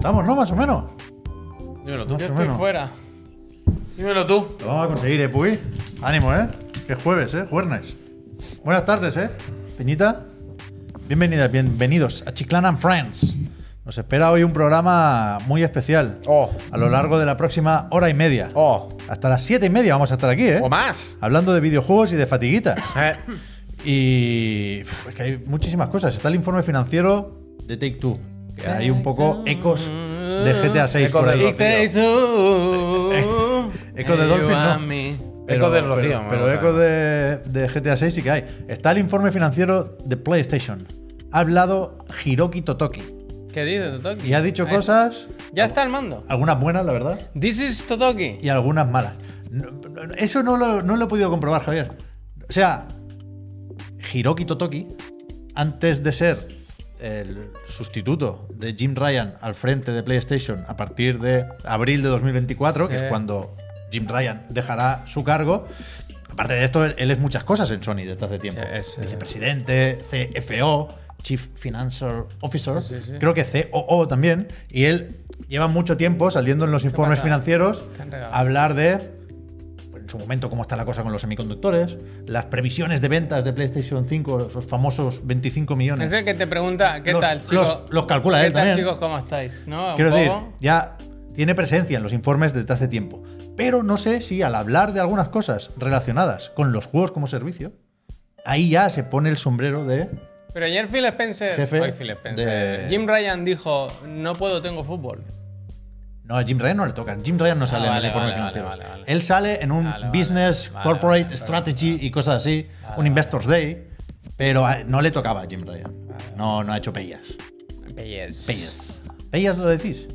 Vamos, ¿no? Más o menos. Dímelo tú. Más Yo o estoy menos. fuera. Dímelo tú. Lo vamos a conseguir, ¿eh, Puy? Ánimo, ¿eh? Que es jueves, ¿eh? Juernes. Buenas tardes, ¿eh? Peñita. Bienvenidas, bienvenidos a Chiclana and Friends. Nos espera hoy un programa muy especial. Oh. A lo largo de la próxima hora y media. Oh. Hasta las siete y media vamos a estar aquí, ¿eh? O más. Hablando de videojuegos y de fatiguitas. Eh, Y uf, es que hay muchísimas cosas. Está el informe financiero de Take Two. Que hay un poco ecos de GTA 6 Ecos por ahí. de los- Take two. Echo de You Dolphin, and no. me. Ecos del Rocío, Pero, me pero gusta. ecos de, de GTA 6 sí que hay. Está el informe financiero de PlayStation. Ha hablado Hiroki Totoki. ¿Qué dices, Totoki? Y ha dicho Ahí- cosas, Ya está el mando. algunas buenas, la verdad, This is Totoki. y algunas malas. No- no- eso no lo, no lo he podido comprobar, Javier. O sea, Hiroki Totoki, antes de ser el sustituto de Jim Ryan al frente de PlayStation a partir de abril de 2024, que Sí. es cuando Jim Ryan dejará su cargo. Aparte de esto, él, él es muchas cosas en Sony desde hace tiempo. Sí, es, eh, Vicepresidente, CFO, Chief Financial Officer, Sí, sí, sí. creo que COO también. Y él lleva mucho tiempo saliendo en los informes pasa? financieros ¿Qué han a regalado? hablar de pues, en su momento cómo está la cosa con los semiconductores, las previsiones de ventas de PlayStation 5, esos famosos 25 millones. Es el que te pregunta, ¿qué Los- tal, chicos? los- los calcula ¿Qué él tal, también. chicos? ¿Cómo estáis? ¿No? Un Quiero decir, poco. ya tiene presencia en los informes desde hace tiempo. Pero no sé si al hablar de algunas cosas relacionadas con los juegos como servicio, ahí ya se pone el sombrero de... Pero ayer Phil Spencer. Jefe Eh, eh, hoy Phil Spencer. de- Jim Ryan dijo: No puedo, tengo fútbol. No, a Jim Ryan no le toca. Jim Ryan no sale en los Ah, vale, informes vale, vale, financieros. vale, vale. Él sale en un Vale, vale, Business vale, Corporate vale, Strategy y cosas así, un Investors Day, pero a- no le tocaba a Jim Ryan. No, no ha hecho pellas. Pelles. Pellas. ¿Pellas lo decís?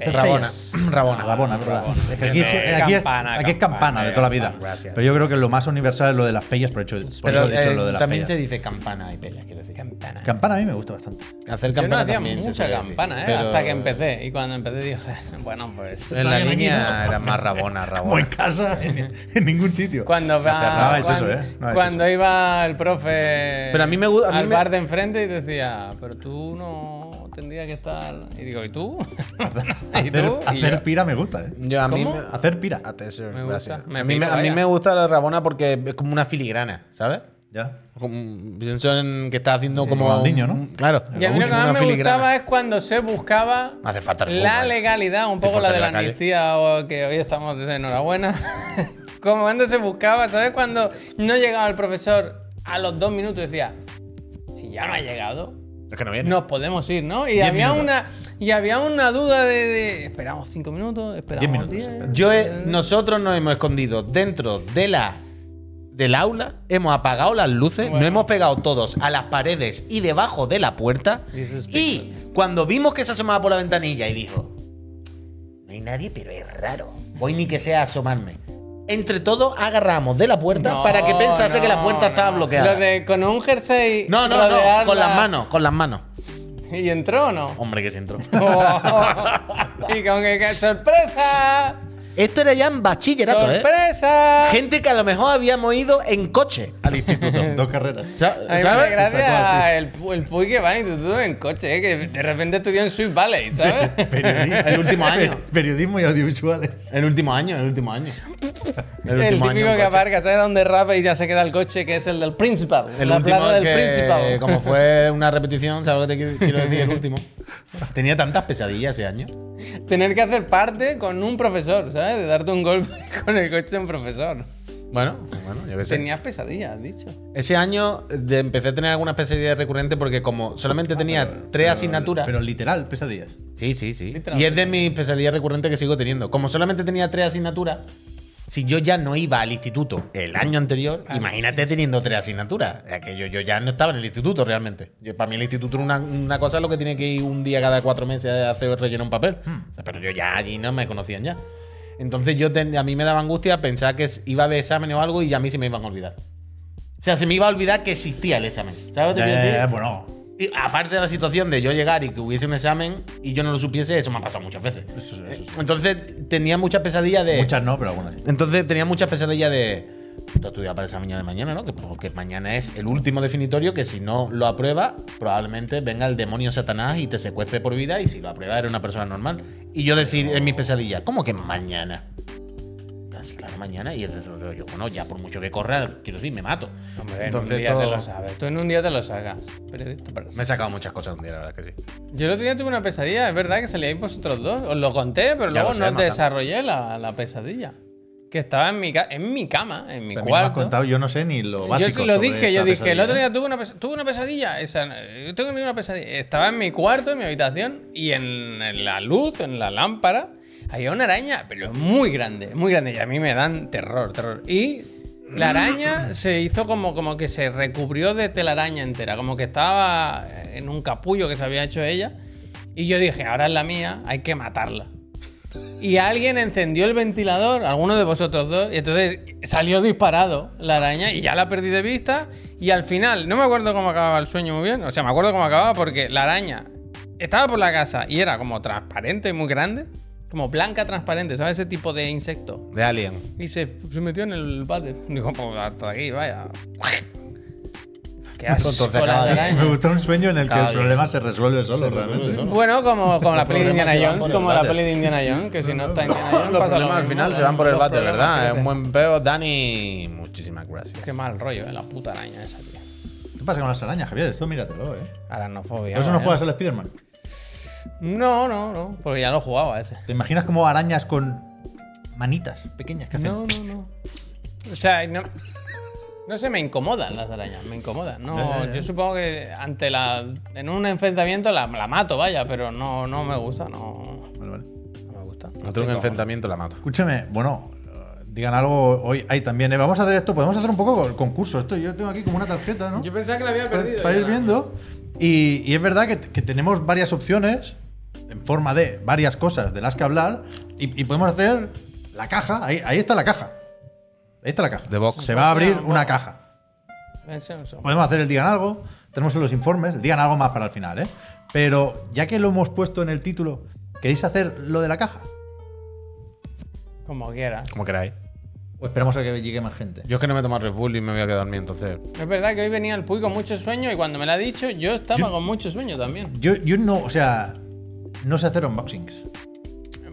Hacer Rabona. pellas. Rabona. Rabona, ¿verdad? Es que aquí, Eh, se- aquí es, campana, aquí es campana de toda la vida. campana, gracias. Pero yo creo que lo más universal es lo de las pellas, por, hecho, por eso he dicho eh, lo de las también pellas. se dice campana y pella, quiero decir. Campana. Campana a mí me gusta bastante. Hacer Yo no campana hacía también se mucha suele decir, campana, ¿eh? pero Hasta que empecé. Y cuando empecé dije: Bueno, pues. En la Está bien aquí, línea ¿no? era más rabona, Como en rabona. casa, en, en ningún sitio. Cuando, va- cerraba, es cuando- eso, ¿eh? No es cuando iba el profe Pero a mí me gusta- a mí al me- bar de enfrente y decía, pero tú no tendrías que estar. Y digo, ¿y tú? ¿Y Hacer, tú? Y hacer yo, pira me gusta, ¿eh? Yo a mí ¿Cómo? me- Hacer pira. Atención, Me gusta, gracias. me a, mí, me- pico, a mí vaya. me gusta la rabona porque es como una filigrana, ¿sabes? Ya. Como- Pienso en que está haciendo como. Ronaldinho, ¿no? un- Claro. y a mí lo que una más me filigrana. gustaba es cuando se buscaba No hace falta el la fútbol. ¿eh? legalidad, un Te poco la forzan de en la la calle. amnistía o que hoy estamos de enhorabuena. Como cuando se buscaba, ¿sabes? Cuando no llegaba el profesor a los dos minutos decía, si ya no ha llegado, Es que no viene. nos podemos ir, ¿no? Y Diez había minutos. una y había una duda de, de- esperamos cinco minutos, esperamos minutos. diez. Yo he- Mm. nosotros nos hemos escondido dentro de la del aula, hemos apagado las luces, Bueno. nos hemos pegado todos a las paredes y debajo de la puerta. This is Y cuando vimos que se asomaba por la ventanilla y dijo, no hay nadie, pero es raro. Hoy ni que sea asomarme. Entre todos agarramos de la puerta No, para que pensase que la puerta no, estaba no. bloqueada. Lo de con un jersey. No, no, rodearla- no, con las manos, con las manos. ¿Y entró o no? Oh. Hombre, que se entró. y con que que- sorpresa. Esto era ya en bachillerato, ¿eh? sorpresa. Gente que a lo mejor habíamos ido en coche al instituto. Dos carreras. Sa- A mí me ¿sabes? hace gracia el, pu- el Puy que va al instituto en coche, eh, que de repente estudió en Sweet Valley, ¿sabes? Periodismo. El último año. Per- Periodismo y audiovisuales. El último año, el último año. El, último típico en coche. que aparca, ¿sabes? Da un derrape y ya se queda el coche, que es el del principal. El la último plaza del que, principal. como fue una repetición, ¿sabes lo que te qui- quiero decir? El último. Tenía tantas pesadillas ese año. Tener que hacer parte con un profesor, ¿sabes? De darte un golpe con el coche de un profesor. Bueno, bueno, yo qué sé. Tenías pesadillas, has dicho. Ese año de- empecé a tener algunas pesadillas recurrentes porque como solamente tenía tres asignaturas... Pero literal, pesadillas. sí, sí, sí. Literal, Y es de mis pesadillas recurrentes que sigo teniendo. Como solamente tenía tres asignaturas, si yo ya no iba al instituto el año anterior, Ah, imagínate teniendo tres asignaturas. O sea, que yo, yo ya no estaba en el instituto realmente. Yo, para mí el instituto era una, una cosa lo que tiene que ir un día cada cuatro meses a hacer rellenar un papel. Hmm. O sea, pero yo ya allí no me conocían ya. Entonces yo ten- a mí me daba angustia pensar que iba de examen o algo y a mí se me iban a olvidar. O sea, se me iba a olvidar que existía el examen. ¿Sabes lo que te Ya, quiero ya, decir? ya, bueno. Y aparte de la situación de yo llegar y que hubiese un examen y yo no lo supiese, eso me ha pasado muchas veces. Eso sí, eso sí. Entonces tenía muchas pesadillas de. Muchas no, pero algunas sí. Entonces tenía muchas pesadillas de. Tú has estudiado para el examen de mañana, ¿no? Que, porque mañana es el último definitorio que si no lo aprueba, probablemente venga el demonio Satanás y te secuestre por vida y si lo aprueba eres una persona normal. Y yo decir en mis pesadillas, ¿cómo que mañana? Así claro, mañana y es de otro rollo. Bueno, ya por mucho que corra, quiero decir, me mato. Hombre, en un Entonces día te todo- lo sabes. Tú en un día te lo sacas. Periodista. Me he sacado muchas cosas un día, la verdad es que sí. Yo el otro día tuve una pesadilla, es verdad que salíais vosotros dos. Os lo conté, pero Ya luego lo sé, no te Maza. desarrollé la, la pesadilla. Que estaba en mi, ca- en mi cama, en mi Pero a mí me has cuarto. contado, yo no sé ni lo yo básico. sí lo sobre dije, esta yo dije, el pesadilla, otro ¿eh? día tuve una, pes- tuve una pesadilla. Esa, yo tengo una pesadilla. Estaba en mi cuarto, en mi habitación, y en, en la luz, en la lámpara, había una araña, pero muy grande, muy grande. Y a mí me dan terror, terror. Y la araña se hizo como, como que se recubrió de telaraña entera, como que estaba en un capullo que se había hecho ella. Y yo dije, ahora es la mía, hay que matarla. Y alguien encendió el ventilador, alguno de vosotros dos, y entonces salió disparado la araña y ya la perdí de vista. Y al final, no me acuerdo cómo acababa el sueño muy bien, o sea, me acuerdo cómo acababa porque la araña estaba por la casa y era como transparente, muy grande, como blanca transparente, ¿sabes? Ese tipo de insecto. De Alien. Y se, se metió en el váter. Digo, pues hasta aquí, vaya. Qué asco Entonces la acaba de- araña. Me gustó un sueño en el que Ah, Claro, el yo- problema se resuelve solo, realmente. Bueno, como, como la Los peli de problemas Indiana se van por Jones, el como la váter. peli de Indiana Jones, que si no está Indiana Jones, Los pasa lo problemas al mismo, final la- se van por el los váter, problemas, ¿verdad? Es fíjate. un buen peo, Dani. Muchísimas gracias. Qué mal rollo, eh, la puta araña esa, tío. ¿Qué pasa con las arañas, Javier? Esto míratelo, ¿eh? Aranofobia. Por eso no vaya. juegas al Spider-Man. ¿eh? No, no, no, porque ya lo jugaba ese. ¿Te imaginas como arañas con manitas pequeñas que hacen? No, no, no. O sea, no. No sé, me incomodan las arañas, me incomodan. Ya, No, ya, ya. yo supongo que ante la. En un enfrentamiento la, la mato, vaya, pero no, no me gusta, no. Vale, vale. No me gusta. No tengo un enfrentamiento, la mato. Escúchame, bueno, eh, digan algo hoy. Ahí también, ¿eh? Vamos a hacer esto, podemos hacer un poco el concurso. Esto yo tengo aquí como una tarjeta, ¿no? pensaba que la había Pa- para, ir viendo. Y, y es verdad que, que tenemos varias opciones en forma de varias cosas de las que hablar y, y podemos hacer la caja. Ahí, ahí está la caja. Ahí está la caja. The box. Se va a abrir Box, una box. caja. Podemos hacer el digan algo. Tenemos los informes. El digan algo más para el final, ¿eh? Pero ya que lo hemos puesto en el título, ¿queréis hacer lo de la caja? Como quieras. Como queráis. ¿O esperamos a que llegue más gente? Yo es que no me he tomado Red Bull y me voy a quedar dormido, entonces. Es verdad que hoy venía el Puy con mucho sueño y cuando me lo ha dicho, yo estaba con mucho sueño también. Yo, yo no, o sea, no sé hacer unboxings.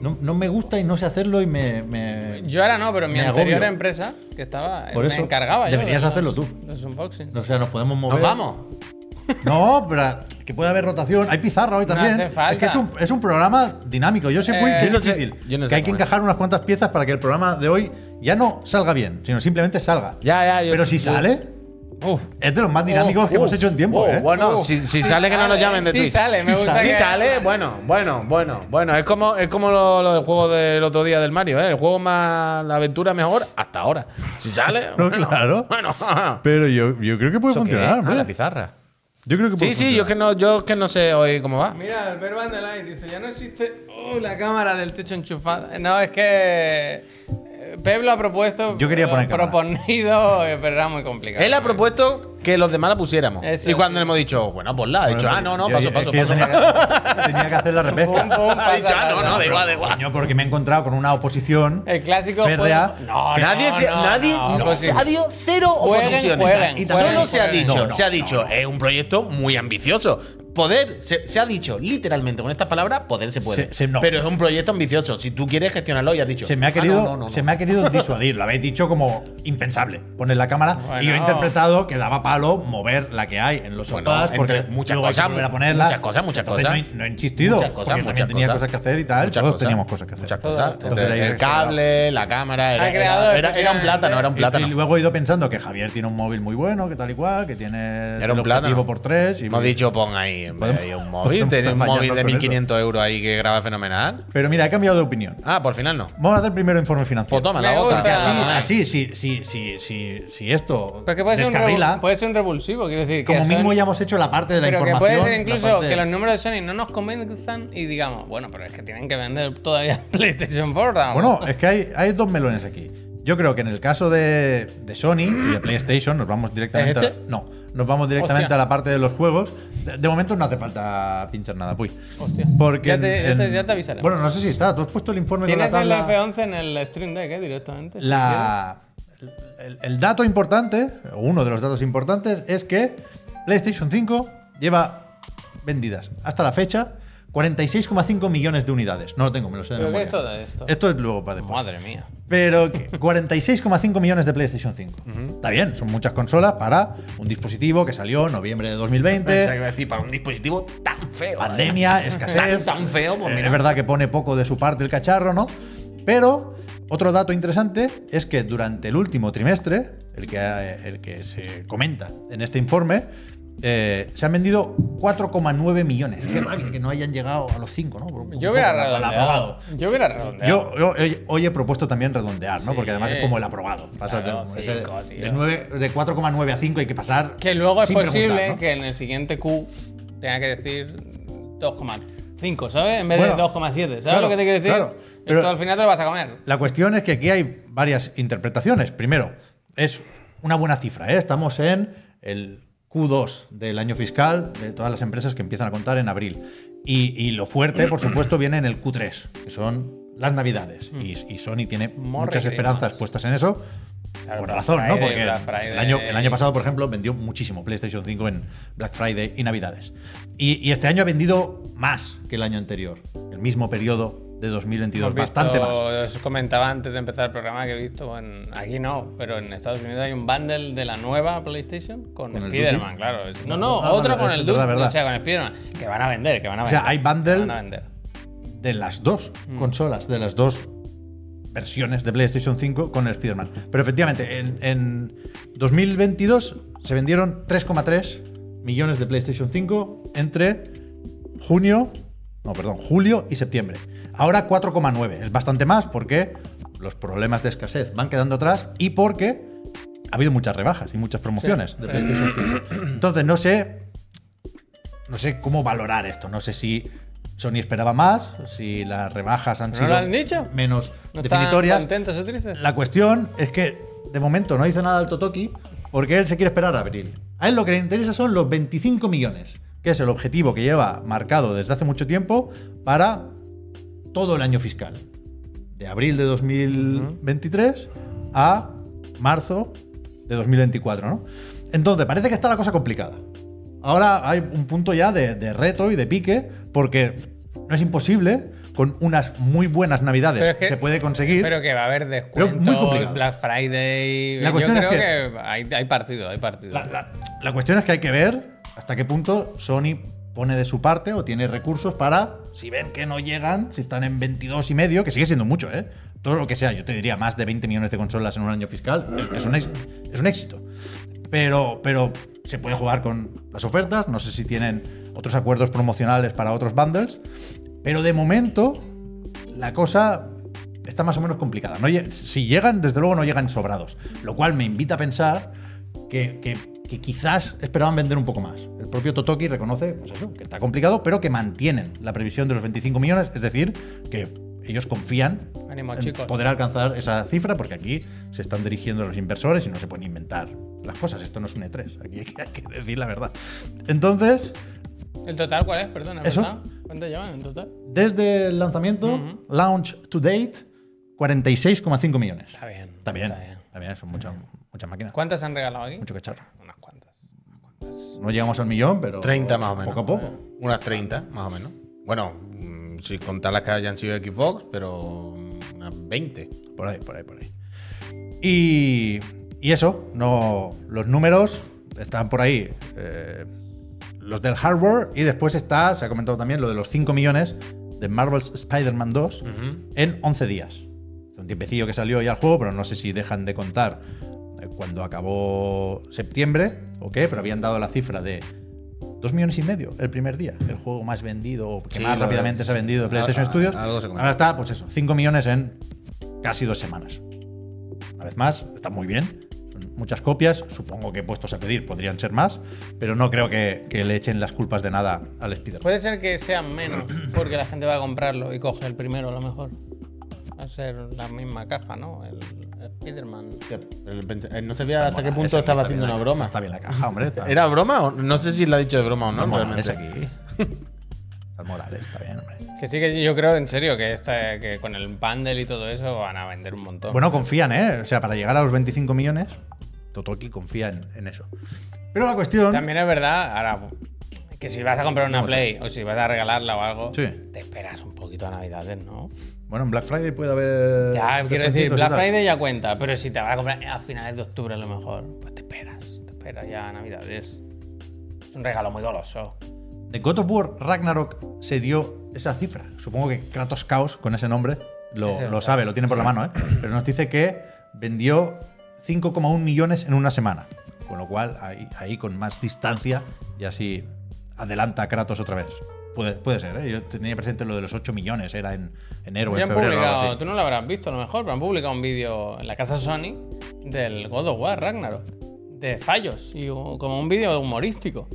No, no me gusta y no sé hacerlo y me. me- Yo ahora no, pero en mi Me anterior agobio. empresa, que estaba, eh, Por me eso encargaba yo deberías de los- hacerlo tú. Los unboxings. O sea, nos podemos mover. ¡Nos vamos! No, pero que puede haber rotación. Hay pizarra hoy No también. hace falta. Es que es un, es un programa dinámico. Yo sé muy Eh, que Yo no es sé- difícil. yo no sé que hay que cómo es. encajar unas cuantas piezas para que el programa de hoy ya no salga bien, sino simplemente salga. Ya, ya, yo- pero si yo- sale, Uf. es de los más dinámicos que Uh, hemos hecho en tiempo. uh, ¿eh? Bueno, Uh, si, si sí sale, que no nos sale, llamen de sí Twitch. sale, me Si gusta sale. que- Si sale, bueno, bueno, bueno, bueno. Es como, es como lo, lo del juego del otro día del Mario, ¿eh? El juego más. La aventura mejor hasta ahora. Si sale. No, bueno, claro. Bueno. Pero yo, yo creo que puede ¿Eso qué funcionar. es? Ah, hombre. la pizarra. yo creo que puede Sí, sí, yo es que no, yo es que no sé hoy cómo va. Mira, el verbo Light dice, ya no existe oh, la cámara del techo enchufada. No, es que eh, Pep lo ha propuesto. Yo quería lo poner ha cámara. proponido, eh, pero era muy complicado. Él ha propuesto que los demás la pusiéramos. Eso, y cuando le sí. hemos dicho, bueno, ponla, ha dicho, ah, no, no, Yo- paso, es paso, que yo paso. Tenía que, tenía que hacer la Pum, pum, repesca. pasa, Ha dicho, ah, no, pasa. no, da igual, da igual. Coño, porque me he encontrado con una oposición El clásico férrea. pues, juego- No, nadie, no, se- no, nadie, no, no, pues sí. ha habido cero Jueguen, oposiciones. jueguen, Y jueguen, solo se ha jueguen. dicho, No, se ha no, dicho, es un proyecto muy ambicioso. Poder, se, se ha dicho literalmente con estas palabras, poder se puede. Se- se- no. Pero es un proyecto ambicioso. Si tú quieres gestionarlo, ya has dicho. Se me ha "Ah, querido, no, no, no, se no". me ha querido disuadir, lo habéis dicho como impensable. Poner la cámara Bueno. y yo he interpretado que daba palo mover la que hay en los Bueno, sofás entre porque muchas luego hay que cosas, volver a ponerla. muchas cosas, muchas Entonces cosas. No he, no he insistido. Muchas porque cosas, también muchas tenía cosas. cosas que hacer y tal. Muchas Todos cosas. teníamos cosas que hacer. Muchas cosas. Todas. Entonces, Entonces, el cable, la cámara, era, Ha creado era- era- era un plátano, era un Y- plátano. Y, luego he ido pensando que Javier tiene un móvil muy bueno, que tal y cual, que tiene Era un el plátano. objetivo por tres. Y Hemos dicho, pon ahí, en vez de Podemos- ahí un podemos móvil. Tenés un estar móvil fallando de con eso. 1500 euros ahí que graba fenomenal. Pero mira, he cambiado de opinión. Ah, por final no. Vamos a hacer primero informe financiero. Pues toma, Me la boca. gusta. Así, Ah, así, si, si, si, si, si esto Pero que puede ser, un descarrila, revu- puede ser un revulsivo, quiero decir. que como son- mínimo ya hemos hecho la parte de la Pero que información. puede ser la incluso parte- que los números de Sony no nos convenzan y digamos, bueno, pero es que tienen que vender todavía PlayStation 4. ¿no? Bueno, es que hay, hay dos melones aquí. Yo creo que en el caso de, de Sony y de PlayStation nos vamos directamente ¿Es este? a, no, nos vamos directamente Hostia. a la parte de los juegos. De, de momento no hace falta pinchar nada, puy. Hostia. Porque Ya te- en- ya te- en- ya te avisaremos. Bueno, no sé si está, tú has puesto el informe Pues, con la Tienes el tabla. F11 en el Stream Deck, eh, directamente. si La, el, el dato importante, o uno de los datos importantes, es que PlayStation 5 lleva vendidas hasta la fecha 46,5 millones de unidades. No lo tengo, me lo sé de ¿Pero qué memoria. es todo esto? Esto es luego para después. Madre mía. Pero que 46,5 millones de PlayStation 5. Está bien, son muchas consolas para un dispositivo que salió en noviembre de 2020. Pensaba que iba a decir, para un dispositivo tan feo. pandemia, Tan, escasez. tan feo, pues Eh, mira. Es verdad que pone poco de su parte el cacharro, ¿no? Pero otro dato interesante es que durante el último trimestre, el que, ha- el que se comenta en este informe, eh, se han vendido 4,9 millones. Qué rabia que no hayan llegado a los 5, ¿no? Por un- un Yo hubiera poco la- la redondeado. aprobado. Yo hubiera redondeado. Yo, yo- eh, hoy he propuesto también redondear, ¿no? Porque además es como el aprobado. Pasa Claro, de, ese- cinco, tío. de nueve- de 4,9 a 5 hay que pasar. Que luego es sin posible preguntar, ¿no? que en el siguiente Q tenga que decir 2,5, ¿sabes? En vez de Bueno, 2,7. ¿Sabes claro, lo que te quiero decir? claro, pero- Esto al final te lo vas a comer. La cuestión es que aquí hay varias interpretaciones. Primero, es una buena cifra. ¿eh? Estamos en el Q2 del año fiscal de todas las empresas que empiezan a contar en abril. Y, y lo fuerte, por supuesto, viene en el Q3, que son las navidades. Y, y Sony tiene Mm. Morre muchas Christmas. esperanzas puestas en eso. Claro, por Black razón, ¿no? Friday, Porque Black Friday. el año, el año pasado, por ejemplo, vendió muchísimo PlayStation 5 en Black Friday y Navidades. Y, y este año ha vendido más que el año anterior, el mismo periodo de 2022, Hemos bastante más. visto- Os comentaba antes de empezar el programa que he visto en. Aquí no, pero en Estados Unidos hay un bundle de la nueva PlayStation con, Con el Spider-Man, Duty. claro. Es- No, no, Ah, otro bueno, con es el verdad, Duty, verdad. o sea, con Spider-Man. Que van a vender, que van a O vender. sea, hay bundle- Van a vender. de las dos consolas, de las dos versiones de PlayStation 5 con el Spider-Man. Pero efectivamente, en, en 2022 se vendieron 3,3 millones de PlayStation 5 entre junio, no, perdón, julio y septiembre. Ahora 4,9. Es bastante más porque los problemas de escasez van quedando atrás y porque ha habido muchas rebajas y muchas promociones de PlayStation 5. Entonces, no sé no sé cómo valorar esto. No sé si Sony esperaba más, si las rebajas han ¿No sido lo han dicho? menos ¿No están definitorias. contentos o tristes? La cuestión es que de momento no dice nada al Totoki porque él se quiere esperar a abril. A él lo que le interesa son los 25 millones, que es el objetivo que lleva marcado desde hace mucho tiempo para todo el año fiscal. De abril de 2023 a marzo de 2024, ¿no? Entonces, parece que está la cosa complicada. Ahora hay un punto ya de, de reto y de pique, porque no es imposible, con unas muy buenas navidades Pero es que- se puede conseguir. Pero que va a Pero haber muy descuentos, complicado. Black Friday. La cuestión Yo es creo que, hay, hay partido, hay partido. La, la- la cuestión es que hay que ver hasta qué punto Sony pone de su parte o tiene recursos para, si ven que no llegan, si están en 22 y medio, que sigue siendo mucho, ¿eh? Todo lo que sea, yo te diría más de 20 millones de consolas en un año fiscal, es, es un, éxito, es un éxito. Pero, pero se puede jugar con las ofertas, no sé si tienen otros acuerdos promocionales para otros bundles, pero de momento la cosa está más o menos complicada. No lle- si llegan, desde luego no llegan sobrados, lo cual me invita a pensar que, que- que quizás esperaban vender un poco más. El propio Totoki reconoce pues eso, que está complicado, pero que mantienen la previsión de los 25 millones, es decir, que ellos confían Ánimo, en chicos. poder alcanzar esa cifra porque aquí se están dirigiendo los inversores y no se pueden inventar las cosas. Esto no es un E3, aquí hay que, hay que decir la verdad. Entonces, ¿El total cuál es? Perdona, Eso. ¿verdad? ¿Cuánto llevan en total? desde el lanzamiento, launch to date, 46,5 millones. Está bien. Está bien, está bien, son muchas, muchas máquinas. ¿Cuántas han regalado aquí? Mucho cacharro. Unas cuantas. No llegamos al millón, pero. 30 más o menos. Poco a poco. Unas 30 más o menos. Bueno, mm, si contar las que hayan sido Xbox, pero mm, unas 20. Por ahí, por ahí, por ahí. Y, y eso, no, los números están por ahí. eh, los del hardware y después está, se ha comentado también, lo de los 5 millones de Marvel's Spider-Man 2 en 11 días. Es un tiempecillo que salió ya el juego, pero no sé si dejan de contar eh, cuando acabó septiembre o qué, pero habían dado la cifra de 2 millones y medio el primer día. El juego más vendido, o que Sí, más lo- rápidamente se ha vendido de PlayStation a- a- Studios. algo se comentó. Ahora está, pues eso, 5 millones en casi dos semanas. Una vez más, está muy bien. Son muchas copias. Supongo que puestos a pedir podrían ser más, pero no creo que, que le echen las culpas de nada al Spider-Man. Puede ser que sean menos, porque la gente va a comprarlo y coge el primero a lo mejor. Va a ser la misma caja, ¿no? El Spider-Man. Ya, pero pens- eh, No sabía hasta Mola, qué punto esa- estaba está bien haciendo la una ca- broma. Está bien la caja, hombre. Está, ¿Era broma? O, no sé si lo ha dicho de broma o no, está mola, realmente. es aquí. Al Morales, está bien, hombre. Que sí, que yo creo en serio que, esta, que con el bundle y todo eso van a vender un montón. Bueno, confían, ¿eh? O sea, para llegar a los 25 millones, Totoki confía en, en eso. Pero la cuestión. También es verdad, ahora, que si vas a comprar una Play o si vas a regalarla o algo, Sí. Eh, te esperas un poquito a Navidades, ¿no? Bueno, en Black Friday puede haber. Ya, quiero decir, descuentitos y Black tal. Friday ya cuenta, pero si te vas a comprar a finales de octubre a lo mejor, pues te esperas, te esperas ya a Navidades. Es un regalo muy goloso. De God of War Ragnarok se dio esa cifra. Supongo que Kratos Chaos, con ese nombre, lo, Ese lo lo sabe, lo tiene por la mano, ¿eh? Pero nos dice que vendió 5,1 millones en una semana. Con lo cual, ahí, ahí con más distancia, y así adelanta a Kratos otra vez. Puede, puede ser, ¿eh? Yo tenía presente lo de los 8 millones, era en enero o ya en febrero. o han algo publicado, así. tú no lo habrás visto a lo mejor, pero han publicado un vídeo en la casa Sony del God of War Ragnarok, de fallos, y un- como un vídeo humorístico.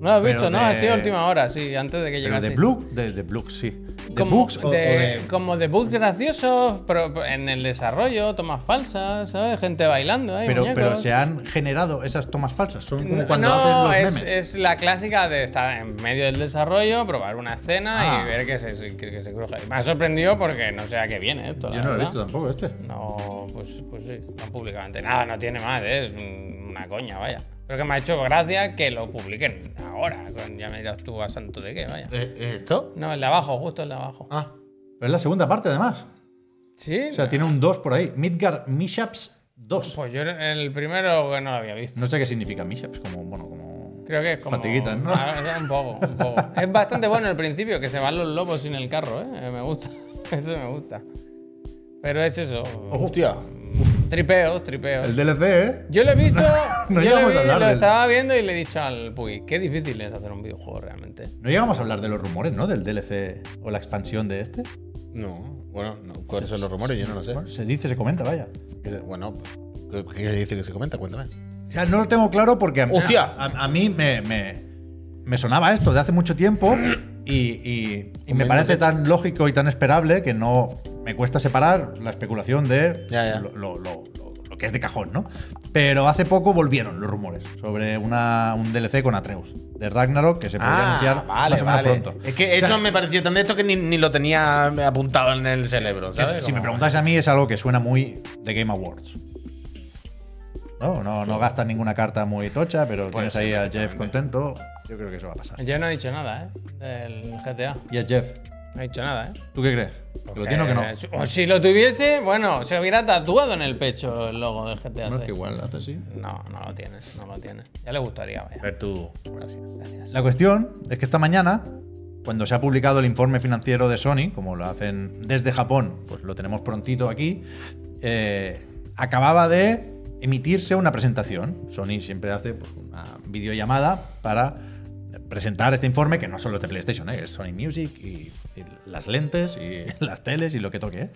¿No lo has Pero visto? No, de- ha sido última hora, sí, antes de que Pero llegase. de Blue, de, de Blue, sí. ¿De como, Bugs de, o- o de- como de bugs graciosos, pero pero en el desarrollo, tomas falsas, ¿sabes? Gente bailando, ahí, Pero, pero muñecos. se han generado esas tomas falsas. Son como No, cuando no, hacen los es, memes. es la clásica de estar en medio del desarrollo, probar una escena Ah. y ver que se, que, que se cruja. Y me ha sorprendido porque no sé a qué viene esto. la Yo no lo he verdad. visto tampoco este. No, pues, pues sí, no públicamente. Nada, no tiene más, ¿eh? es un- una coña, vaya. Pero que me ha hecho gracia que lo publiquen ahora. con- Ya me dirás tú a santo de qué, vaya. Eh, ¿Esto? No, el de abajo, justo el de abajo. Ah. Pero es la segunda parte, además. Sí, O sea, tiene un 2 por ahí. Midgar Mishaps 2. pues yo el primero que no lo había visto. No sé qué significa Mishaps, como, bueno, como. Creo que es como. Fatiguitas, ¿no? Ah, o sea, un poco, un poco. es bastante bueno el principio, que se van los lobos sin el carro, ¿eh? Eh, Me gusta. Eso me gusta. Pero es eso. Hostia. Tripeos, tripeos. El DLC, ¿eh? Yo lo he visto. No yo lo, llegamos vi, a hablar lo del- estaba viendo y le he dicho al Puy, qué difícil es hacer un videojuego realmente. No llegamos a hablar de los rumores, ¿no? Del DLC o la expansión de este. No, bueno, no, ¿cuáles son los rumores? Yo no lo sé. Bueno, se dice, se comenta, vaya. Que- Bueno, ¿qué, qué dice que se comenta? Cuéntame. O sea, no lo tengo claro porque a, ¡Hostia! a, a mí me, me- me sonaba esto de hace mucho tiempo y, y- y me Coméntate. parece tan lógico y tan esperable que no me cuesta separar la especulación de Ya, ya. Lo, lo- lo- lo- lo que es de cajón, ¿no? Pero hace poco volvieron los rumores sobre una, un DLC con Atreus de Ragnarok que se podría anunciar más o menos pronto. Ah, Es que O sea, eso me pareció tan de esto que ni, ni lo tenía apuntado en el cerebro, que ¿sabes? si- si me Como- preguntáis a mí es algo que suena muy de Game Awards. No, no, no gastas ninguna carta muy tocha, pero tienes ahí a Jeff contento. Yo creo que eso va a pasar. Yo no he dicho nada, ¿eh? Del GTA. Y a Jeff, No he dicho nada, ¿eh? ¿tú qué crees? ¿Que ¿Lo tiene o que no? Eh, O si lo tuviese, bueno, se hubiera tatuado en el pecho el logo del GTA. No, No, es que igual hace así. no, no lo tienes, no lo tienes. Ya le gustaría, vaya. Tú. Gracias. Gracias. La cuestión es que esta mañana, cuando se ha publicado el informe financiero de Sony, como lo hacen desde Japón, pues lo tenemos prontito aquí, eh, acababa de emitirse una presentación. Sony siempre hace pues, una videollamada para presentar este informe, que no solo es de PlayStation, ¿eh? es Sony Music y, y las lentes y las teles y lo que toque. ¿eh?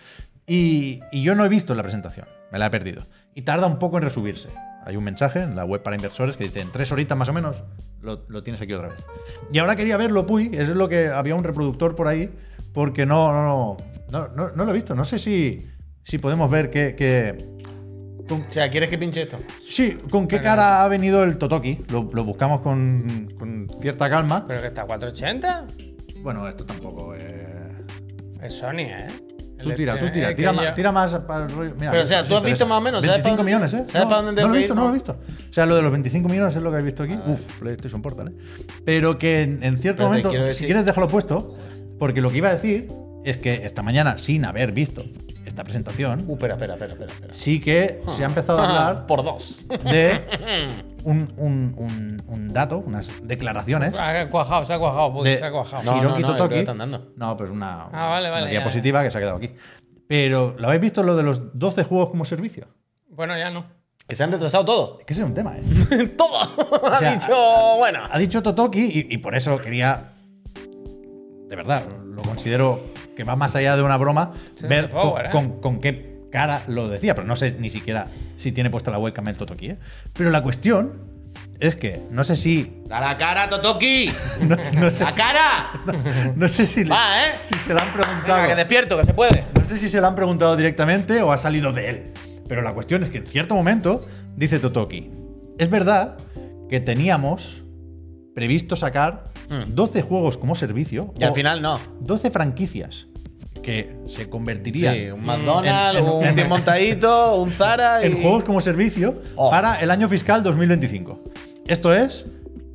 Y, y yo no he visto la presentación, me la he perdido. Y tarda un poco en resubirse. Hay un mensaje en la web para inversores que dice, en tres horitas más o menos, lo, lo tienes aquí otra vez. Y ahora quería verlo, Puy, es lo que había un reproductor por ahí, porque no, no, no, no, no lo he visto. No sé si, si podemos ver qué, qué, O sea, ¿quieres que pinche esto? Sí, ¿con qué cara ha venido el Totoki? Lo, lo buscamos con, con cierta calma. Pero que está a 480. Bueno, esto tampoco eh. Es Sony, ¿eh? Tú El tira, tú este- tira, es que tira, yo- más, tira más para el rollo. Mira, Pero, o sea, si tú has interesa. visto más o menos, 25 ¿sabes para dónde- millones, ¿eh? sabes para dónde no tengo lo he que visto, ir, Ah. no lo he no? visto. O sea, lo de los 25 millones es lo que habéis visto aquí. Uf, PlayStation Portal, ¿eh? Pero que en, en cierto Espérate, momento, quiero si decir- quieres déjalo puesto, porque lo que iba a decir es que esta mañana, sin haber visto esta presentación, Uh, espera, espera, espera, espera. espera. Ah, sí que se ha empezado a hablar Por dos. de un, un- un- un dato, unas declaraciones Ah, Ha cuajado, se ha cuajado, puto, de se ha cuajado. No, Hiroki no, no, creo Totoki. que están dando. No, pero es una, Ah, vale, vale, una ya, diapositiva que se ha quedado aquí. Pero, ¿lo habéis visto lo de los 12 juegos como servicio? Bueno, ya no. Que se han retrasado todo. Es que ese es un tema, ¿eh? todo. ha O sea, dicho, bueno. Ha dicho Totoki, y, y por eso quería. De verdad, lo considero que va más allá de una broma, Sí, ver de con, power, ¿eh? con- con qué cara lo decía. Pero no sé ni siquiera si tiene puesta la webcam el Totoki, ¿eh? Pero la cuestión es que no sé si. ¡A la cara, Totoki! No, no sé ¡La si- cara! No sé si, le- Va, ¿eh? si se la han preguntado. Venga, que despierto, que se puede. No sé si se la han preguntado directamente o ha salido de él. Pero la cuestión es que en cierto momento dice Totoki, es verdad que teníamos previsto sacar 12 juegos como servicio Hmm. Y al o final no. 12 franquicias que se convertirían Sí, un McDonald's, en- en- un Cien Montadito, un Zara. en y- juegos como servicio Oh. para el año fiscal 2025. Esto es,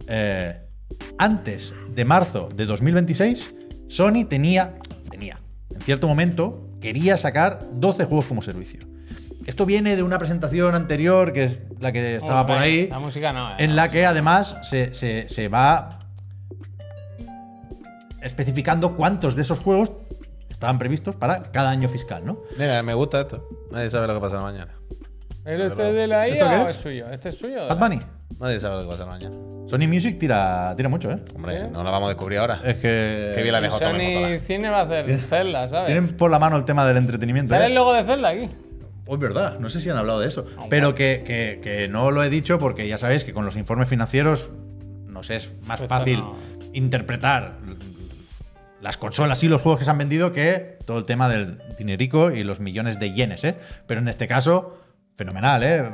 eh, antes de marzo de 2026, Sony tenía, tenía, en cierto momento, quería sacar 12 juegos como servicio. Esto viene de una presentación anterior, que es la que estaba por ahí, La música no. eh. en la que además se, se- se va especificando cuántos de esos juegos estaban previstos para cada año fiscal, ¿no? Mira, me gusta esto. Nadie sabe lo que pasa mañana. ¿Pero este es de la ¿Esto qué IA o es? es suyo? ¿Este es suyo? Bad Bunny. Nadie sabe lo que pasa mañana. Sony Music tira, tira mucho, ¿eh? Hombre, no lo vamos a descubrir ahora. Es que. Qué bien la El dejó Tommy Sony Motola. Cine va a hacer Zelda, ¿sabes? Tienen por la mano el tema del entretenimiento. ¿Sale ¿eh? el logo de Zelda aquí? Oh, es verdad, no sé si han hablado de eso. Pero que, que- que no lo he dicho porque ya sabéis que con los informes financieros nos es más Esto fácil no. interpretar las consolas y los juegos que se han vendido que todo el tema del dinerico y los millones de yenes, ¿eh? Pero en este caso, fenomenal, ¿eh?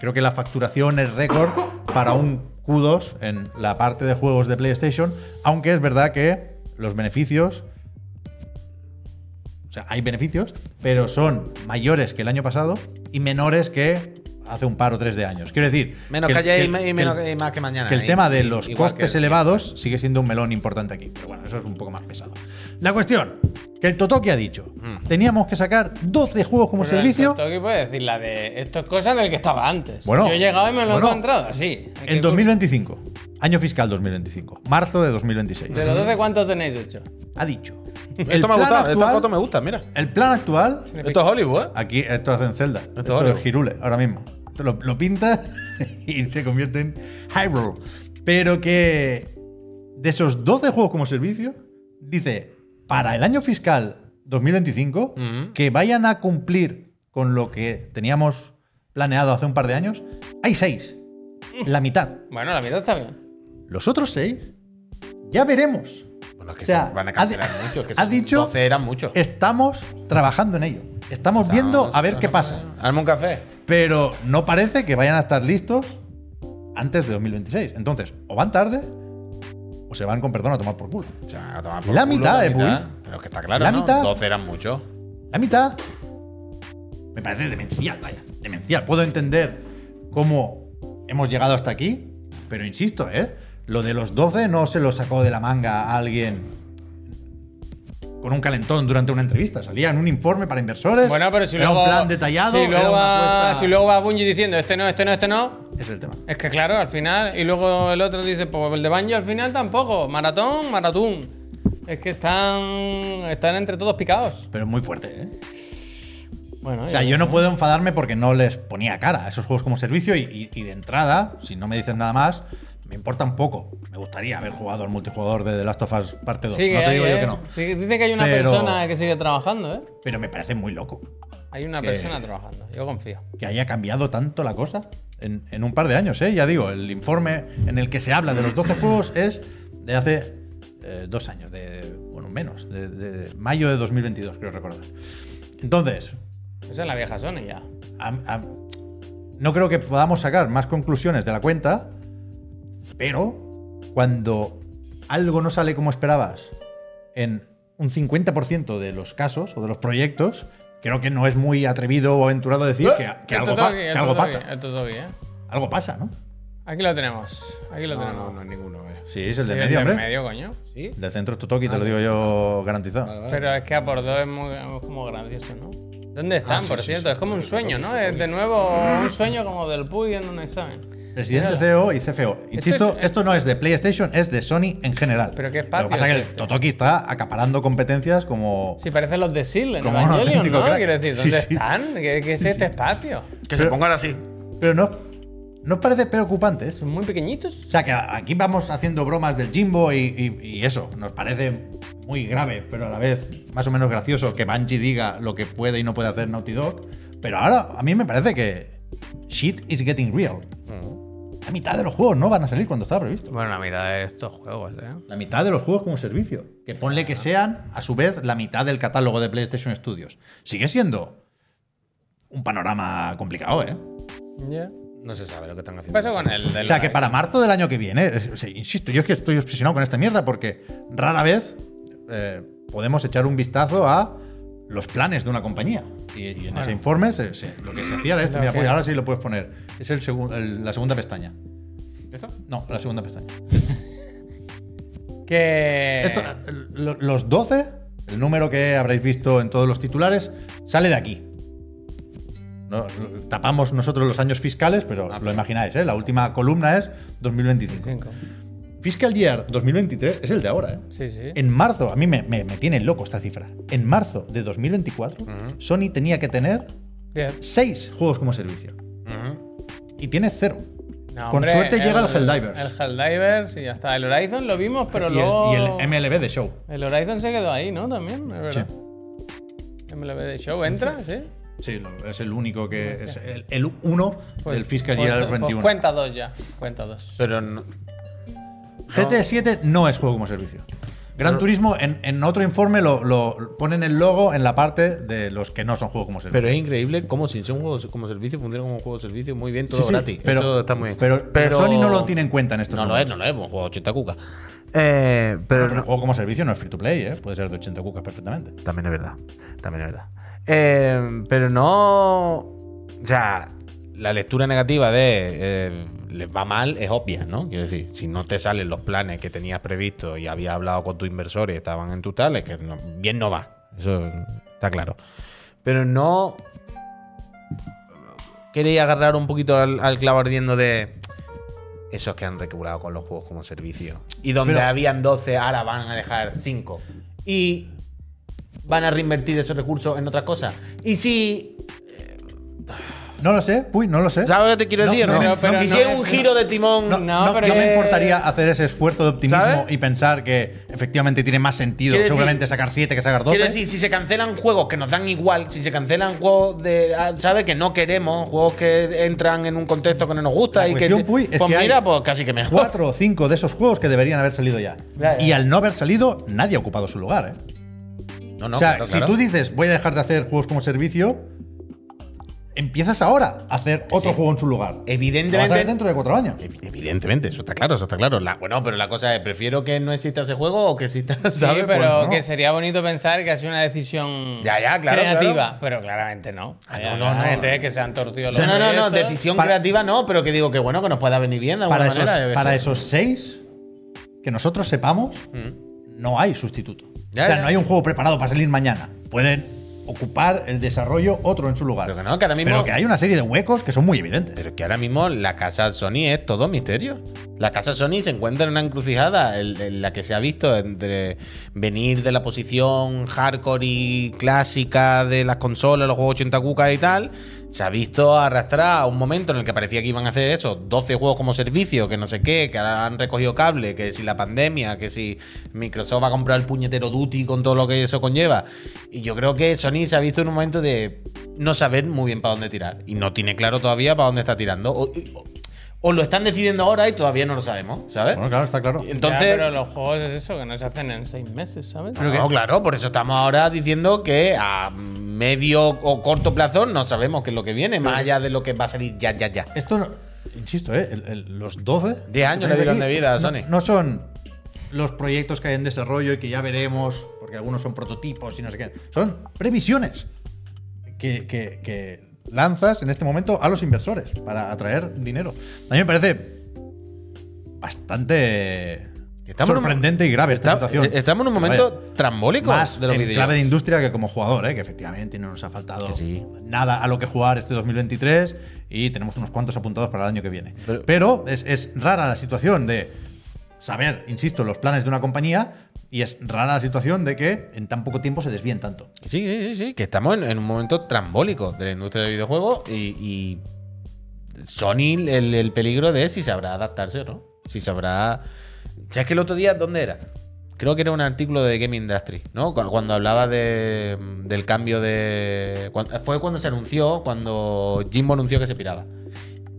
Creo que la facturación es récord para un Q2 en la parte de juegos de PlayStation, aunque es verdad que los beneficios o sea, hay beneficios, pero son mayores que el año pasado y menores que hace un par o tres de años. Quiero decir, Menos que que, el- ayer que y, el- me- y que menos el- que- y más que mañana. que el y- tema de y- los igual que costes el- elevados sigue siendo un melón importante aquí. Pero bueno, eso es un poco más pesado. La cuestión, que el Totoki ha dicho, Mm. teníamos que sacar 12 juegos como Pero servicio. El Toki puede decir la de. Esto es cosa del que estaba antes. Bueno, Yo he llegado y me lo bueno. he encontrado así. ¿Qué En 2025, año fiscal 2025, marzo de 2026. ¿De los 12 cuántos tenéis hecho? Ha dicho. el Esto me ha plan gustado. Esta actual- foto me gusta, mira. El plan actual Esto es Hollywood, ¿eh? Aquí, esto hacen Zelda. Esto, Hollywood. es Girule, ahora mismo. Esto lo, lo pinta y se convierte en Hyrule. Pero que de esos 12 juegos como servicio, dice, para el año fiscal 2025, que vayan a cumplir con lo que teníamos planeado hace un par de años, hay 6. La mitad. Bueno, la mitad está bien. Los otros 6, ya veremos. Bueno, es que O sea, se van a ha cancelar di- muchos. Que ha son dicho- 12 eran muchos. Estamos trabajando en ello. Estamos viendo a ver qué pasa. Arma un café. Pero no parece que vayan a estar listos antes de 2026. Entonces, o van tarde o se van con perdón a tomar por culo. O sea, a tomar por La culo, mitad, eh, Puy. Pero es que está claro, La ¿no? mitad. 12 eran muchos. La mitad me parece demencial, vaya, demencial. Puedo entender cómo hemos llegado hasta aquí, pero insisto, ¿eh? Lo de los 12 no se lo sacó de la manga a alguien con un calentón durante una entrevista. Salía en un informe para inversores. Bueno, pero si Pues, era luego. un plan detallado. Si luego, era una va, apuesta- si luego va Bungie diciendo este no, este no, este no. Es el tema. Es que claro, al final. Y luego el otro dice, pues el de Bungie al final tampoco. Maratón, maratón. Es que están. Están entre todos picados. Pero es muy fuerte, ¿eh? Bueno, O sea, yo no puedo enfadarme porque no les ponía cara a esos juegos como servicio y, y- y de entrada, si no me dicen nada más, me importa un poco. Me gustaría haber jugado al multijugador de The Last of Us parte 2. Sigue no te ahí, digo yo ¿eh? que no. Sigue- Dice que hay una Pero- persona que sigue trabajando, ¿eh? Pero me parece muy loco Hay una Que- persona trabajando, yo confío. que haya cambiado tanto la cosa en, en un par de años, ¿eh? Ya digo, el informe en el que se habla de los 12 juegos es de hace eh, dos años, de, bueno, menos, de, de mayo de 2022, creo recordar. Entonces, Esa es la vieja Sony ya. Am- am- no creo que podamos sacar más conclusiones de la cuenta, pero cuando algo no sale como esperabas en un 50% de los casos o de los proyectos, creo que no es muy atrevido o aventurado decir que, que Esto algo, todo pa- aquí, que esto algo todo pasa. aquí, esto todo aquí, ¿eh? Algo pasa, ¿no? Aquí lo tenemos. Aquí lo tenemos. es ninguno, eh. Sí, es el Sí, de es medio, del hombre. medio, coño. ¿Sí? El del centro es Totoki, te lo digo yo garantizado. Pero es que a por dos es, muy, es como gracioso, ¿no? ¿Dónde están, por cierto? es como un sueño, ¿no? Es de nuevo un sueño como del Puy en un examen. Presidente, CEO y CFO. Insisto, es- esto no es de PlayStation, es de Sony en general. Pero qué espacio Lo que pasa es que es el este. Totoki está acaparando competencias como... Sí, parecen los de Seal en Como un Evangelion, auténtico ¿no? crack. Quiero decir, Sí, ¿dónde sí. están? ¿Qué, qué es este espacio? Que se pongan así. Pero no, no os parece preocupante esto? ¿Son muy pequeñitos? O sea, que aquí vamos haciendo bromas del Jimbo y, y- y eso, nos parece muy grave, pero a la vez más o menos gracioso que Bungie diga lo que puede y no puede hacer Naughty Dog. Pero ahora a mí me parece que shit is getting real. La mitad de los juegos no van a salir cuando estaba previsto. Bueno, la mitad de estos juegos, ¿eh? La mitad de los juegos como servicio. Que ponle que sean, a su vez, la mitad del catálogo de PlayStation Studios. Sigue siendo un panorama complicado, ¿eh? Ya. No se sabe lo que están ¿Qué haciendo. pasa con el E? del O sea, que para marzo del año que viene, eh, o sea, insisto, yo es que estoy obsesionado con esta mierda porque rara vez eh, podemos echar un vistazo a los planes de una compañía. Y, y en ese informe se- se- lo que se hacía era esto. Lo Mira, que- pues ahora sí lo puedes poner. Es el segun- el- la segunda pestaña. ¿Esto? No, la segunda pestaña. Eh. Que. Esto, lo- los 12, el número que habréis visto en todos los titulares, sale de aquí. No, lo- tapamos nosotros los años fiscales, pero lo imagináis, ¿eh? La última columna es 2025. Cinco. Fiscal Year 2023 es el de ahora, ¿eh? Sí, sí. En marzo, a mí me, me- me tiene loco esta cifra. En marzo de 2024, Sony tenía que tener Diez. 6 juegos como servicio. Ujú. Y tiene 0. No, Con hombre, suerte llega el Helldivers. El Helldivers y ya está. El Horizon lo vimos, pero y, luego. el, y el MLB de Show. El Horizon se quedó ahí, ¿no? También, es verdad. MLB de Show entra, ¿sí? Sí, lo- es el único que. Es el, el uno del Fiscal pues- Year pues 21. cuenta dos ya. Cuenta dos. Pero no. GT7 no es juego como servicio. Gran Turismo, en, en otro informe, lo, lo- ponen el logo en la parte de los que no son juego como servicio. Pero es increíble cómo sin ser un juego como servicio funciona como un juego de servicio muy bien, todo Sí, sí, gratis. pero- Eso está muy bien. pero- pero Sony no lo tiene en cuenta en estos No lo es, momentos. no lo es, un juego de 80 cuca. Eh, pero Pero no- el juego como servicio no es free to play, ¿eh? puede ser de 80 cucas perfectamente. También es verdad. También es verdad. Eh, pero no. O sea, la lectura negativa de eh, les va mal es obvia, ¿no? Quiero decir, si no te salen los planes que tenías previsto y habías hablado con tu inversor y estaban en tus tales, que no- bien no va. Eso está claro. Pero no. Queréis agarrar un poquito al, al clavo ardiendo de. Esos que han recuperado con los juegos como servicio. Y donde Pero- habían 12, ahora van a dejar 5. Y van a reinvertir esos recursos en otras cosas. Y si. No lo sé, uy, no lo sé. ¿Sabes lo que te quiero No, decir? no, No, pero- pero y no si es es- un giro de timón. No, No, no, pero no me es- importaría hacer ese esfuerzo de optimismo ¿Sabes? y pensar que efectivamente tiene más sentido Quiero decir- seguramente sacar 7 que sacar 12. Quiero decir, si se cancelan juegos que nos dan igual, si se cancelan juegos de. ah, ¿Sabes? Que no queremos, juegos que entran en un contexto que no nos gusta La y que. cuestión, Puy, es pues que hay mira, pues casi que mejor. Cuatro o cinco de esos juegos que deberían haber salido ya. Ya, ya. Y al no haber salido, nadie ha ocupado su lugar. ¿eh? No, no, o sea, claro, si claro. tú dices voy a dejar de hacer juegos como servicio, empiezas ahora a hacer otro Sí. juego en su lugar. Lo vas a ver Evidentemente. dentro de cuatro años. Evi- Evidentemente, eso está claro, eso está claro. La- bueno, pero la cosa es, prefiero que no exista ese juego o que exista, ¿sabes? Sí, pero Pues no. que sería bonito pensar que ha sido una decisión Ya, ya, claro, creativa, claro. pero claramente no. Ah, Ya, no, no, no. claramente es que se han torcido los Pues, No, no, no, no, proyectos. decisión Para- creativa no, pero que digo que bueno, que nos pueda venir bien de alguna Para, esos, manera. yo qué para sé. esos seis, que nosotros sepamos, no hay sustituto. Mm. Ya, o sea, ya. no hay un juego preparado para salir mañana. Pueden ocupar el desarrollo otro en su lugar. Pero que no, que ahora mismo. Pero que hay una serie de huecos que son muy evidentes. Pero que ahora mismo la casa Sony es todo misterio. La casa Sony se encuentra en una encrucijada en, en la que se ha visto entre venir de la posición hardcore y clásica de las consolas, los juegos 80 cucas y tal. Se ha visto arrastrar a un momento en el que parecía que iban a hacer eso, 12 juegos como servicio, que no sé qué, que ahora han recogido cable, que si la pandemia, que si Microsoft va a comprar el puñetero Duty con todo lo que eso conlleva. Y yo creo que Sony se ha visto en un momento de no saber muy bien para dónde tirar. Y no tiene claro todavía para dónde está tirando. O, o- o lo están decidiendo ahora y todavía no lo sabemos, ¿sabes? Bueno, claro, está claro. Entonces, Ya, pero los juegos es eso, que no se hacen en seis meses, ¿sabes? no, claro, por eso estamos ahora diciendo que a medio o corto plazo no sabemos qué es lo que viene, más allá de lo que va a salir ya, ya, ya. Esto, no- insisto, ¿eh? El- el- los 12. 10 años le dieron de vida a no- Sony. No, son los proyectos que hay en desarrollo y que ya veremos, porque algunos son prototipos y no sé qué. Son previsiones que, que- que lanzas en este momento a los inversores para atraer dinero. A mí me parece bastante Estamos en un- sorprendente y grave esta Está- situación. estamos en un Pero momento vaya, trambólico más de los en videos. clave de industria que como jugador, ¿eh? que efectivamente no nos ha faltado Que sí. nada a lo que jugar este 2023 y tenemos unos cuantos apuntados para el año que viene. Pero- Pero, es, es rara la situación de saber, insisto, los planes de una compañía y es rara la situación de que en tan poco tiempo se desvíen tanto. Sí, sí, sí, sí, que estamos en, en un momento trambólico de la industria del videojuego y, y Sony el, el peligro de si sabrá adaptarse o no. Si sabrá... Ya es que el otro día, ¿dónde era? Creo que era un artículo de Game Industry, ¿no? Cu- Cuando hablaba de, del cambio de... cuan- fue cuando se anunció, cuando Jimbo anunció que se piraba.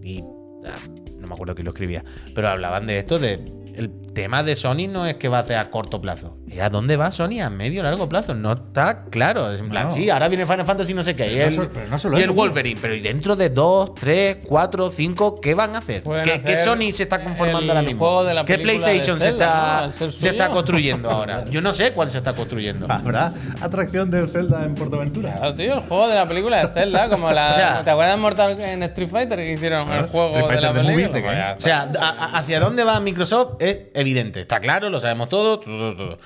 Y ah, no me acuerdo quién lo escribía, pero hablaban de esto, de el tema de Sony no es que va a hacer a corto plazo. ¿Y a dónde va Sony? A medio largo plazo. No está claro. Es en plan, No. sí, ahora viene Final Fantasy no sé qué. Y no el, so- pero no solo y eso, el tío. Wolverine. Pero ¿y dentro de dos, tres, cuatro, cinco, qué van a hacer? Pueden ¿Qué, qué hacer Sony se está conformando el ahora mismo? juego de la ¿Qué película de PlayStation se, Zelda, ¿no? está, Al ser se está suyo. construyendo ahora? Yo no sé cuál se está construyendo. ¿Habrá atracción de Zelda en Portaventura? Claro, tío, el juego de la película de Zelda, como la. O sea- ¿Te acuerdas de Mortal en Street Fighter que hicieron el Claro, juego Street de la Fighter the movie, película? ¿de qué? Pues ya O está. sea, a- a- hacia dónde va Microsoft es evidente, está claro, lo sabemos todo, todo, todo.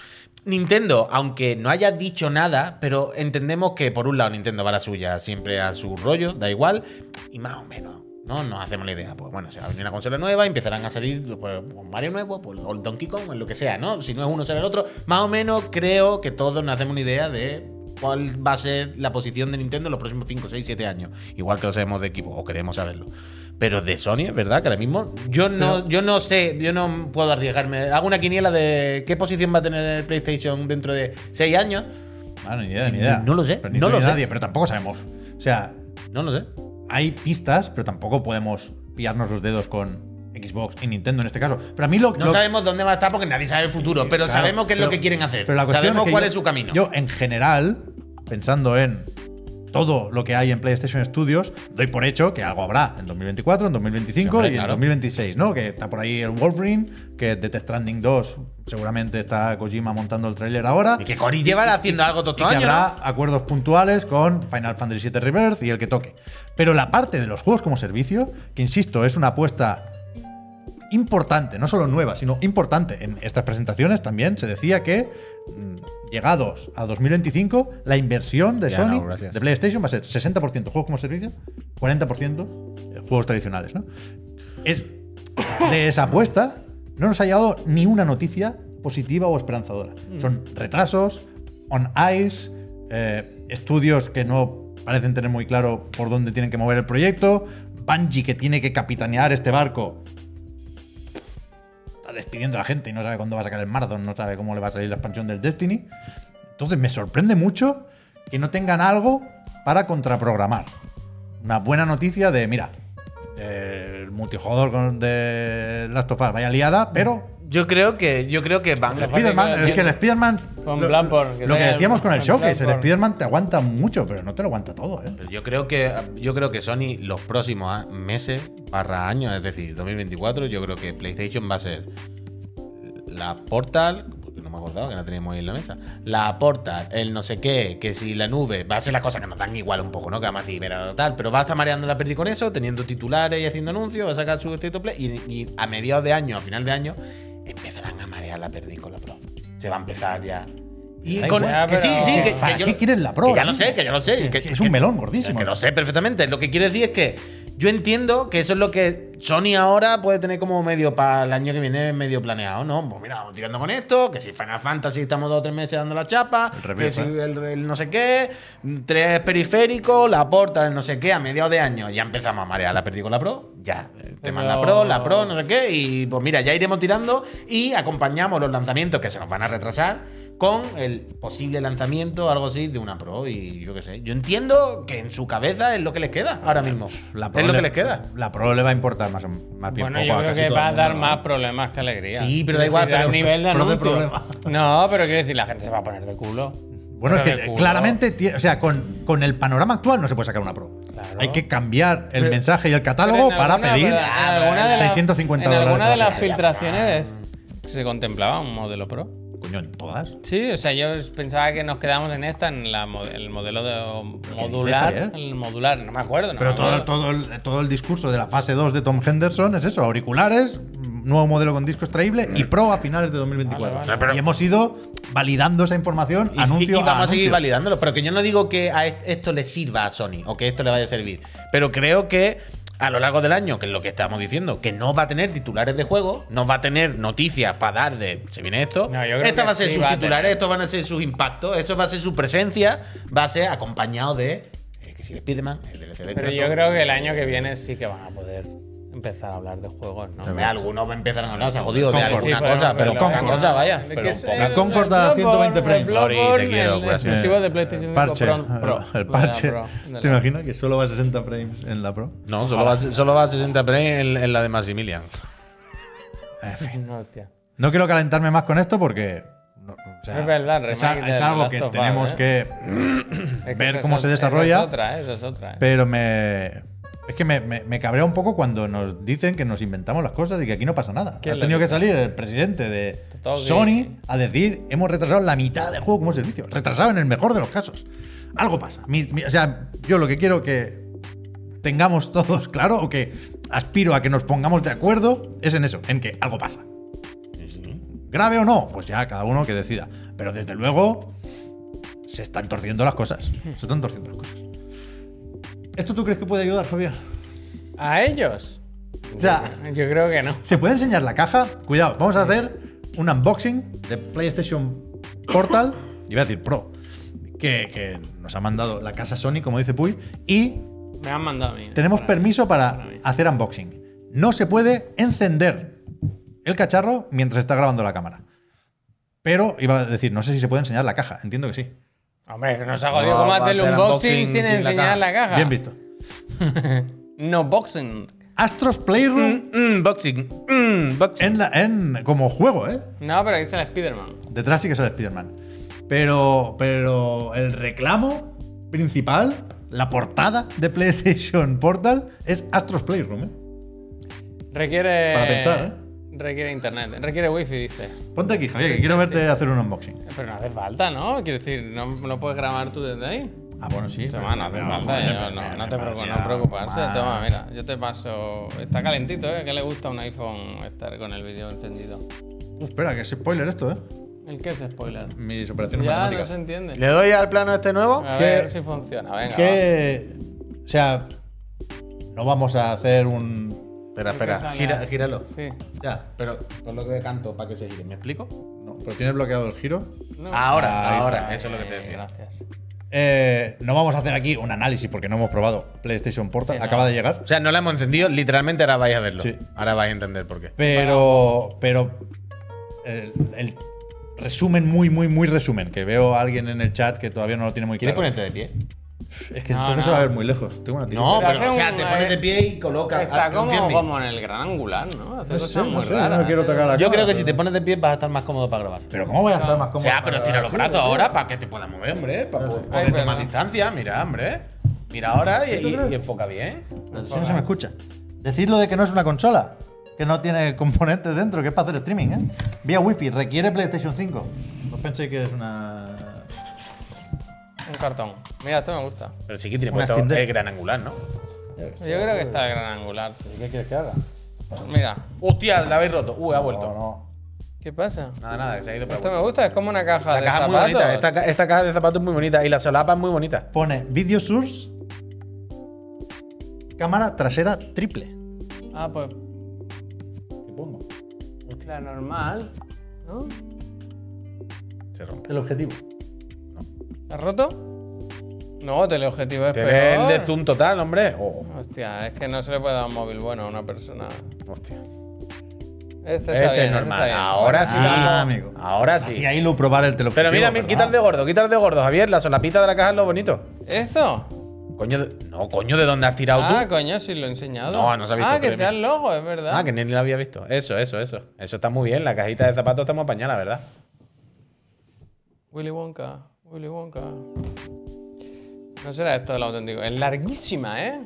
Nintendo, aunque no haya dicho nada, pero entendemos que por un lado Nintendo va a la suya, siempre a su rollo, da igual, y más o menos, ¿no? Nos hacemos la idea, pues bueno, se va a venir una consola nueva, empezarán a salir pues, con Mario nuevo, pues, o el Donkey Kong, o lo que sea, ¿no? Si no es uno, será el otro. Más o menos creo que todos nos hacemos una idea de cuál va a ser la posición de Nintendo en los próximos 5, 6, 7 años. Igual que lo sabemos de equipo, o queremos saberlo. Pero de Sony, es verdad que ahora mismo yo no, yo no sé, yo no puedo arriesgarme. Hago una quiniela de qué posición va a tener el PlayStation dentro de 6 años. Ah, ni idea, ni idea. No lo sé, Pero ni no tú lo ni sé. nadie, pero tampoco sabemos. O sea, No lo sé. hay pistas, pero tampoco podemos pillarnos los dedos con Xbox y Nintendo en este caso. Pero a mí lo, No lo- sabemos dónde va a estar porque nadie sabe el futuro, pero Eh, Claro, sabemos qué es lo pero- que quieren hacer. pero la cuestión sabemos que cuál yo- es su camino. Yo, en general, pensando en todo lo que hay en PlayStation Studios, doy por hecho que algo habrá en 2024, en 2025 Sí, hombre, y claro. en 2026, ¿no? Que está por ahí el Wolverine, que Death Stranding 2 seguramente está Kojima montando el tráiler ahora. y que Cory llevará haciendo algo todo Y estos que años. ¿no? habrá acuerdos puntuales con Final Fantasy VII Rebirth y el que toque. Pero la parte de los juegos como servicio, que insisto, es una apuesta importante, no solo nueva, sino importante. En estas presentaciones también se decía que, mm, llegados a 2025, la inversión de Ya, Sony, no, gracias. de PlayStation, va a ser 60% juegos como servicio, 40% eh, juegos tradicionales. ¿no? Es, de esa apuesta no nos ha llegado ni una noticia positiva o esperanzadora. Mm. Son retrasos, on ice, eh, estudios que no parecen tener muy claro por dónde tienen que mover el proyecto, Bungie que tiene que capitanear este barco. Está despidiendo a la gente y no sabe cuándo va a sacar el Marathon, no sabe cómo le va a salir la expansión del Destiny. Entonces me sorprende mucho que no tengan algo para contraprogramar. Una buena noticia de, mira, eh, el multijugador con- de Last of Us vaya liada, Mm. pero Yo creo que, yo creo que van. el Spider-Man, es que el Spider-Man. Con lo- Bloodborne, que Lo que sea decíamos con el con showcase, el Bloodborne. Spider-Man te aguanta mucho, pero no te lo aguanta todo, ¿eh? Pero Yo creo que yo creo que Sony los próximos a- meses barra años, es decir, 2024, yo creo que PlayStation va a ser la Portal, porque no me acordaba que la teníamos ahí en la mesa, la Portal, el no sé qué, que si la nube, va a ser las cosas que nos dan igual un poco, ¿no? Que vamos a decir, pero tal, pero va a estar mareando la perdi con eso, teniendo titulares y haciendo anuncios, va a sacar su State of Play y, y a mediados de año, a final de año, empezarán a marear la perdi con la Pro. Se va a empezar ya. Y Da con, igual. que sí, Ya, sí, pero- que, que ¿Para yo- qué quieres la Pro que ya ahora lo sé, mismo? que ya lo sé. Es que- que es un que- melón es gordísimo. que lo sé perfectamente. Lo que quiero decir es que yo entiendo que eso es lo que Sony ahora puede tener como medio para el año que viene, medio planeado, ¿no? Pues mira, vamos tirando con esto, que si Final Fantasy estamos dos o tres meses dando la chapa, El que revés, si ¿eh? el, el no sé qué, tres periféricos, la porta, el no sé qué, a mediados de año ya empezamos a marear la película Pro, ya. El tema es la Pro, la Pro, no sé qué, y pues mira, ya iremos tirando y acompañamos los lanzamientos que se nos van a retrasar con el posible lanzamiento, algo así, de una Pro y yo qué sé. Yo entiendo que en su cabeza es lo que les queda ahora mismo. La Pro es lo que le- les queda. La Pro le va a importar más, o- más bien Bueno, poco yo a creo casi que todo el va a mundo, dar ¿no? más problemas que alegría. Sí, pero da igual, Quiero decir, pero- a nivel de pero de anuncio. problema. No, pero quiero decir, la gente se va a poner de culo. Bueno, es Pero de que culo. claramente, tie- o sea, con, con el panorama actual no se puede sacar una Pro. Claro. Hay que cambiar el mensaje y el Pero catálogo en para alguna- pedir pero en alguna de las- 650 En alguna de dólares. las filtraciones se contemplaba un modelo Pro. Coño, en todas. Sí, o sea, yo pensaba que nos quedamos en esta, en la, mo- el modelo de dices, modular. Javier? El modular, no me acuerdo. no Pero me todo, acuerdo. todo, el, todo el discurso de la fase 2 de Tom Henderson es eso, auriculares, nuevo modelo con disco extraíble y Pro a finales de 2024. Vale, vale. Y hemos ido validando esa información, Y, anuncio y- y vamos a seguir anuncio. validándolo. Pero que yo no digo que a est- esto le sirva a Sony o que esto le vaya a servir. Pero creo que a lo largo del año, que es lo que estábamos diciendo, que no va a tener titulares de juego, no va a tener noticias para dar de se viene esto. No, yo creo Esta que va a ser sí sus va a titulares, tener. estos van a ser sus impactos, eso va a ser su presencia, va a ser acompañado de. eh, que si el Spiderman, el DLC del Pero Kratos, yo creo que el año que viene sí que van a poder empezar a hablar de juegos, ¿no? Hombre, algunos empezaron a hablar, se ha jodido de Concord. alguna Sí, pero- cosa, pero, pero- poca Concord. cosa, vaya. Que es poca. El Concord a el 120 frames. el Bloodborne, Lori, te quiero, el gracias. exclusivo de Eh, PlayStation 5 parche, Pro. Pro, el de la parche. Pro, de ¿Te la- imaginas que solo va a 60 frames en la Pro? No, solo va, solo va a 60 frames en, en la de Maximilian. No, hostia. No quiero calentarme más con esto porque. no, o sea, Es verdad, es, a- remake es del algo Last que of Us, tenemos ¿eh? que Es que eso ver es cómo ot- se desarrolla. Eso es otra, ¿eh? eso es otra. ¿eh? Pero me. Es que me, me- me cabrea un poco cuando nos dicen que nos inventamos las cosas y que aquí no pasa nada. Ha ¿Quién lo tenido que dice? salir el presidente de Total, sí. Sony a decir: hemos retrasado la mitad del juego como servicio. Retrasado en el mejor de los casos. Algo pasa. Mi- mi- o sea, yo lo que quiero que tengamos todos claro o que aspiro a que nos pongamos de acuerdo es en eso, en que algo pasa. Grave o no, pues ya cada uno que decida. Pero desde luego se están torciendo las cosas. Se están torciendo las cosas. ¿Esto tú crees que puede ayudar, Javier? ¿A ellos? O sea, Yo creo que no. ¿se puede enseñar la caja? Cuidado, vamos a hacer un unboxing de PlayStation Portal, iba a decir Pro, que, que nos ha mandado la casa Sony, como dice Puy, y Me han mandado a mí. tenemos Para- permiso para mí. hacer unboxing. No se puede encender el cacharro mientras está grabando la cámara. Pero iba a decir, no sé si se puede enseñar la caja. Entiendo que sí. Hombre, que nos ha No, jodido cómo Ah, va a hacerle un hacer boxing unboxing sin sin la enseñar caja. la caja. Bien visto. No boxing. Astros Playroom Mm, boxing. Mm, boxing. en la- en- como juego, ¿eh? No, pero ahí es el Spider-Man. Detrás sí que sale Spider-Man. Pero, pero el reclamo principal, la portada de PlayStation Portal, es Astros Playroom. ¿eh? Requiere. Para pensar, ¿eh? Requiere internet. Requiere wifi, dice. Ponte aquí, Javier, que quiero verte hacer un unboxing. Pero no hace falta, ¿no? Quiero decir, no, no puedes grabar tú desde ahí. Ah, bueno, sí. Se pero- van a hacer pero- falta, joder, yo- pero- no, no te me preocupes, no parecía preocuparse. mal. Toma, mira, yo te paso. Está calentito, ¿eh? ¿Qué le gusta a un iPhone estar con el vídeo encendido? Uh, espera, que es spoiler esto, ¿eh? ¿El qué es spoiler? Mis operaciones Ya no matemáticas. se entiende. ¿Le doy al plano este nuevo? A ¿Qué? ver si funciona, venga. Que. O sea. No vamos a hacer un. Espera, Creo espera. que Gira, sale- gíralo. va. Sí. Ya, pero con lo que canto para que se gire. ¿Me explico? No, pero tienes bloqueado el giro. No. Ahora, Ahí ahora. está. Eso es lo que te Eh, decía. Gracias. Eh, no vamos a hacer aquí un análisis porque no hemos probado PlayStation Portal. Sí, no. Acaba de llegar. O sea, no la hemos encendido. Literalmente ahora vais a verlo. Sí. Ahora vais a entender por qué. Pero. Pero. El, el resumen, muy, muy, muy resumen. Que veo a alguien en el chat que todavía no lo tiene muy claro. ¿Quieres ponerte de pie? Es que No, entonces se no. va a ver muy lejos. Tengo una tirita. No, Pero pero, hace o sea, un- te pones de pie y colocas. Está ah, confía en como, mí. como en el gran angular, ¿no? Hace No sé, cosas no muy sé, raras. ¿eh? no quiero hace- tocar la- Yo creo cámara, que si pero- te pones de pie vas a estar más cómodo para grabar. Pero ¿cómo voy a estar más O cómodo? sea, pero estira los Sí, brazos sí. ahora para que te puedas mover, hombre. Para poder Ay, tomar verdad. distancia. Mira, hombre. Mira ahora y, y- y enfoca bien. Si no se me escucha. Decid lo de que no es una consola, que no tiene componentes dentro, que es para hacer streaming, ¿eh? Vía wifi, requiere PlayStation 5. No penséis que es una. Un cartón. Mira, esto me gusta. Pero sí que tiene Una puesto Steam Deck. el gran angular, ¿no? Yo creo que está el gran angular. ¿Qué quieres que haga? Mira, Hostia, la habéis roto. Uh, ha vuelto. No, no. ¿qué pasa? Nada, nada, que se ha ido para Esto me gusta, es como una La caja de caja es muy zapatos. bonita. Esta, ca- esta caja de zapatos es muy bonita. Y la solapa es muy bonita. Pone Video Source. Cámara trasera triple. Ah, pues ¿Qué pongo? la normal, ¿no? Se rompe. El objetivo. ¿La has roto? No, teleobjetivo es Tienes el peor. de zoom total, hombre. Oh, Hostia, es que no se le puede dar un móvil bueno a una persona. hostia. Este Este está bien, es este normal. está bien. Ahora sí. Ah, amigo. Ahora sí. Y ahí lo probar el teleobjetivo. Pero mira, ¿verdad? quita el de gordo, quita el de gordo, Javier. La solapita de la caja es lo bonito. ¿Esto? Coño, de- no, coño, ¿de dónde has tirado Ah, tú? coño, sí lo he enseñado. No, no se ha visto, Ah, que créeme. te da el logo, es verdad. Ah, que ni la había visto. Eso, eso, eso. Eso está muy bien. La cajita de zapatos está muy apañada, la verdad. Willy Wonka, Willy Wonka. No será esto el auténtico. Es larguísima, ¿eh?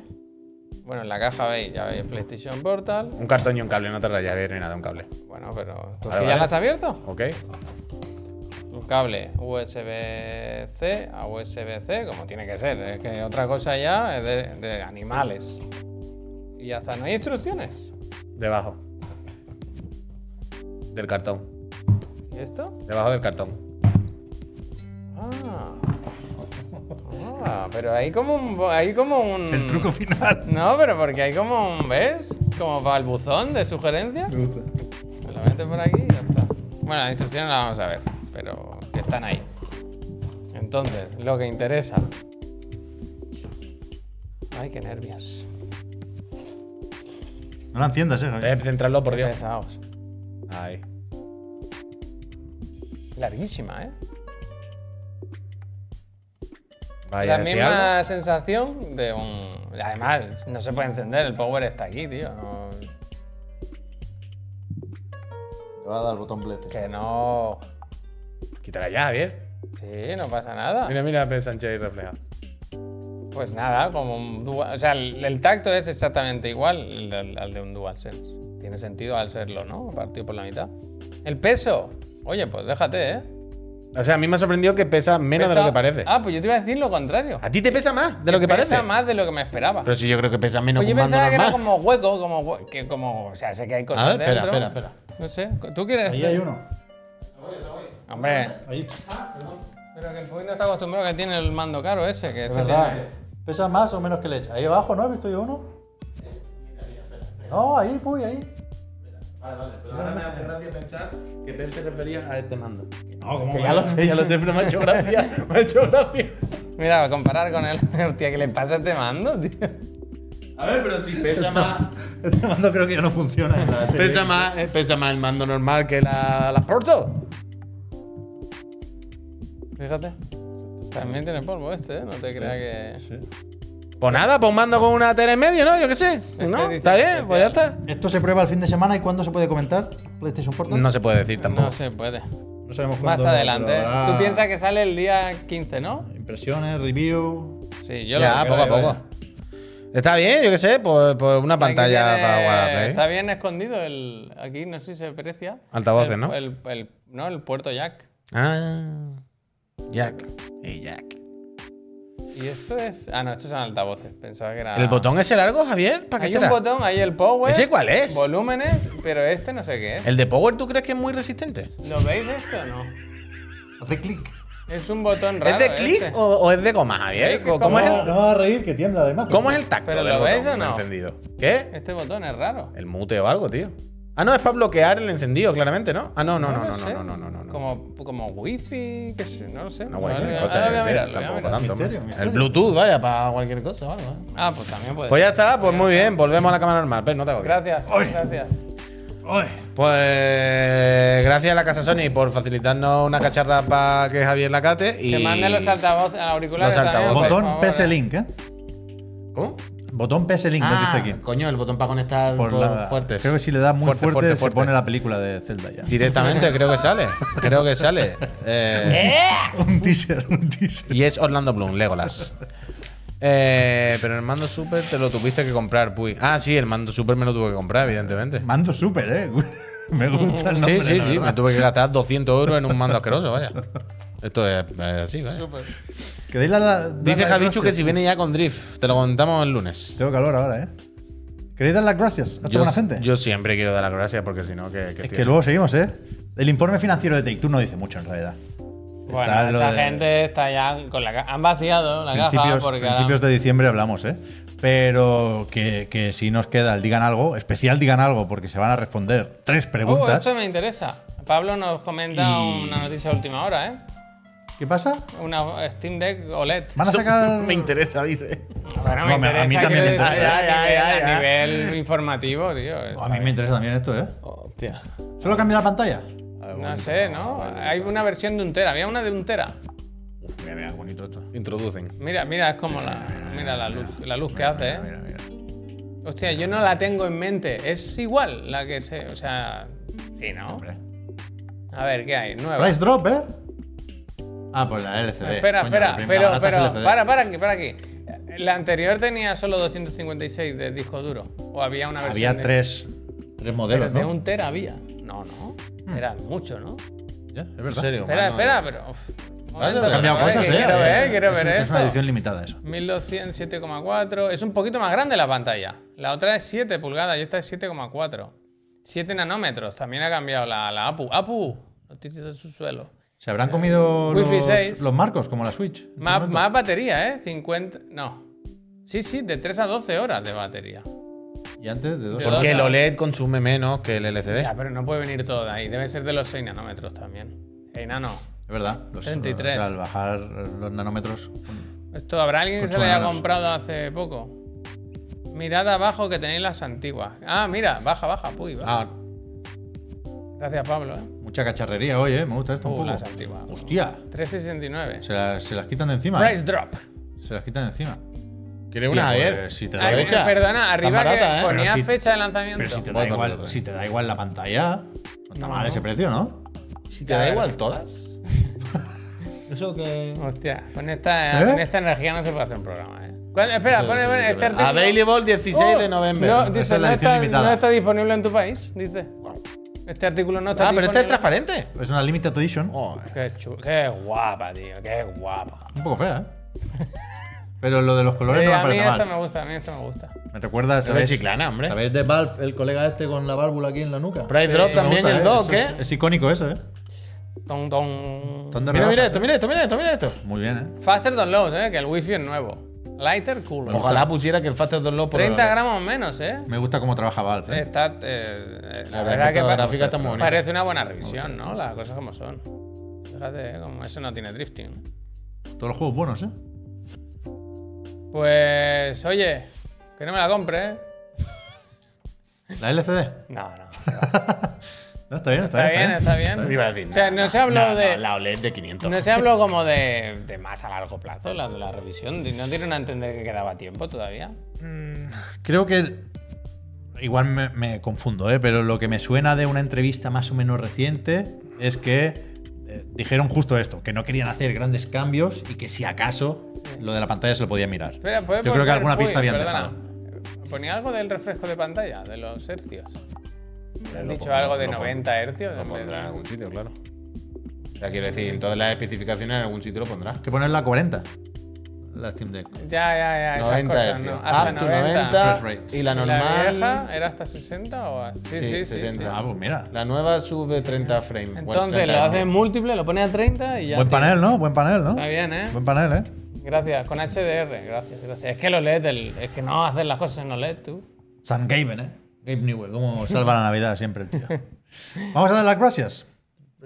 Bueno, en la caja veis, ya veis PlayStation Portal. Un cartón y un cable, no te rayas, Javier, ni nada, un cable. Bueno, pero. ¿Tú Vale, que ya vale. la has abierto? ¿Ok? Un cable USB-C a USB-C, como tiene que ser. Es que otra cosa ya es de, de animales. Y hasta no hay instrucciones. Debajo. Del cartón. ¿Y esto? Debajo del cartón. Ah. Ah, pero hay como un. bo- Hay como un. El Mm. truco final. No, pero porque hay como un. ¿Ves? Como para el buzón de sugerencias. Me gusta. Me lo metes por aquí y ya está. Bueno, las instrucciones las vamos a ver, pero que están ahí. Entonces, lo que interesa. Ay, qué nervios. No la enciendas, eh, Javier. Pep, centrarlo, por Qué Dios. pesados. Ahí. Larguísima, ¿eh? Vaya, la decía misma algo. sensación de un. Además, no se puede encender, el power está aquí, tío. no- Le va va a dar al botón play. este. Que no. Quítala ya, Javier. Sí, no pasa nada. Mira, mira a Pedro Sánchez ahí reflejado. Pues nada, como un dual. O sea, el, el tacto es exactamente igual al- al, al de un DualSense. Tiene sentido al serlo, ¿no? Partido por la mitad. El peso. Oye, pues déjate, ¿eh? O sea, a mí me ha sorprendido que pesa menos de Pesa- lo que parece. Ah, pues yo te iba a decir lo contrario. ¿A ti te pesa más de lo que parece? Pesa más de lo que me esperaba. Pero si yo creo que pesa menos pues que yo un mando pensaba que era normal. como hueco, como, hue- que como. O sea, sé que hay cosas. A ver, espera, dentro. espera, espera. No sé. ¿Tú quieres.? Ahí hay uno. Hombre, Ahí. pero que el Puy no está acostumbrado que tiene el mando caro ese. Que Es se verdad. tiene- Pesa más o menos que leche. Ahí abajo, ¿no? ¿Has visto yo uno? No, ahí, puy, ahí. Vale, vale, pero ahora me hace gracia pensar que Pep se refería a este mando. No, como Que ya lo sé, ya lo sé, pero me ha hecho gracia. Me ha hecho gracia. Mira, comparar con él. Hostia, ¿qué le pasa a este mando, tío? A ver, pero si pesa más. Este mando creo que ya no funciona. en la serie. Pesa más, eh, pesa más el mando normal que la, la Portal. Fíjate. También tiene polvo este, ¿eh? No te creas que. Pues nada, pues un mando con una tele en medio, ¿no? Yo qué sé. ¿No? dice ¿Está bien? Pues ya está. Esto se prueba el fin de semana y cuándo se puede comentar PlayStation Portal. No se puede decir No tampoco. se puede. No sabemos Más cuándo. adelante. pero ¿eh? habrá Tú piensas que sale el día 15, ¿no? Impresiones, review. Sí, yo ya, lo eh, poco a vale, poco. Está bien, yo qué sé, pues, pues una pantalla Aquí tiene- para guardar. Está bien escondido el. Aquí no sé si se aprecia. Altavoces, El- ¿no? El, el- no, el puerto jack. Ah. Jack. Hey, Jack. Y esto es. Ah, no, estos son altavoces. Pensaba que era. ¿El botón ese largo, Javier? ¿Para qué Ah. Hay será? un botón, hay el power. ¿Ese cuál es? Volúmenes, pero este no sé qué es. ¿El de Power tú crees que es muy resistente? ¿Lo veis esto o no? Hace clic. Es un botón raro. ¿Es de clic este. o, o es de goma, Javier? Sí, que ¿Cómo, como- es No, el, no vas a reír que tiembla además. cómo es el tacto ¿Pero del lo botón ves o no? encendido? ¿Qué? Este botón es raro. ¿El mute o algo, tío? Ah, no, es para bloquear el encendido, claramente, ¿no? Ah, no, no, no, lo no, no, sé. no, no, no, no, no. Como, como wifi, qué sé, no lo sé. No, cualquier Ahora- cosa, ahora voy a yo qué sé, mirarlo, voy a tampoco mirarlo. tanto, hombre. Misterio, misterio. El Bluetooth, vaya, para cualquier cosa o algo. ¿eh? Ah, pues también puede. Pues ya ser. está, pues muy bien, volvemos a la cámara normal, pero no te hago caso. Gracias, Uy. gracias. Uy, Pues gracias a la casa Sony por facilitarnos una cacharra para que Javier la cate y Que manden los altavoces, los auriculares Los también, altavoces. por Botón favor, PS eh. Link, ¿eh? ¿Cómo? Botón PS Link, nos dice aquí. Ah, Coño, el botón para conectar por Por la- fuertes. Creo que si le das muy fuerte, se fuerte. pone la película de Zelda ya. Directamente, creo que sale. Creo que sale. Eh, un teaser, un teaser. y es Orlando Bloom, Legolas. Eh, pero el mando super te lo tuviste que comprar, Puy. Ah, sí, el mando super me lo tuve que comprar, evidentemente. Mando súper, ¿eh? Me gusta el nombre. sí, sí, la sí. verdad. Me tuve que gastar 200 euros en un mando asqueroso, vaya. Esto es, es así, vaya. Súper. Que dile a la- dale Dice las Javichu que gracias. si viene ya con Drift, te lo contamos el lunes. Tengo calor ahora, ¿eh? ¿Queréis dar las gracias a toda la gente? yo siempre quiero dar las gracias porque si no, que, que es estoy- que luego seguimos, ¿eh? El informe financiero de Take-Two no dice mucho en realidad. Bueno, Está lo esa de- gente está ya con la caja. Han vaciado la caja principios, porque. principios de diciembre hablamos, ¿eh? Pero que, que si nos queda el digan algo, especial digan algo, porque se van a responder tres Oh, preguntas. esto me interesa. Pablo nos comenta Y- una noticia de última hora, ¿eh? ¿Qué pasa? Una Steam Deck OLED. ¿Van a sacar.? Me interesa, dice. Bueno, No, me- a mí también me quiero decir, interesa. a Ya, ya, ya, nivel- ya. A nivel informativo, tío. A mí me interesa también esto, ¿eh? Hostia. ¿Solo cambia la pantalla? No sé, ¿no? Hay una versión de un tera. Había una de un tera. Uf, mira, mira, bonito esto. Introducen. Mira, mira, es como la, mira la luz, la luz que hace, ¿eh? Mira, mira. Hostia, yo no la tengo en mente. Es igual la que se, o sea, sí, ¿no? Hombre. A ver, ¿qué hay? Nueva. Price drop, ¿eh? Ah, pues la LCD. Espera, Coño, la primera espera, pero, barata es pero, LCD. para, para aquí, para aquí. La anterior tenía solo 256 de disco duro. O había una versión Había de- tres, tres pero modelos, de ¿no? Hmm. un tera había. No, no. Era mucho, ¿no? Ya, es verdad. Espera, espera, pero. uf, un momento, eh. Ha cambiado que cosas, ¿eh? Quiero ver, quiero es, ver es una esto. edición limitada eso. 1200, 7,4. Es un poquito más grande la pantalla. La otra es 7 pulgadas y esta es 7,4. 7 nanómetros. También ha cambiado la, la APU. APU, noticias del subsuelo. ¿Se habrán comido Wi-Fi los, 6. los marcos, como la Switch? en su Más, momento? más batería, ¿eh? 50. No. Sí, sí, de 3 a 12 horas de batería. Y antes de dos. Pero- Porque el OLED consume menos que el ¿Eh? LCD. Ya, pero no puede venir todo de ahí. Debe ser de los 6 nanómetros también. Hey, nano. Es verdad. Los, 33. O sea, al bajar los nanómetros. Esto habrá alguien que se Ocho lo haya nanos. comprado hace poco. Mirad abajo que tenéis las antiguas. Ah, mira, baja, baja, puy. baja. Ah, Gracias, Pablo. ¿eh? Mucha cacharrería hoy, ¿eh? Me gusta esto Uh, un poco. las antiguas. Hostia. 369. Se las, se las quitan de encima. Price ¿eh? drop. Se las quitan de encima. ¿Quieres una, Tío, Javier? pues, si te da Aprovecha. igual- Perdona, Está arriba barata, que ¿eh? ponía Pero si- fecha de lanzamiento. Pero si te Voy da con igual, otro. si te da igual la pantalla, no Está mal ese precio, ¿no? Si te da Claro. igual todas. Eso que. Hostia, con esta, ¿Eh? con esta energía no se puede hacer un programa, ¿eh? ¿Cuál- espera, Eso pone, sí, pone, de este verdad. artículo- Available 16 de Oh, noviembre. Ah, No, Esa dice, es la no, edición está, limitada. no está disponible en tu país, dice. Este artículo no está Ah, pero disponible. este es transparente. Es una limited edition. Oh, Qué chulo, qué guapa, tío, qué guapa. Un poco fea, ¿eh? Pero lo de los colores Eh, no me a mí parece esta mal. me gusta, a mí esta me gusta. Me recuerda, es de ¿sabéis? chiclana, hombre. ¿Sabéis de Valve, el colega este con la válvula aquí en la nuca? Price Sí, Drop me también gusta, el ¿eh? 2, Eso ¿qué? Es, es icónico eso, ¿eh? Ton, ton. Ton de Mira, rebaja. mira esto, mira esto, mira esto, mira esto. Muy bien, ¿eh? Faster than lows, eh, que el wifi es nuevo. Lighter, cooler. Ojalá pusiera que el Faster 2 lo 30 gramos menos, eh. Me gusta cómo trabaja Valve. ¿eh? Está, eh, eh, La verdad es que pa- la gráfica está muy bonita. parece una buena revisión, ¿no? Las cosas como son. Fíjate, eh, como eso no tiene drifting. Todos los juegos buenos, ¿eh? Pues, oye, que no me la compre, ¿eh? La LCD. No, no. No, está bien, está, Está bien, está bien. Iba a decir, O sea, nah, no se nah, habló nah, de- nah, la OLED de 500. No se habló como de, de más a largo plazo, la de la revisión. No dieron a entender que quedaba tiempo todavía. Creo que. Igual me, me confundo, ¿eh? Pero lo que me suena de una entrevista más o menos reciente es que eh, dijeron justo esto: que no querían hacer grandes cambios y que si acaso lo de la pantalla se lo podía mirar. Espera, Yo ¿puedes creo que volver, alguna Puy? pista habían Perdona. dejado. ¿Ponía algo del refresco de pantalla, de los hercios? ¿Han lo dicho pondrán, algo de lo 90 hercios? Lo en vez de- pondrá en algún sitio, claro. O sea, quiero decir, en todas las especificaciones en algún sitio lo pondrá. Que ponerla a 40. La Steam Deck. Ya, ya, ya, esas 90 cosas, hercios. ¿no? Up Hasta to 90. 90. Refresh rate. Y la ¿Y normal. vieja era hasta 60 o hasta... Sí, Sí, sí, sí. sí. 60. Ah, pues mira. La nueva sube 30 frames. Bueno, Entonces 30 lo frames. haces múltiple, lo pones a 30 y ya. Buen tienes. panel, ¿no? Buen panel, ¿no? Está bien, ¿eh? Buen panel, ¿eh? Gracias, con HDR, gracias, gracias. Es que lo LED, el- es que no haces las cosas en OLED, tú. San Gaben, ¿eh? Gabe Newell, cómo salva la Navidad siempre el tío. Vamos a dar las gracias.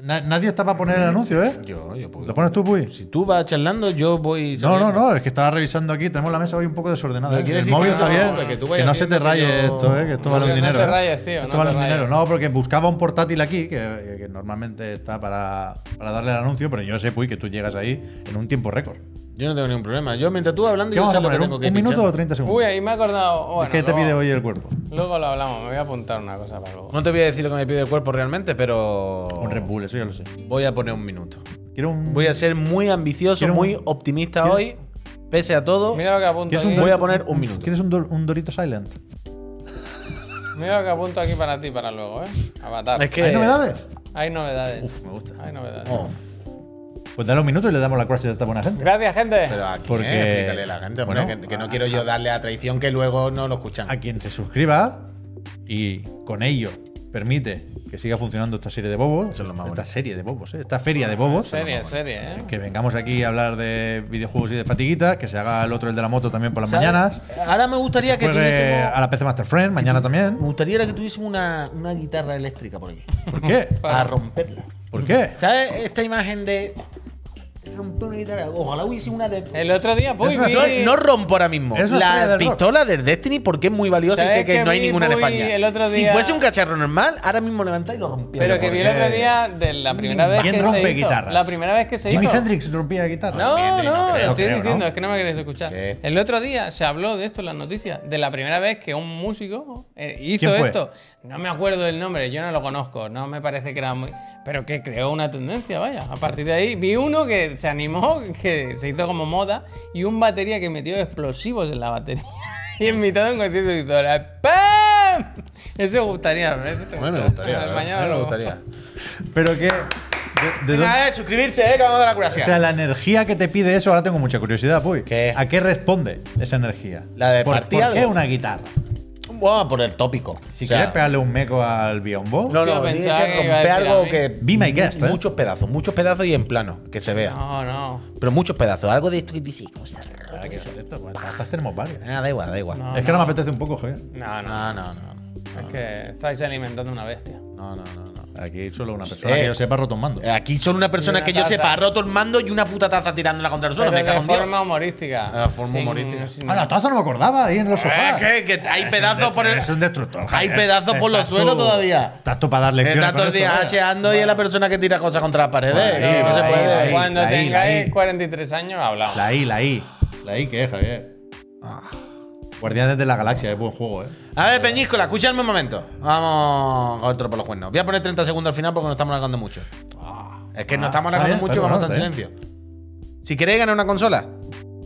Na- nadie está para poner el anuncio, ¿eh? Yo, yo puedo. ¿Lo pones tú, Puy? Si tú vas charlando, yo voy. No, no, saliendo. no, es que estaba revisando aquí, tenemos la mesa hoy un poco desordenada. Pero ¿eh? quiere El decir móvil, que no, Javier, que que, tú vayas no se te viendo que raye yo- esto, ¿eh? que esto No, vale un que no dinero. te ¿eh? rayes, tío, Esto no vale te un dinero, rayes. no, porque buscaba un portátil aquí, que, que normalmente está para, para darle el anuncio, pero yo sé, Puy, que tú llegas ahí en un tiempo récord. Yo no tengo ningún problema. Yo, mientras tú vas hablando, ¿Qué yo vamos sé a lo que poner? ¿Un, tengo un que ir minuto o pinchando. 30 segundos? Uy, ahí me he acordado. Bueno, este ¿Qué te luego- pide hoy el cuerpo? Luego lo hablamos, me voy a apuntar una cosa para luego. No te voy a decir lo que me pide el cuerpo realmente, pero. Un Red Bull, eso ya lo sé. Voy a poner un minuto. Quiero un, Voy a ser muy ambicioso, Quiero un- muy optimista quiero- hoy, pese a todo. Mira lo que apunto ¿Quieres aquí. un Voy a Dorito- poner un minuto. ¿Quieres un, Dor- un Dorito Silent? Mira lo que apunto aquí para ti para luego, ¿eh? Avatar. Es que. ¿Hay novedades? Hay novedades. Uf, me gusta. Hay novedades. Oh, Pues dale un minuto y le damos la gracias a esta buena gente. Gracias, gente. pero aquí, Porque- eh, explícale a la gente, hombre, Bueno, que, que no quiero yo darle a traición que luego no lo escuchan. A quien se suscriba y con ello permite que siga funcionando esta serie de bobos. Eso es lo más esta bonito. serie de bobos, ¿eh? esta feria de bobos. serie, serie, ¿eh? Que vengamos aquí a hablar de videojuegos y de fatiguitas, que se haga el otro, el de la moto, también por las ¿Sabes? mañanas. Ahora me Que se gustaría que, juegue tuviésemos, a la PC Master Friend, mañana también. me gustaría ahora que tuviésemos una, una guitarra eléctrica por aquí. ¿Por qué? para romperla. ¿Por qué? ¿Sabes esta imagen de romper una guitarra? Ojalá hubiese una de. El otro día, pues, Es una vi- No, no rompo ahora mismo. Es una estrella La del rock. pistola del Destiny, porque es muy valiosa y ¿Sabes sé que, que no hay vi, ninguna en Puy, España. el otro Si día- fuese un cacharro normal, ahora mismo levantáis y lo rompíais. pero que vi el porque- otro día de la primera vez ¿Quién que rompe se hizo. guitarras? La primera vez que se Jimi hizo. Hendrix rompía la guitarra. Ah, No, no, Hendrix, no creo, lo no estoy creo, diciendo, ¿no? es que no me queréis escuchar. ¿Qué? El otro día se habló de esto en las noticias, de la primera vez que un músico eh, hizo ¿Quién fue? esto. No me acuerdo del nombre, yo no lo conozco, no me parece que era muy. Pero que creó una tendencia, vaya. A partir de ahí vi uno que se animó, que se hizo como moda, y un batería que metió explosivos en la batería. Y en mitad de un concierto hizo la ¡Pam! Eso gustaría, eso te gusta. Al mañana lo- Pero que. de- de dónde- Venga, eh, suscribirse, eh, que vamos a dar la O curación. sea, la energía que te pide eso, ahora tengo mucha curiosidad, Puy. ¿Qué? ¿A qué responde esa energía? La de ¿Por, partir ¿por algo. qué una guitarra? Vamos a por el tópico. Si O sea, quieres pegarle un meco al biombo. No, Yo no, tiene que pensaba ser que iba a romper decir a algo mí. que. Be my guest, eh. Muchos pedazos, muchos pedazos y en plano, que se vea. No, no. Pero muchos pedazos, algo de esto que dices, ¿cómo estás? Ahora que son estos, bueno, tazas tenemos varias. Ah, da igual, da igual. No. es que ahora me apetece un poco, Javier. No, no. No, no, no. Es que estáis alimentando una bestia. No, no, no, no. Aquí solo una persona Eh. que yo sepa rotomando. Aquí solo una persona Y una que yo taza. sepa, roto el mando y una puta taza tirándola contra el suelo. Pero Me cago de en Dios. forma humorística. Ah, forma humorística. Ah, la taza no me acordaba ahí en los Eh, sofás. que- que hay pedazos por el. Es un destructor. Hay Javier. pedazos por los Estás suelos tú- todavía. Estás tú para dar lecciones. Está todo el con día esto, ¿eh? hacheando y es la persona que tira cosas contra las paredes. Bueno, y no se ahí, puede. ahí. Cuando la I, la tengáis I. 43 años, hablamos. La I, la I. La I, ¿qué es, Javier? Ah. Guardianes de la Galaxia, es buen juego, ¿eh? A ver, Peñíscola, escuchadme un momento. Vamos a otro por los cuernos. Voy a poner 30 segundos al final porque no estamos alargando mucho. Es que no Ah, estamos alargando está bien, mucho y está vamos a estar en bien, silencio. Si queréis ganar una consola,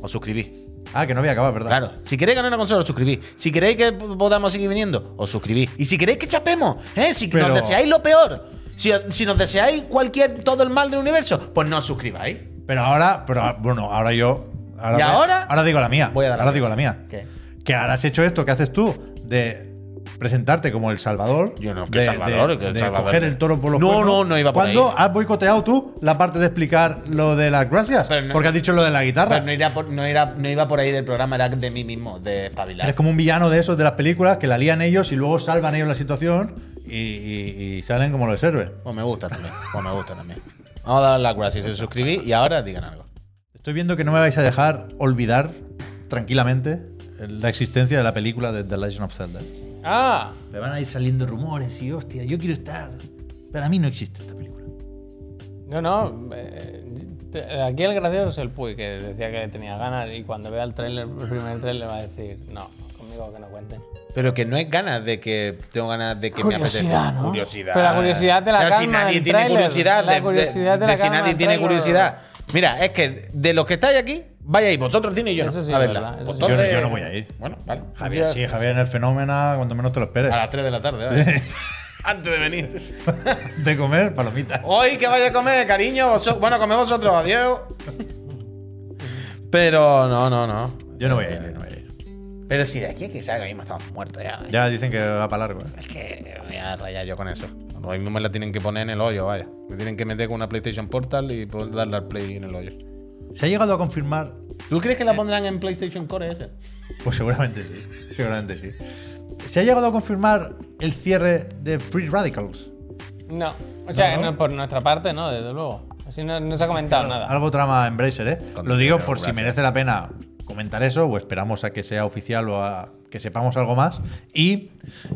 os suscribís. Ah, que no había acabado, ¿verdad? Claro. Si queréis ganar una consola, os suscribís. Si queréis que podamos seguir viniendo, os suscribís. Y si queréis que chapemos, ¿eh? si Pero- nos deseáis lo peor, si, si nos deseáis cualquier todo el mal del universo, pues no os suscribáis. Pero ahora, pero ah, bueno, ahora yo. Ahora ¿Y ahora? Ahora digo la mía. Voy a dar la ahora mía. digo la mía. ¿Qué? Que ahora has hecho esto que haces tú de presentarte como el Salvador. Yo no, que de- Salvador, de- que el de Salvador. coger el toro por los No, cuernos. no, no iba por ¿Cuándo ahí. has boicoteado tú la parte de explicar lo de las gracias? Pero no- porque has dicho lo de la guitarra. Pero Pues no, irá por- no, irá- no iba por ahí del programa, era de mí mismo, de espabilar. Eres como un villano de esos de las películas que la lían ellos y luego salvan ellos la situación y, y- y salen como los héroes. Pues me gusta también. Pues me gusta también. Vamos a dar las gracias. Se suscribí y ahora digan algo. Estoy viendo que no me vais a dejar olvidar tranquilamente la existencia de la película de The Legend of Zelda. Ah, Me van a ir saliendo rumores y hostia, yo quiero estar. Para mí no existe esta película. no, no. eh, te- aquí el gracioso es el Puy, que decía que tenía ganas y cuando vea el trailer, el primer trailer va a decir, no, conmigo que no cuenten. Pero que no es ganas de que tengo ganas de que me Curiosidad, apetezca. ¿no? Curiosidad. Pero la curiosidad te la O sea, si calma nadie el tiene tráiler. curiosidad, La de, de- curiosidad te de la si calma nadie el tiene tráiler. curiosidad. Mira, es que de los que estáis aquí, vayáis vosotros al cine y yo Eso no. sí a es verla. verdad, eso Pues sí es entonces- Yo- yo no voy a ir. Bueno, vale. Javier, sí, Javier en el fenómeno, cuando menos te lo esperes. A las 3 de la tarde, ¿vale? Antes de venir. De comer, palomitas. Hoy que vaya a comer, cariño. vosotros- bueno, come vosotros, adiós. Pero no, no, no. Yo no voy a ir, yo no voy a ir. Pero si de aquí a que salga, mismo estamos muertos ya. ¿eh? Ya dicen que va para largo. ¿eh? Es que me voy a rayar yo con eso. Hoy mismo me la tienen que poner en el hoyo, vaya. Me tienen que meter con una PlayStation Portal y poder darle al play en el hoyo. ¿Se ha llegado a confirmar? ¿Tú crees que la pondrán en PlayStation Core ese? Pues seguramente sí. Seguramente sí. ¿Se ha llegado a confirmar el cierre de Free Radicals? No, o sea, No, no. no, por nuestra parte no, desde luego. Así no, no se ha comentado nada. Algo trama Embracer, ¿eh? Con- Lo digo por si gracias. merece la pena comentar eso o esperamos a que sea oficial o a que sepamos algo más. Y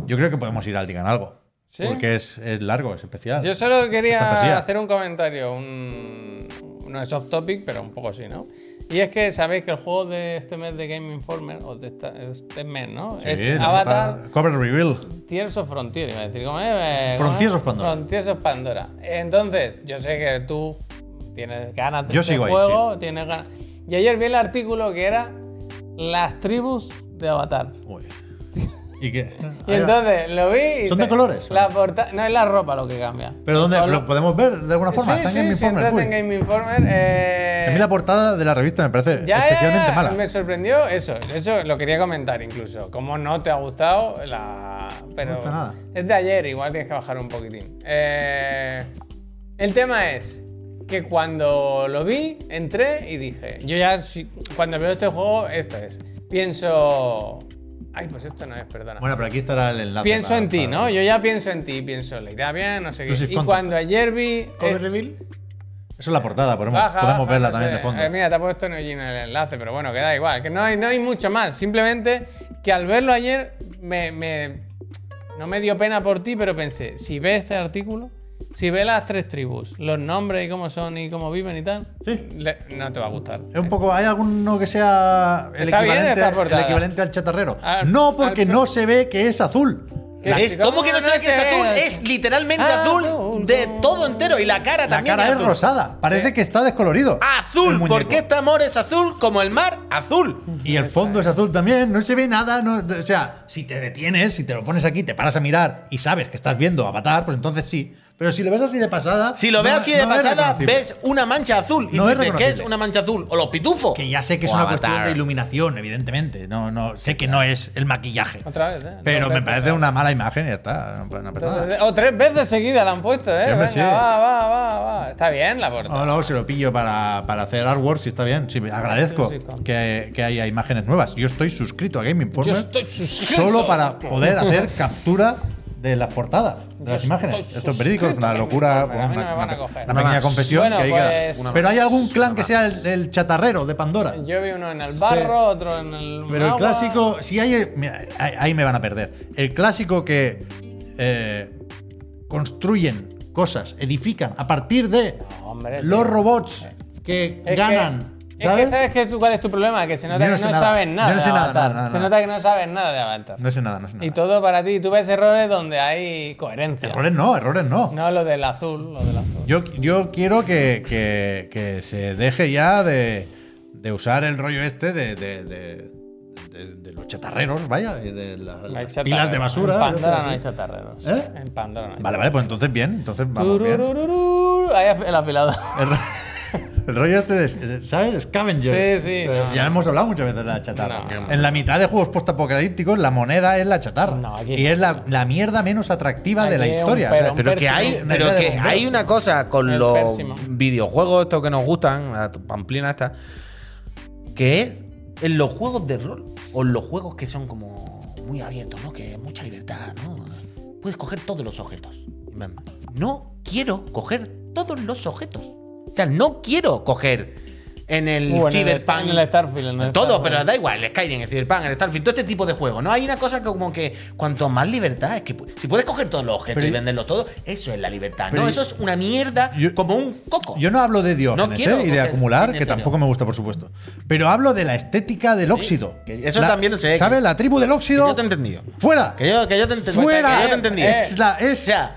yo creo que podemos ir al Digan Algo. ¿Sí? Porque es, es largo, es especial. Yo solo fantasía. quería hacer un comentario, un, no es off topic, pero un poco sí, ¿no? Y es que sabéis que el juego de este mes de Game Informer, o de esta- este mes, ¿no? Sí, es la Avatar nota- Cover Reveal. Tears of Frontier, iba a decir, ¿cómo es? Eh, ¿cómo Frontiers es? of Pandora. Frontiers of Pandora. Entonces, yo sé que tú tienes ganas de Yo este sigo ahí, juego, tienes ganas. Y ayer vi el artículo que era Las tribus de Avatar. Uy. ¿Y qué? Y entonces lo vi. y ¿Son de colores? La porta- no es la ropa lo que cambia. ¿Pero dónde? Colo- ¿Lo podemos ver de alguna forma? Sí, Está en sí, Game si Informer. entras Uy. en Game Informer. eh, A mí la portada de la revista me parece ya, ya, especialmente ya, mala. Me sorprendió eso. Eso lo quería comentar incluso. Como no te ha gustado la. Pero No gusta nada. Es de ayer, igual tienes que bajar un poquitín. Eh, el tema es que cuando lo vi, entré y dije. Yo ya, si- cuando veo este juego, esto es. Pienso. Ay, pues esto no es, perdona. Bueno, pero aquí estará el enlace. pienso para- en ti, para- ¿no? Yo ya pienso en ti, pienso, le irá bien, no sé qué. Exclusive Y content. cuando ayer vi. ¿Cover es- reveal? Eso es la portada, podemos, Eh, Baja, podemos baja, verla no también sé. de fondo. Eh, mira, te ha puesto Neogin en el enlace, pero bueno, que da igual. Que no hay, no hay mucho más. Simplemente que al verlo ayer me, me- no me dio pena por ti, pero pensé, si ves este artículo, si ves las tres tribus, los nombres y cómo son y cómo viven y tal, Sí. le- no te va a gustar. Es un poco, ¿hay alguno que sea el, Está bien equivalente, esta portada. Ah, el equivalente al chatarrero? Al- no, porque al- no se ve que es azul. ¿Qué? Es, ¿Cómo que no sabes que es se azul? ve? Es literalmente Ah, azul azul, de no. todo entero y la cara La también. cara es azul. rosada, parece que está descolorido. el Azul, muñeco. porque este amor es azul como el mar azul. Y el fondo es azul también, no se ve nada. no- o sea, si te detienes, si te lo pones aquí, te paras a mirar y sabes que estás viendo Avatar, pues entonces sí. Pero si lo ves así de pasada. Si lo ves no- así de no es pasada, reconocible. ves una mancha azul. Y No es dices, ¿qué es reconocible. una mancha azul? O los pitufos. Que ya sé que es O una Avatar. cuestión de iluminación, evidentemente. No, no, sé que no es el maquillaje. Otra vez, ¿eh? Pero Dos me veces, parece ¿eh? una mala imagen y ya está. No, no pasa Dos nada. veces- O tres veces seguidas la han puesto, ¿eh? Sí, hombre, Venga, sí. va, va, va, va. Está bien la portada. No, luego se lo pillo para, para hacer artwork, si está bien. Sí, me- agradezco Sí, sí, con- que, que haya imágenes nuevas. Yo estoy suscrito a Game Informer Yo estoy suscrito. solo para poder hacer captura de las portadas, de Yo las imágenes. estoy Esto es verídico, es suscrito a una Game locura, Informer, a mí no una, me van a una- coger. una pequeña Nada más. confesión Bueno, que hay que- pues- Una Pero más. hay algún clan que sea el, el chatarrero de Pandora. Yo vi uno en el barro, otro en el. Ah. Pero el agua. clásico, si hay. el- mira, ahí ahí me van a perder. El clásico que eh, construyen cosas, edifican a partir de Hombre, los tío. robots que Es ganan Es que ¿Sabes? sabes que tú- cuál es tu problema, que se nota Yo no que sé no nada. sabes Yo nada. no sé de nada, Avatar. nada, nada, Se nada. nota que no sabes nada de Avatar. No sé nada, no sé nada. Y todo para ti, tú ves errores donde hay coherencia. Errores no, errores no. No lo del azul, lo del azul. Yo, yo quiero que, que- que se deje ya de, de usar el rollo este de, de- de- de- de los chatarreros, vaya, y de la- No hay las pilas de chatarreros. basura. yo En creo Pandora que no hay sí. chatarreros. ¿Eh? En Pandora no hay Vale, vale, pues entonces bien, entonces vamos bien. Turururururu. Ahí el apilado. El, ro- el rollo este de, de- ¿sabes? Scavengers. Sí, sí, Eh, no. Ya hemos hablado muchas veces de la chatarra. No. En la mitad de juegos postapocalípticos, la moneda es la chatarra. No, aquí y no. es la, la mierda menos atractiva de la Aquí es un historia. pero, o sea, un Pero que hay, Una pero idea de que bombero. hay una cosa con El los pérsimo. videojuegos estos que nos gustan, la pamplina esta, que es en los juegos de rol o en los juegos que son como muy abiertos, ¿no? Que es mucha libertad, ¿no? Puedes coger todos los objetos. En plan, No quiero coger todos los objetos. O sea, no quiero coger en el Uh, en el- Cyberpunk. en el Starfield, en el todo, Starfield. pero da igual, el Skyrim, el Cyberpunk, el Starfield, todo este tipo de juegos. No hay una cosa que como que cuanto más libertad, es que pu- si puedes coger todos los objetos Pero y yo- venderlos todos, eso es la libertad. pero no, yo- eso es una mierda yo- como un coco. Yo no hablo de No Diógenes quiero ¿eh? y de coger acumular, cine que serio. tampoco me gusta, por supuesto. Pero hablo de la estética del óxido. que eso La- también lo sé, que- ¿Sabes? La tribu del Que óxido. yo te he entendido. ¡Fuera! Que yo, que yo te entendí. ¡Fuera! Que yo te entendí. Eh, Es, la, es O sea,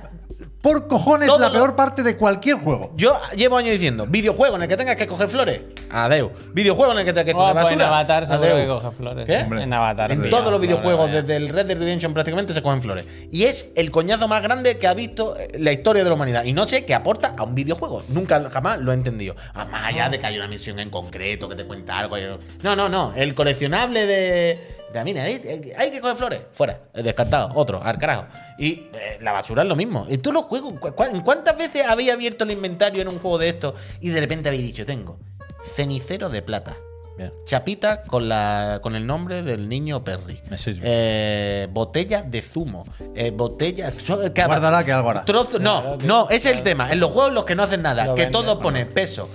por cojones todo la lo- peor parte de cualquier juego. Yo llevo años diciendo, videojuego en el que tengas que coger flores, adeu. Videojuego en el que tengas que Oh, coger pues basura, en Avatar seguro adeu. que coge flores. ¿Qué? Hombre. En Avatar. En tío, todos los flores, videojuegos, vaya. desde el Red Dead Redemption prácticamente se cogen flores. Y es el coñazo más grande que ha visto eh, la historia de la humanidad. Y no sé qué aporta a un videojuego. Nunca jamás lo he entendido. A más allá de que hay una misión en concreto que te cuenta algo. y- No, no, no. El coleccionable de. de, mira, eh, eh, hay que coger flores. Fuera. Eh, Descartado. Otro. Al carajo. Y eh, la basura es lo mismo. En todos los juegos. ¿cu- cu- en ¿Cuántas veces habéis abierto el inventario en un juego de estos y de repente habéis dicho, tengo cenicero de plata? Bien. Chapita con, la, con el nombre del niño Perry. Me sirve. Eh, botella de zumo. Eh, botella. so- que- Guárdala, que algo hará. Trozo- no, Claro, tío, no, ese es el claro. tema. En los juegos los que no hacen nada, Lo que venden, todo ¿no? pone peso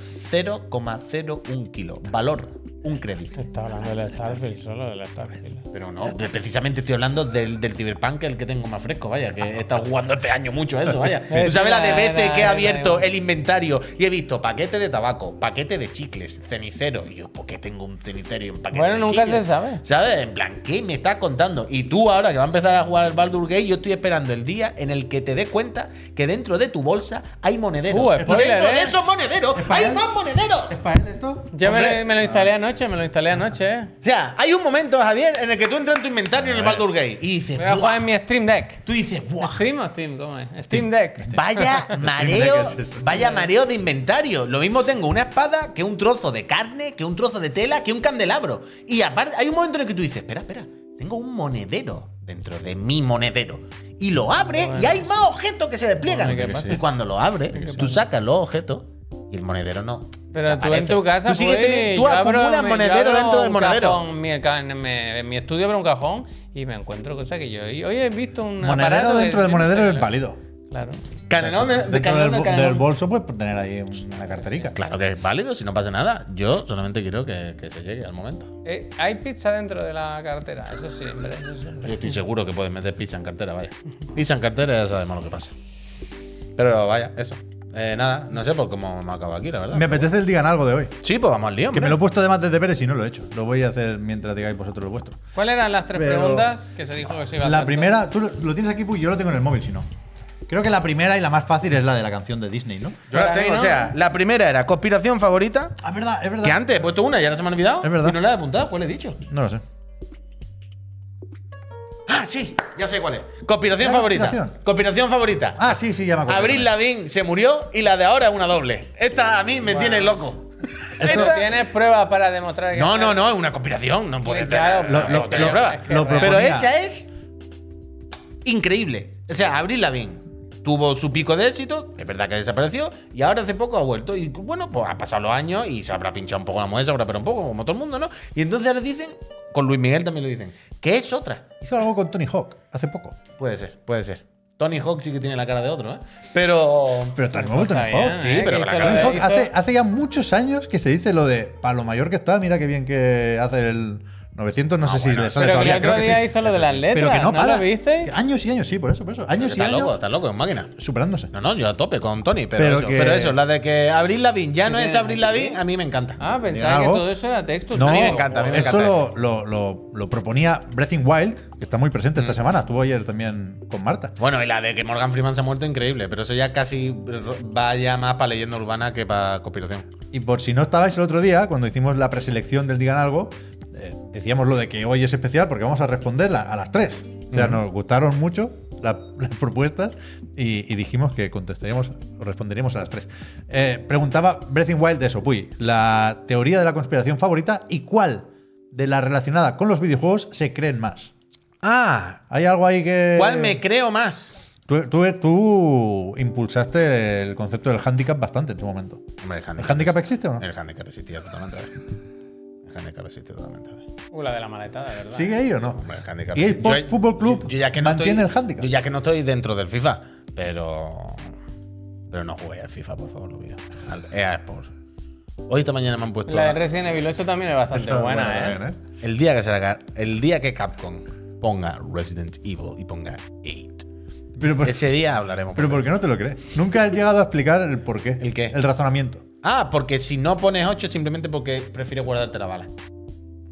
0,01 kilo. Valor, un crédito. Está hablando del Starfield, solo del Starfield. Pero no, pre- precisamente estoy hablando del, del Cyberpunk, el que tengo más fresco, vaya, que he estado jugando este año mucho a eso, vaya. Eh, Tú sabes la de veces que he abierto el inventario y he visto paquete de tabaco, paquete de chicles, cenicero. Y yo, ¿por qué tengo un cenicero y un paquete Bueno, de nunca chicles? se sabe. ¿Sabes? En plan, ¿qué me estás contando? Y tú ahora que va a empezar a jugar al Baldur Gate, yo estoy esperando el día en el que te des cuenta que dentro de tu bolsa hay monederos. Uh, Y spoiler, dentro de ¿eh? esos monederos hay más monederos. para él esto? Yo me Hombre. lo, me lo instalé anoche, me lo instalé anoche, eh. O sea, hay un momento, Javier, en el que tú entras en tu inventario en el Baldur Gate y dices, Voy a "Buah". jugar en mi Stream Deck. tú dices, ¡buah! ¿Stream o Steam? ¿Cómo es? Steam Deck. Vaya mareo, ¿Qué es eso? vaya mareo de inventario. Lo mismo tengo una espada que un trozo de carne, que un trozo de tela, que un candelabro. Y aparte, hay un momento en el que tú dices, espera, espera, tengo un monedero dentro de mi monedero. Y lo abre y hay más objetos que se despliegan. Bueno, ¿qué pasa? y cuando lo abre, tú sacas los objetos y el monedero no. Pero tú en desaparece. tu casa, tú, sigues pues, teniendo- tú yo abro- acumulas me- yo monedero abro dentro del un monedero. cajón, mi- en, mi, en mi estudio abro un cajón y me encuentro cosas que yo. y Hoy he visto un. Monedero aparato dentro que- del monedero es válido. Claro. Canelón de- de Dentro del, canelón de bo- canelón. del bolso puedes tener ahí una carterica. Claro que es válido, si no pasa nada. Yo solamente quiero que, que se llegue al momento. Eh, hay pizza dentro de la cartera, eso sí, hombre. eso siempre. Yo estoy seguro que puedes meter pizza en cartera, vaya. Pizza en cartera ya sabemos lo que pasa. Pero vaya, eso. Eh, nada, no sé por cómo me acabo aquí, la verdad. Me apetece el digan algo de hoy. Sí, pues vamos al lío. Que me hombre. lo he puesto de antes de Pérez y no lo he hecho. Lo voy a hacer mientras digáis vosotros lo vuestro. ¿Cuáles eran las tres Pero- preguntas que se dijo que se iba a hacer? La primera, tú lo, lo tienes aquí, pues yo lo tengo en el móvil, si no. Creo que la primera y la más fácil es la de la canción de Disney, ¿no? Yo la Para mí tengo, no. o sea, la primera era conspiración favorita. Ah, Es verdad, es verdad. Que antes he puesto una, ya no se me ha olvidado. Es verdad. Y no la he apuntado, ¿cuál he dicho? No lo sé. Ah, sí, ya sé cuál es. Conspiración La favorita. conspiración. Conspiración favorita. Ah, sí, sí, ya me acuerdo. Abril Lavín se murió y la de ahora es una doble. Esta a mí me tiene loco. Esto- Esta- ¿Tienes pruebas para demostrar que.? No, no, no, es una conspiración. No puede Sí, claro, tener- no lo- puede lo- tener lo- pruebas. lo Pero Pero proponía. esa es increíble. O sea, Abril Lavigne tuvo su pico de éxito, es verdad que desapareció, y ahora hace poco ha vuelto. Y bueno, pues ha pasado los años y se habrá pinchado un poco la mujer, se habrá pero un poco, como todo el mundo, ¿no? Y entonces ahora dicen, con Luis Miguel también lo dicen, que es otra. Hizo algo con Tony Hawk hace poco. Puede ser, puede ser. Tony Hawk sí que tiene la cara de otro, ¿eh? Pero. Pero está nuevo el Está Tony bien, Hawk. sí, ¿eh? pero Que la hizo cara lo Tony de- Hawk hizo- hace, hace ya muchos años que se dice lo de para lo mayor que está, mira qué bien que hace el 900 Ah, no sé si le sale Pero que todavía. el otro creo que día sí. hizo lo de las letras. Pero que no para. lo visteis? Años y años, sí, por eso, por eso. Años y Está años loco, está loco, es máquina. superándose. No, no, yo a tope con Tony, pero, Pero eso, que- pero eso, la de que Abril Lavín ya no es Abril Lavín, a mí me encanta. Ah, Mira, pensaba que algo. todo eso era texto. No, a mí me encanta, a mí me esto encanta lo, lo, lo- lo proponía Breathing Wild, que está muy presente Mm. esta semana. Estuvo ayer también con Marta. Bueno, y la de que Morgan Freeman se ha muerto, increíble, pero eso ya casi ro- va ya más para leyenda urbana que para conspiración. Y por si no estabais el otro día, cuando hicimos la preselección del Digan Algo, eh, decíamos lo de que hoy es especial porque vamos a responderla a las tres. O sea, nos gustaron mucho la- las propuestas y, y dijimos que contestaríamos o responderíamos a las tres. Eh, preguntaba Breathing Wild de eso, Puy, la teoría de la conspiración favorita y cuál de la relacionada con los videojuegos se creen más. Ah, ¿Hay algo ahí que...? ¿cuál me creo más? Tú, tú- tú impulsaste el concepto del handicap bastante en su momento. Hombre, el ¿El handicap. handicap existe o no? El handicap existía totalmente. El handicap existía totalmente. Uh, la de la maletada, de verdad. ¿Sigue ahí o no? Hombre, el handicap Y el exi- Post yo- Fútbol Club yo- yo ya que no mantiene estoy- el handicap. Yo ya que no estoy dentro del FIFA, pero. Pero no jugué al FIFA, por favor, lo mío. Al EA Sports. Hoy esta mañana me han puesto. La de la- Resident Evil 8 también es bastante Eso es buena, buena ¿eh? también, ¿eh? El día que se haga- el día que Capcom ponga Resident Evil y ponga 8. Pero, por, Ese día hablaremos. pero ¿por qué no te lo crees? Nunca has llegado a explicar el por qué. ¿El qué? El razonamiento. Ah, porque si no pones 8 simplemente porque prefieres guardarte la bala.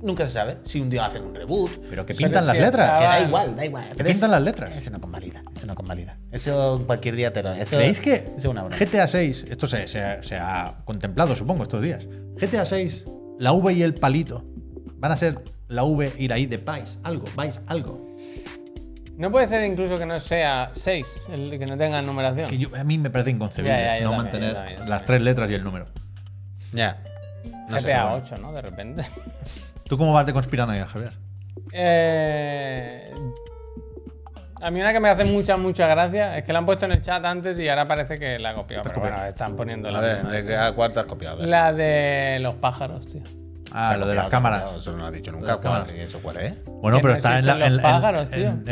Nunca se sabe si un día hacen un reboot. Pero que si- pintan sí las está- letras. Que Ah, da vale. igual, da igual. Pero pintan eso- las letras. Eso no convalida. Eso no convalida. Eso cualquier día te lo. Eso, ¿Creéis que Eso es una broma. GTA 6, esto se, se ha- se ha contemplado, supongo, estos días. GTA 6, la V y el palito van a ser la V ir ahí de Vice, algo, Vice, algo. No puede ser incluso que no sea 6, el que no tenga numeración. Que yo- a mí me parece inconcebible Ya, ya, no yo también, mantener yo también, yo las también. tres letras y el número. Ya. No sé, pero GTA bueno. 8, ¿no? De repente. ¿Tú cómo vas de conspiranoia, Javier? Eh, a mí una que me hace mucha, mucha gracia es que la han puesto en el chat antes y ahora parece que la ha copiado. Pero bueno, están poniendo A la ver, misma. de que a cuarta has copiado. a ver. La de los pájaros, tío. Ah, Se ha lo de las copiado, cámaras. copiado, Eso no lo has dicho nunca. cámaras. ¿cuál? ¿Eso cuál es? Bueno, Que pero no está en la, existen en, los en- pájaros, en- tío. en-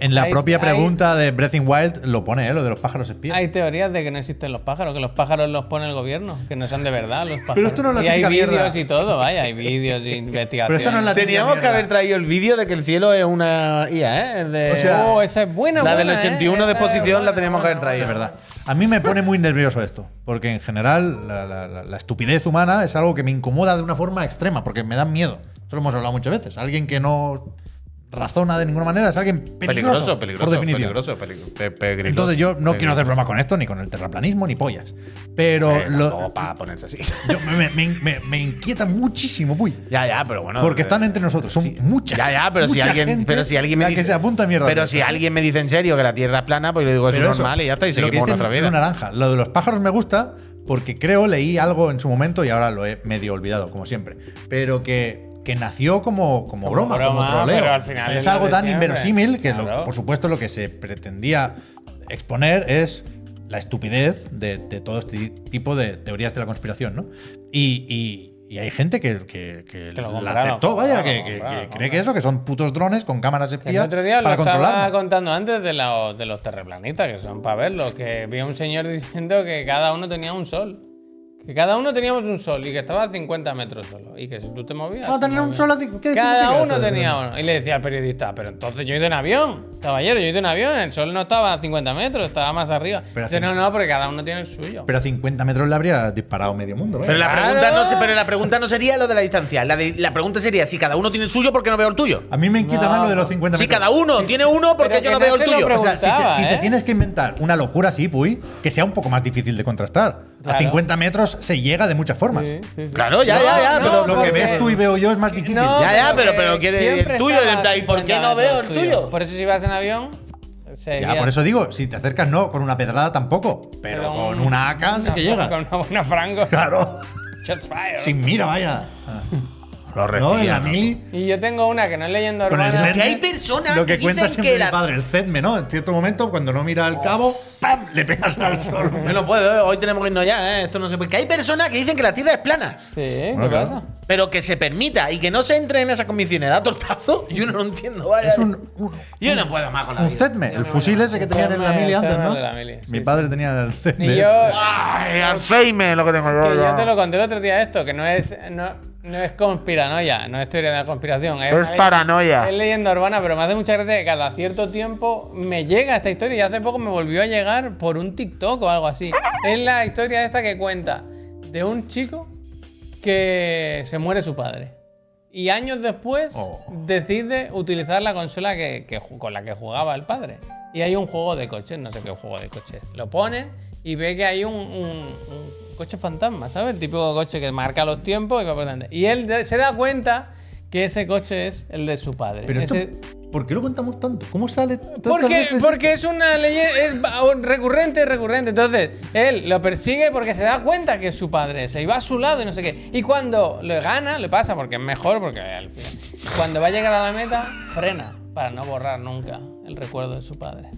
en la Hay- propia hay- pregunta de Breathing Wild lo pone, ¿eh? Lo de los pájaros espías. Hay teorías de que no existen los pájaros, que los pájaros los pone el gobierno, que no son de verdad los pájaros. esto no es la y hay típica mierda. vídeos y todo, vaya, hay vídeos y investigaciones. esta no es la típica Teníamos que mierda. haber traído el vídeo de que el cielo es una IA, ¿eh? El de- O sea, Oh, esa es buena, La del buena, ¿eh? 81 de Esa es exposición la buena, teníamos que haber buena, traído. Es verdad. A mí me pone muy nervioso esto, porque en general la, la- la- la estupidez humana es algo que me incomoda de una forma extrema, porque me da miedo. Esto lo hemos hablado muchas veces. Alguien que no razona de ninguna manera es alguien peligroso, Peligroso, peligroso. por definición. Peligroso, peli- pe- peligroso. Entonces yo no quiero hacer Peligroso. broma con esto, ni con el terraplanismo, ni pollas. Pero Eh, lo- tampoco para ponerse así. yo- me, me- me- me inquieta muchísimo, uy. Ya, ya, pero bueno. Porque eh, están entre nosotros, son muchas. Ya, ya, pero si mucha alguien, gente pero si alguien me la dice. que se apunta a mierda. Pero si alguien me dice en serio que la tierra es plana, pues yo digo, eso es eso, normal y ya está, y lo que seguimos dicen nuestra vida. de naranja. Lo de los pájaros me gusta porque creo leí algo en su momento y ahora lo he medio olvidado, como siempre. Pero que, que nació como, como, Como broma, broma, como troleo. pero al final es es lo algo de tan siempre. inverosímil que, lo- Claro. por supuesto, lo que se pretendía exponer es la estupidez de, de todo este tipo de teorías de la conspiración, ¿no? Y, y- y hay gente que, que- que Que lo la compraron, aceptó, vaya, compraron, que, que- que compraron, cree que compraron. eso, que son putos drones con cámaras Que El espías otro día lo para estaba controlarnos. contando antes de, la- de los terreplanistas, que son para verlo, que vi a un señor diciendo que cada uno tenía un sol. Que cada uno teníamos un sol y que estaba a 50 metros solo. Y que si tú te movías. Vamos a se tener un movía. sol a cinco- ¿qué Cada significa uno esto? tenía uno. Y le decía al periodista, pero entonces yo he ido en avión. Caballero, yo he ido en avión. El sol no estaba a 50 metros, estaba más arriba. Pero Dice, hace- no, no, porque cada uno tiene el suyo. Pero a 50 metros le habría disparado medio mundo. ¿eh? Pero la, Claro. pregunta no, se- pero la pregunta no sería lo de la distancia. La, de- la pregunta sería si cada uno tiene el suyo porque no veo el tuyo. A mí me inquieta No. más lo de los 50 Si metros. cada uno tiene uno porque Pero yo que no no veo se el lo O tuyo. sea, si te, preguntaba, si te ¿eh? tienes que inventar una locura así, Puy, que sea un poco más difícil de contrastar. A Claro. 50 metros se llega de muchas formas. Sí, sí, sí. Claro, ya, ya, ya. No, pero Lo que porque- ves tú y veo yo es más difícil. No, Ya, ya, pero- pero que quiere decir, siempre el tuyo, estaba en plan, ¿y por qué 50 no veo metros el tuyo? Por eso si vas en avión, sería- Ya, por eso digo, si te acercas no, con una pedrada tampoco, pero, Pero con un- una AK sí una- que llega. Con una buena franco. Claro. Shots fired. Sin mira, vaya. Los No, en la reptilianos. mil. Y yo tengo una que no es leyenda Con el urbana. Zetme, hay personas lo que, que cuenta dicen siempre que mi la- padre, el Zetme, ¿no? En cierto momento, cuando no mira Oh. al cabo, ¡pam! Le pegas al sol. No lo puedo, eh, hoy tenemos que irnos ya, eh, esto no se puede. Que hay personas que dicen que la tierra es plana, Sí, Bueno, ¿qué claro. pasa? pero que se permita y que no se entre en esas condiciones. Da tortazo, yo no lo entiendo, vaya. Es un- un, Yo no puedo más con la Un vida. Zetme, el fusil ese que tenían en la Zetme, mili antes, Zetme ¿no? de la mili, sí, Mi sí. padre tenía el Y Zetme. yo, Ay, Alzheimer es lo que tengo yo. que yo ya. te lo conté el otro día esto, que no es. No, No es conspiranoia, no es teoría de la conspiración. Es paranoia. Es leyenda urbana, pero me hace mucha gracia que cada cierto tiempo me llega esta historia y hace poco me volvió a llegar por un TikTok o algo así. Es la historia esta que cuenta de un chico que se muere su padre. Y años después Oh. decide utilizar la consola que, que ju- con la que jugaba el padre. Y hay un juego de coches, no sé qué juego de coches. Lo pone y ve que hay un, un- un coche fantasma, ¿sabes? El típico coche que marca los tiempos y va por delante. Y él de- se da cuenta que ese coche es el de su padre. Pero esto, Ese- ¿por qué lo contamos tanto? ¿Cómo sale tantas porque, veces? porque es una leyenda, es ba- un recurrente, recurrente. Entonces, él lo persigue porque se da cuenta que es su padre ese y va a su lado y no sé qué. Y cuando le gana, le pasa porque es mejor, porque al final- Cuando va a llegar a la meta, frena para no borrar nunca el recuerdo de su padre.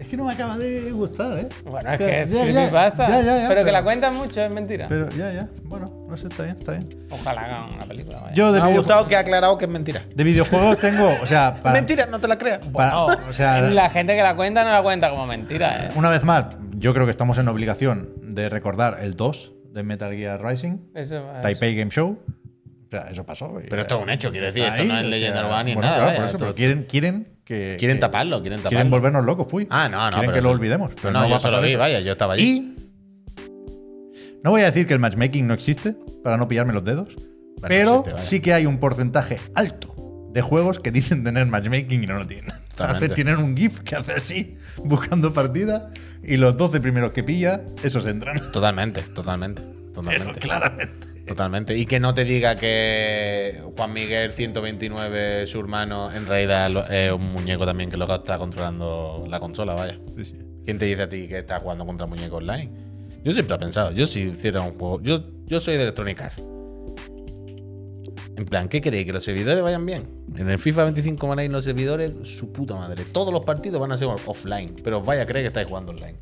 Es que no me acaba de gustar, ¿eh? Bueno, es O sea, que es ya, ya, creepypasta. ya, ya, ya, pero, que la cuentan mucho, es mentira. Pero ya, ya. Bueno, no sé, está bien, está bien. Ojalá hagan una película. vaya. Yo Me de, ha videoju- gustado que ha aclarado que es mentira. de videojuegos tengo, o sea, para, Mentira, no te la creas. para- No, o sea, la gente que la cuenta no la cuenta como mentira, ¿eh? una vez más, yo creo que estamos en obligación de recordar el 2 de Metal Gear Rising, Eso, eso. Taipei Game Show. O sea, eso pasó. y- Pero esto es un hecho, quiero decir. ahí, esto no es o sea, leyenda urbana ni bueno, nada. claro, vaya, por eso, esto- pero quieren, quieren que. quieren que- taparlo, quieren taparlo. Quieren volvernos locos, puy. Ah, no, no. Quieren pero que lo eso- olvidemos. Pero no, va yo a solo pasar vi, eso. vaya, yo estaba allí. Y no voy a decir que el matchmaking no existe para no pillarme los dedos, pero existe, vale. sí que hay un porcentaje alto de juegos que dicen tener matchmaking y no lo tienen. Totalmente. Hace- tienen un GIF que hace así, buscando partida, y los 12 primeros que pilla, esos entran. Totalmente, totalmente. Totalmente. Pero claramente. Totalmente. Y que no te diga que Juan Miguel 129, su hermano, en realidad lo- es un muñeco también que lo está controlando la consola, vaya. Sí, sí. ¿Quién te dice a ti que estás jugando contra muñecos online? Yo siempre he pensado, yo si hiciera un juego. Yo, yo soy de Electronic Arts. En plan, ¿qué queréis? ¿Que los servidores vayan bien? En el FIFA 25 van a ir los servidores, su puta madre. Todos los partidos van a ser offline, pero os vaya a creer que estáis jugando online.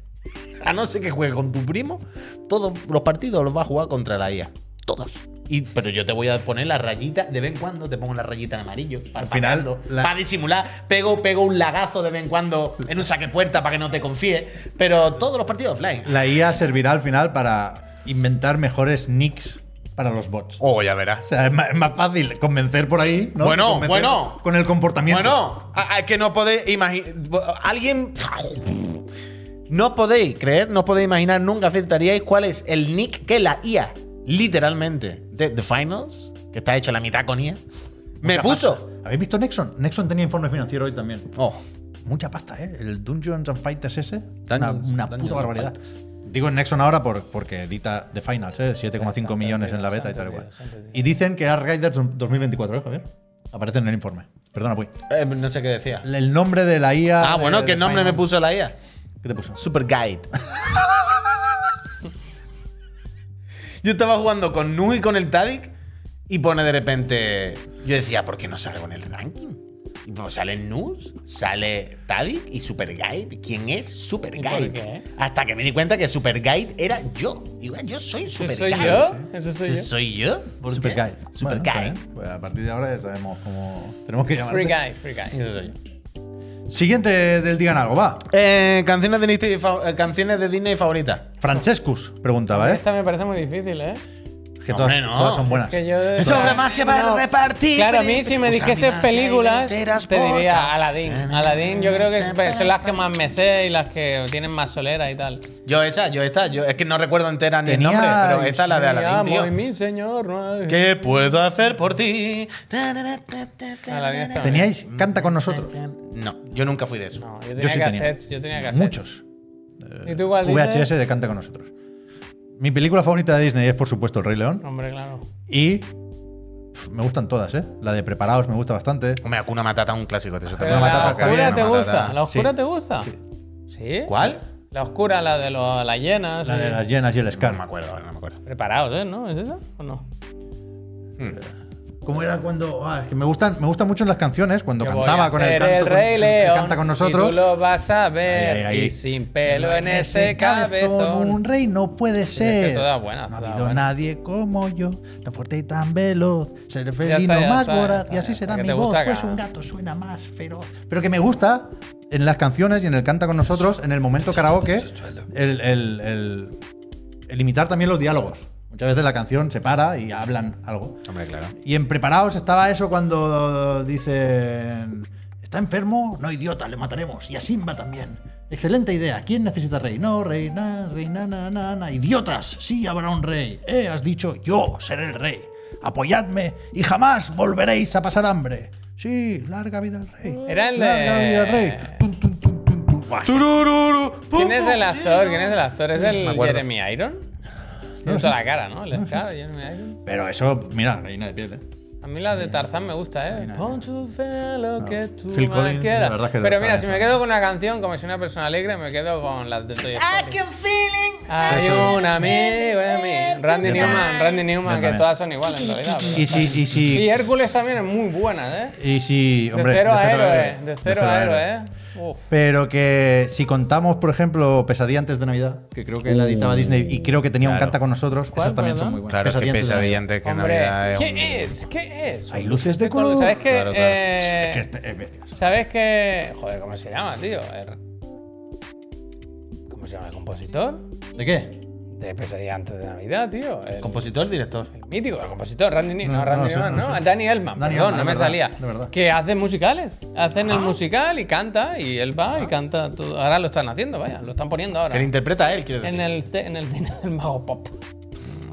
A no ser que juegue con tu primo, todos los partidos los va a jugar contra la IA. Todos. Y, pero yo te voy a poner la rayita, de vez en cuando te pongo la rayita en amarillo. Al final, final, la- para disimular, pego, pego un lagazo de vez en cuando en un saque puerta para que no te confíes. Pero todos los partidos offline. La IA servirá al final para inventar mejores nicks para los bots. Oh, ya verás. O sea, es más, es más fácil convencer por ahí, ¿no? Bueno, Convencer bueno. Con el comportamiento. Bueno, a- a- es Ah, que no podéis imaginar. Alguien. No os podéis creer, no os podéis imaginar, nunca acertaríais cuál es el nick que la IA, literalmente, de The Finals, que está hecho la mitad con IA, me Mucha puso. pasta. ¿Habéis visto Nexon? Nexon tenía informe financiero hoy también. Oh, Mucha pasta, ¿eh? El Dungeons and Fighters ese. una Dungeons- una Dungeons puta and barbaridad. Digo en Nexon ahora por, porque edita The Finals, ¿eh? 7,5 millones en la beta y tal y cual. Y dicen que Ark Riders 2024, ¿eh, Javier? Aparece en el informe. Perdona, Puy. eh, no sé qué decía. El nombre de la IA. Ah, de- bueno, de ¿qué nombre me Finals. puso la IA? ¿Qué te puso? Super Guide. yo estaba jugando con Nu y con el Tadic y pone de repente. Yo decía, ¿por qué no salgo en el ranking? Y pues sale Nu, sale Tadic y Super Guide. ¿Quién es Super ¿Y por Guide? qué? Hasta que me di cuenta que Super Guide era yo. Digo, ah, yo soy ¿Eso Super soy Guide. yo? ¿eh? ¿Eso soy ¿Ese yo? soy yo? Super Guide. Super Bueno, está Guide. bien. Pues a partir de ahora ya sabemos cómo tenemos que Free llamar. guy, free guy. Ese soy yo. Siguiente del Digan Algo, va. Eh, canciones, de Disney, fa- eh, canciones de Disney favoritas. Francescus preguntaba, ¿eh? Esta me parece muy difícil, ¿eh? Que Hombre, todas, no. todas son buenas. Que yo- Eso habrá más que para repartir. Claro, a mí si me Usa dijese mi magia y películas, vencerás te por- diría Aladdin. Aladdin yo creo que pues, son las que más me sé y las que tienen más solera y tal. Yo esa, yo esta, yo es que no recuerdo entera ni el Tenía- nombre, pero esta es la de Te Aladdin, amo y tío. mi señor. no hay- ¿Qué puedo hacer por ti? Aladdin está bien. Teníais Canta con nosotros. No, yo nunca fui de eso. No, yo tenía Yo sí tenía. cassettes, yo tenía cassettes. Muchos. ¿Y tú cuál dices? VHS de Canta con nosotros. Mi película favorita de Disney es, por supuesto, El Rey León. Hombre, claro. Y pf, me gustan todas, ¿eh? La de Preparados me gusta bastante. Hombre, Hakuna Matata un clásico de eso Pero Hakuna también. Matata la está oscura bien, te Hakuna gusta. Matata. ¿La oscura Sí. te gusta? ¿Sí? ¿Cuál? La oscura, la de lo- las llenas. La de las llenas y el No me Scar. acuerdo, no me acuerdo. Preparados, ¿eh? ¿No? ¿Es esa o no? ¿Cómo era cuando.? ah, es que me gustan, me gustan mucho las canciones, cuando Yo voy cantaba a con el ser canto. el con- rey el León. canta con Y nosotros. tú lo vas a ver. Ahí, ahí, ahí. Y sin pelo en ese Un cabezón. rey no puede es ser. que todas buenas, no ha todas habido buenas. nadie como yo, tan fuerte y tan veloz. Seré está, felino ya más está, ya voraz está, y ya así está. será ¿Qué mi te voz. gusta, Pues cara? un gato suena más feroz. Pero que me gusta en las canciones y en el canta con nosotros, en el momento karaoke, el, el- el- el imitar también los diálogos. Muchas veces la canción se para y hablan algo. Hombre, claro. Y en preparados estaba eso cuando dicen. Está enfermo, no idiota, le mataremos. Y a Simba también. Excelente idea. ¿Quién necesita rey? No, rey, na, rey, na, na, na, na. Idiotas, sí habrá un rey. Eh, has dicho, yo seré el rey. Apoyadme y jamás volveréis a pasar hambre. Sí, larga vida al rey. Era el de- Larga vida al rey. Tun, tun, tun, tun, tun. Buah, Turururu, pum, ¿Quién es pum. el actor? ¿Quién es el actor? ¿Es el acuerdo. Jeremy Iron? Tiene toda la cara, ¿no? El- Claro, Jeremy Iron. Pero eso, mira, reina de piel, ¿eh? A mí la de Tarzán me gusta, ¿eh? Pon tu fe lo que tú Phil más Collins, quieras. la verdad es que Pero está mira, si bien, me está quedo con una canción, como soy una persona alegre, me quedo con las de Toy Story. feeling. Hay un amigo de Yo mí. Randy también. Newman, Randy Newman, Yo que también. todas son iguales en realidad. pero- eh. Y si, y Y si, Hércules también es muy buena, ¿eh? y si, De hombre, cero a héroe, héroe, de cero a héroe, ¿eh? Uf. Pero que si contamos, por ejemplo, Pesadilla antes de Navidad, que creo que la editaba Disney y creo que tenía un Uh. claro. canta con nosotros, ¿Cuál, esas también son perdón? muy buenas. Claro, es que de pesadilla Navidad. antes que Navidad Hombre, es un- ¿qué es? ¿Qué es? Hay luces de Recuerdo, color. ¿Sabes qué? Claro, claro. Eh, Es que este- es bestia. ¿Sabes qué? Joder, ¿cómo se llama, tío? El- ¿Cómo se llama el compositor? ¿De qué? De Pesadilla antes de Navidad, tío. El, Compositor, director. el mítico, el compositor, Randy Ni- No, no, no Randy lo sé, Newman, no lo no, sé. Danny Elfman, Danny perdón, Elfman, no de me verdad, salía. de verdad. Ah. Que hace musicales. Hacen el musical y canta, y él va y canta todo. Ahora lo están haciendo, vaya, lo están poniendo ahora. Que le interpreta a él, quiero decir. En el, ce- en el cine del Mago Pop.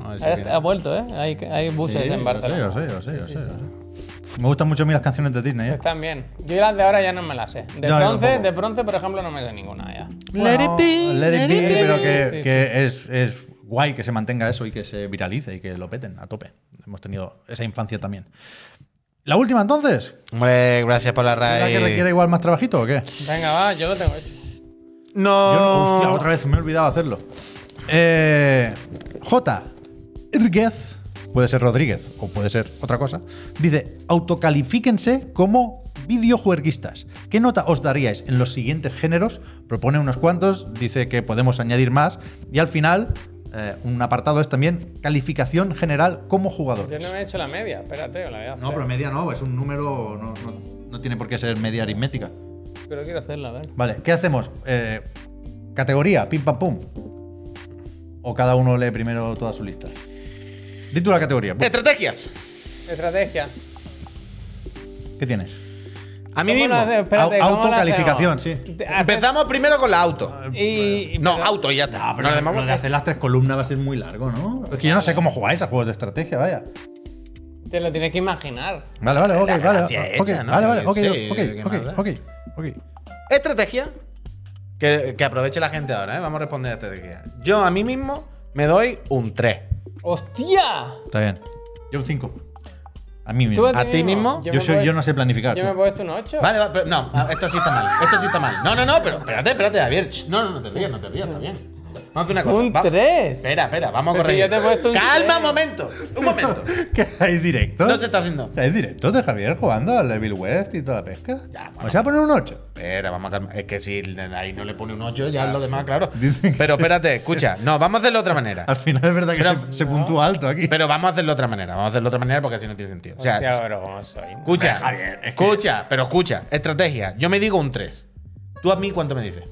A ver si Ha, viene. ha vuelto, ¿eh? Hay, hay buses en Barcelona. Lo sé, lo sé, lo sé, lo sé, lo sé. Me gustan mucho a mí las canciones de Disney, ¿eh? Están bien. Yo las de ahora ya no me las sé. De, No, yo bronce, tampoco. de bronce, por ejemplo, no me sé ninguna ya. Let it be. Let it be, be, pero sí, que, sí. que es, es guay que se mantenga eso y que se viralice y que lo peten a tope. Hemos tenido esa infancia también. La última entonces. Hombre, gracias por la ¿La que requiere raíz. igual más trabajito o qué? Venga, va, yo lo tengo hecho. Yo No. no- hostia, otra vez me he olvidado hacerlo. Eh, J. Irguez, puede ser Rodríguez o puede ser otra cosa, dice: autocalifíquense como videojuerguistas. ¿Qué nota os daríais en los siguientes géneros? Propone unos cuantos, dice que podemos añadir más. Y al final, eh, un apartado es también calificación general como Yo jugadores. no me he hecho la media, espérate, la voy a hacer. No, pero media no, es un número, no, no- no tiene por qué ser media aritmética. Pero quiero hacerla, a ver. Vale, ¿qué hacemos? Eh, categoría, pim pam pum. O cada uno lee primero toda su lista. Di tú la categoría. bu- Estrategias. Estrategia. ¿Qué tienes? A mí ¿Cómo mismo. lo hace- espérate, Au- ¿cómo lo autocalificación, hacemos? sí. Te- haces- Empezamos primero con la auto. Y, y- No, pero- auto y ya está. No, Ah, lo demás- lo de hacer las tres columnas va a ser muy largo, ¿no? Es que yo no sé cómo jugáis a juegos de estrategia, vaya. Te lo tienes que imaginar. Vale, vale, ok, vale. gracia ok, hecha, ¿no? Vale, vale, Yo ok, qué sé, ¿qué ok, ok, más da? ok, ok. Estrategia. Que, que aproveche la gente ahora, ¿eh? Vamos a responder a estrategia. Yo a mí mismo me doy un 3. ¡Hostia! Está bien. Yo un 5. A mí ¿Tú mismo. ¿A ti mismo? Yo, me soy- puedo- yo no sé planificar. Yo me he tú. puesto un 8. Vale, vale, pero no, ah, esto sí está mal. Esto sí está mal. No, no, no, pero espérate, espérate, Javier. Ch, No, no, no te rías, no te rías, está bien. Vamos a pues hacer una cosa. Un va- 3. Espera, espera, vamos a Pero si corregir. yo te he puesto un Calma, tres. un momento. Un momento. ¿Qué hay directo? No se está haciendo. ¿Estáis directos de Javier jugando al Evil West y toda la pesca? Ya, bueno. ¿Vais a poner un 8? Espera, vamos a calmar. Es que si ahí no le pone un 8, ya lo demás, claro. Dicen que Pero sí, espérate, escucha. No, vamos a hacerlo de otra manera. Al final es verdad que Pero- se, se puntúa alto aquí. Pero vamos a hacerlo de otra manera. Vamos a hacerlo de otra manera porque así no tiene sentido. O sea, Hostia, pero ¿cómo soy? escucha, Hombre, Javier, es que- escucha, pero escucha. Estrategia. Yo me digo un 3. ¿Tú a mí cuánto me dices?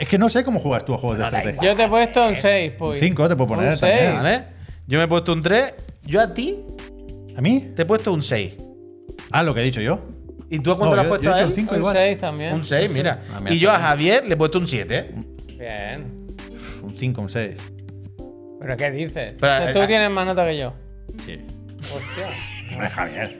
es que no sé cómo juegas tú a juegos de da estrategia. Yo te he puesto un 6, pues. Cinco te puedo poner Un también, seis. Sí. ¿Vale? Yo me he puesto un 3. Yo a ti ¿A mí? te he puesto un 6. Ah, lo que he dicho yo. ¿Y tú a No, cuánto le has yo- puesto yo he a hecho él? el cinco. Un igual. 6 también. Un 6, mira. Ah, mira. Y yo a Javier le he puesto un ¿eh? 7. Bien. Un 5, un 6. ¿Pero qué dices? Pero, O sea, tú eh, tienes más nota que yo. Sí. Hostia. Hombre, Javier.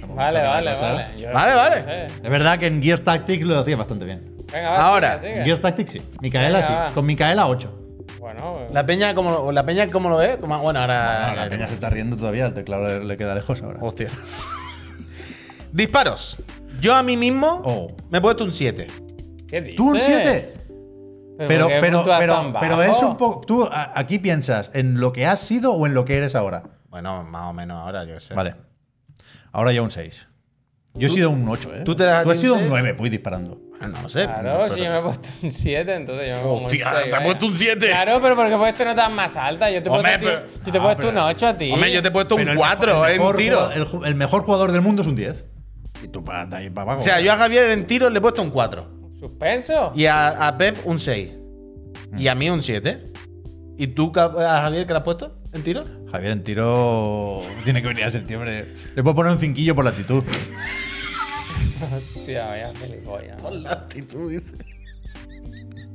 Tampoco Vale, me toca vale, pasar. vale. Yo- Vale, vale. no sé. Es verdad que en Gears Tactics lo hacía bastante bien. Venga, va, Ahora, sigue, sigue. En Gears Tactics sí. Micaela Venga, va. sí. Con Micaela 8. Bueno, La peña como lo, la peña como lo ve, como- bueno, ahora Ah, eh, la peña se está riendo todavía, el teclado le, le queda lejos ahora. Hostia. Disparos. Yo a mí mismo Oh. me he puesto un 7. ¿qué dices? ¿Tú un 7? Pero, ¿por qué pero, puntúas pero, tan pero bajo? es un poco. Tú a- aquí piensas en lo que has sido o en lo que eres ahora. Bueno, más o menos ahora, yo qué sé. Vale. Ahora ya un 6. Yo he sido un 8, ¿eh? tú te das a ti has un sido un seis? 9, pues disparando. Bueno, No lo sé. Claro, pero- si yo me he puesto un 7, entonces yo me pongo Hostia, un 6. te has puesto un 7. Claro, pero porque he puesto notas más altas. Yo te he puesto, Hombre, a ti- pero- yo te he puesto un 8 a ti. Hombre, yo te he puesto Pero un el mejor- 4 el en mejor tiro. jugador- El, ju- el mejor jugador del mundo es un 10. Y tú para de ahí para abajo. O sea, yo a Javier en tiro le he puesto un 4. ¿Suspenso? Y a, a Pep un 6. Y a mí un 7. ¿Y tú, Cap- a Javier, que le has puesto en tiro? Javier en tiro tiene que venir a septiembre. Le puedo poner un cinquillo por la actitud. Hostia, vaya gilipollas. la actitud, dice.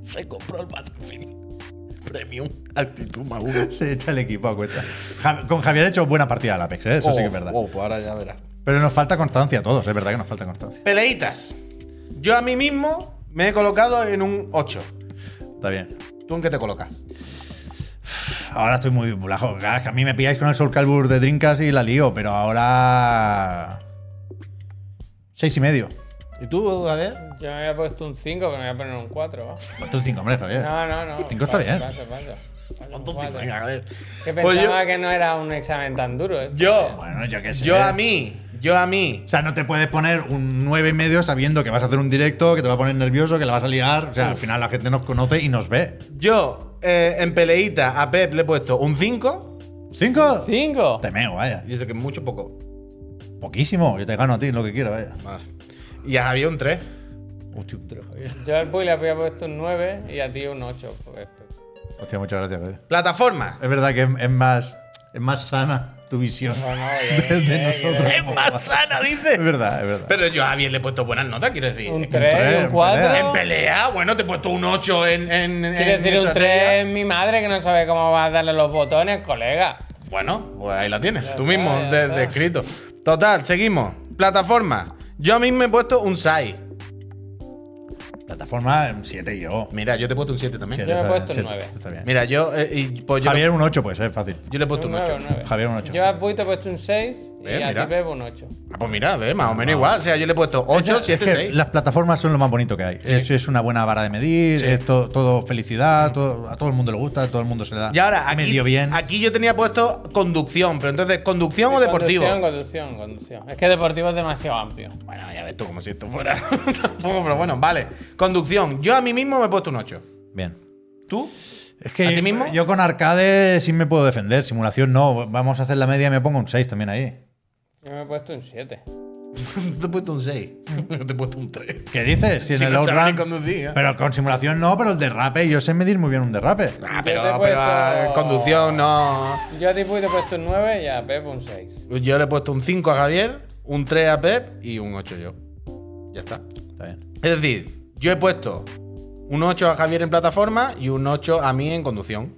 Se compró el Battlefield Premium Actitud Maduro. Se echa el equipo a cuesta. Ja- con Javier ha hecho buena partida al Apex, ¿eh? eso sí que es verdad. pues ahora ya verás. Pero nos falta constancia a todos, es verdad que nos falta constancia. Peleitas. Yo a mí mismo me he colocado en un 8. Está bien. ¿Tú en qué te colocas? Ahora estoy muy bulajo. Claro, es que a mí me pilláis con el Soul Calibur de Drinkas y la lío, pero ahora. Seis y medio. ¿Y tú, Javier? Yo me había puesto un 5, pero me voy a poner un 4. ¿va? Ponte un cinco, hombre, Javier. No, no, no. Cinco está Paso, bien. paso, paso. Paso un cuatro. Venga, Javier. Que Pues pensaba que no era un examen tan duro. ¿eh? yo, Bueno, yo qué sé. yo a mí, yo a mí. O sea, no te puedes poner un nueve y medio sabiendo que vas a hacer un directo, que te va a poner nervioso, que la vas a liar. O sea, al final la gente nos conoce y nos ve. Yo eh, en peleita a Pep le he puesto un 5. ¿Cinco? ¿Cinco? Te meo, vaya. Y eso que es mucho poco. Poquísimo. Yo te gano a ti en lo que quiero, vaya. Y a Javier un 3. Hostia, un tres, Javier. Yo al Puy le había puesto un 9 y a ti un 8. Pues, pues. Hostia, muchas gracias, Javier. Plataforma. Es verdad que es, es más, es más sana tu visión. No, no, de- yo- de nosotros. Es más sana, Es dice. verdad, es verdad. Pero yo a Javier le he puesto buenas notas, quiero decir. un Es que 3, 3 Eh, en un pelea. En 4. pelea, bueno, te he puesto un 8 en. en Quiere en decir un estrategia. 3 mi madre que no sabe cómo va a darle los botones, colega. Bueno, pues ahí la tienes. Ya Tú está, mismo, ya de, está. de escrito. Total, seguimos. Plataforma. Yo a mí me he puesto un 6. Plataforma, un 7 y yo. Mira, yo te he puesto un 7 también. Siete Yo me he está puesto un siete, nueve. esto Está bien. Mira, yo. eh, y, pues yo, Javier, un 8, pues, es fácil. yo le he puesto Un un nueve, 8. un nueve. Javier, un ocho. Yo al Puy te he puesto un 6 y ¿Ves? a Mira. ti Pep un 8. Ah, pues mira, ve, más o menos igual. O sea, yo le he puesto 8, Es 7, que 6. Las plataformas son lo más bonito que hay. Es, es una buena vara de medir, es to- todo felicidad, todo- a todo el mundo le gusta, a todo el mundo se le da Y ahora, aquí, medio bien. aquí yo tenía puesto conducción, pero entonces, ¿conducción o deportivo? Conducción, conducción, conducción. Es que deportivo es demasiado amplio. Bueno, ya ves tú, como si esto fuera. Tampoco, pero bueno, vale. Conducción. Yo a mí mismo me he puesto un 8. Bien. ¿Tú? Es que ¿A ti yo- mismo? yo con arcade sí me puedo defender, simulación no. Vamos a hacer la media y me pongo un 6 también ahí. Yo me he puesto un 7. Te he puesto un 6. Te he puesto un 3. ¿Qué dices? Si en Si el no Outrun- sabe ni conducir, ¿eh? Pero con simulación no, pero el derrape, yo sé medir muy bien un derrape. Ah, pero, Yo te he pero puesto- ah, conducción no. Yo a ti Puy te he puesto un 9 y a Pep un 6. Yo le he puesto un 5 a Javier, un 3 a Pep y un 8 yo. Ya está. Está bien. Es decir, yo he puesto un 8 a Javier en plataforma y un 8 a mí en conducción.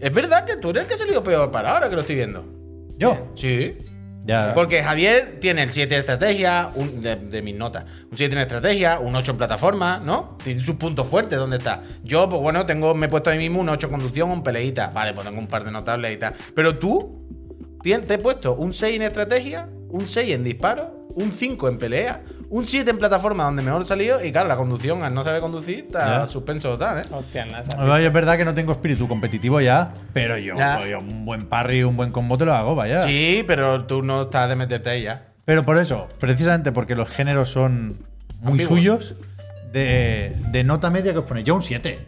Es verdad que tú eres el que ha salido peor para ahora que lo estoy viendo. Yo. Sí. Ya. Porque Javier tiene el 7 de estrategia, un, de, de mis notas. Un 7 en estrategia, un 8 en plataforma, ¿no? Tiene sus puntos fuertes, ¿dónde está? Yo, pues bueno, tengo, me he puesto ahí mismo un 8 en conducción, un peleita. Vale, pues tengo un par de notables y tal. Pero tú, tien- te he puesto un 6 en estrategia, un 6 en disparo, un 5 en pelea, un 7 en plataforma, donde mejor he salido. Y claro, la conducción, al no saber conducir, Ya. está suspenso total, ¿eh? Hostia, NASA. Oye, Es verdad que no tengo espíritu competitivo ya, pero yo, Ya. oye, un buen parry, un buen combo te lo hago, vaya. Sí, pero tú no estás de meterte ahí ya. Pero por eso, precisamente porque los géneros son muy Ambiguos. suyos, de, de nota media que os ponéis. Yo un 7.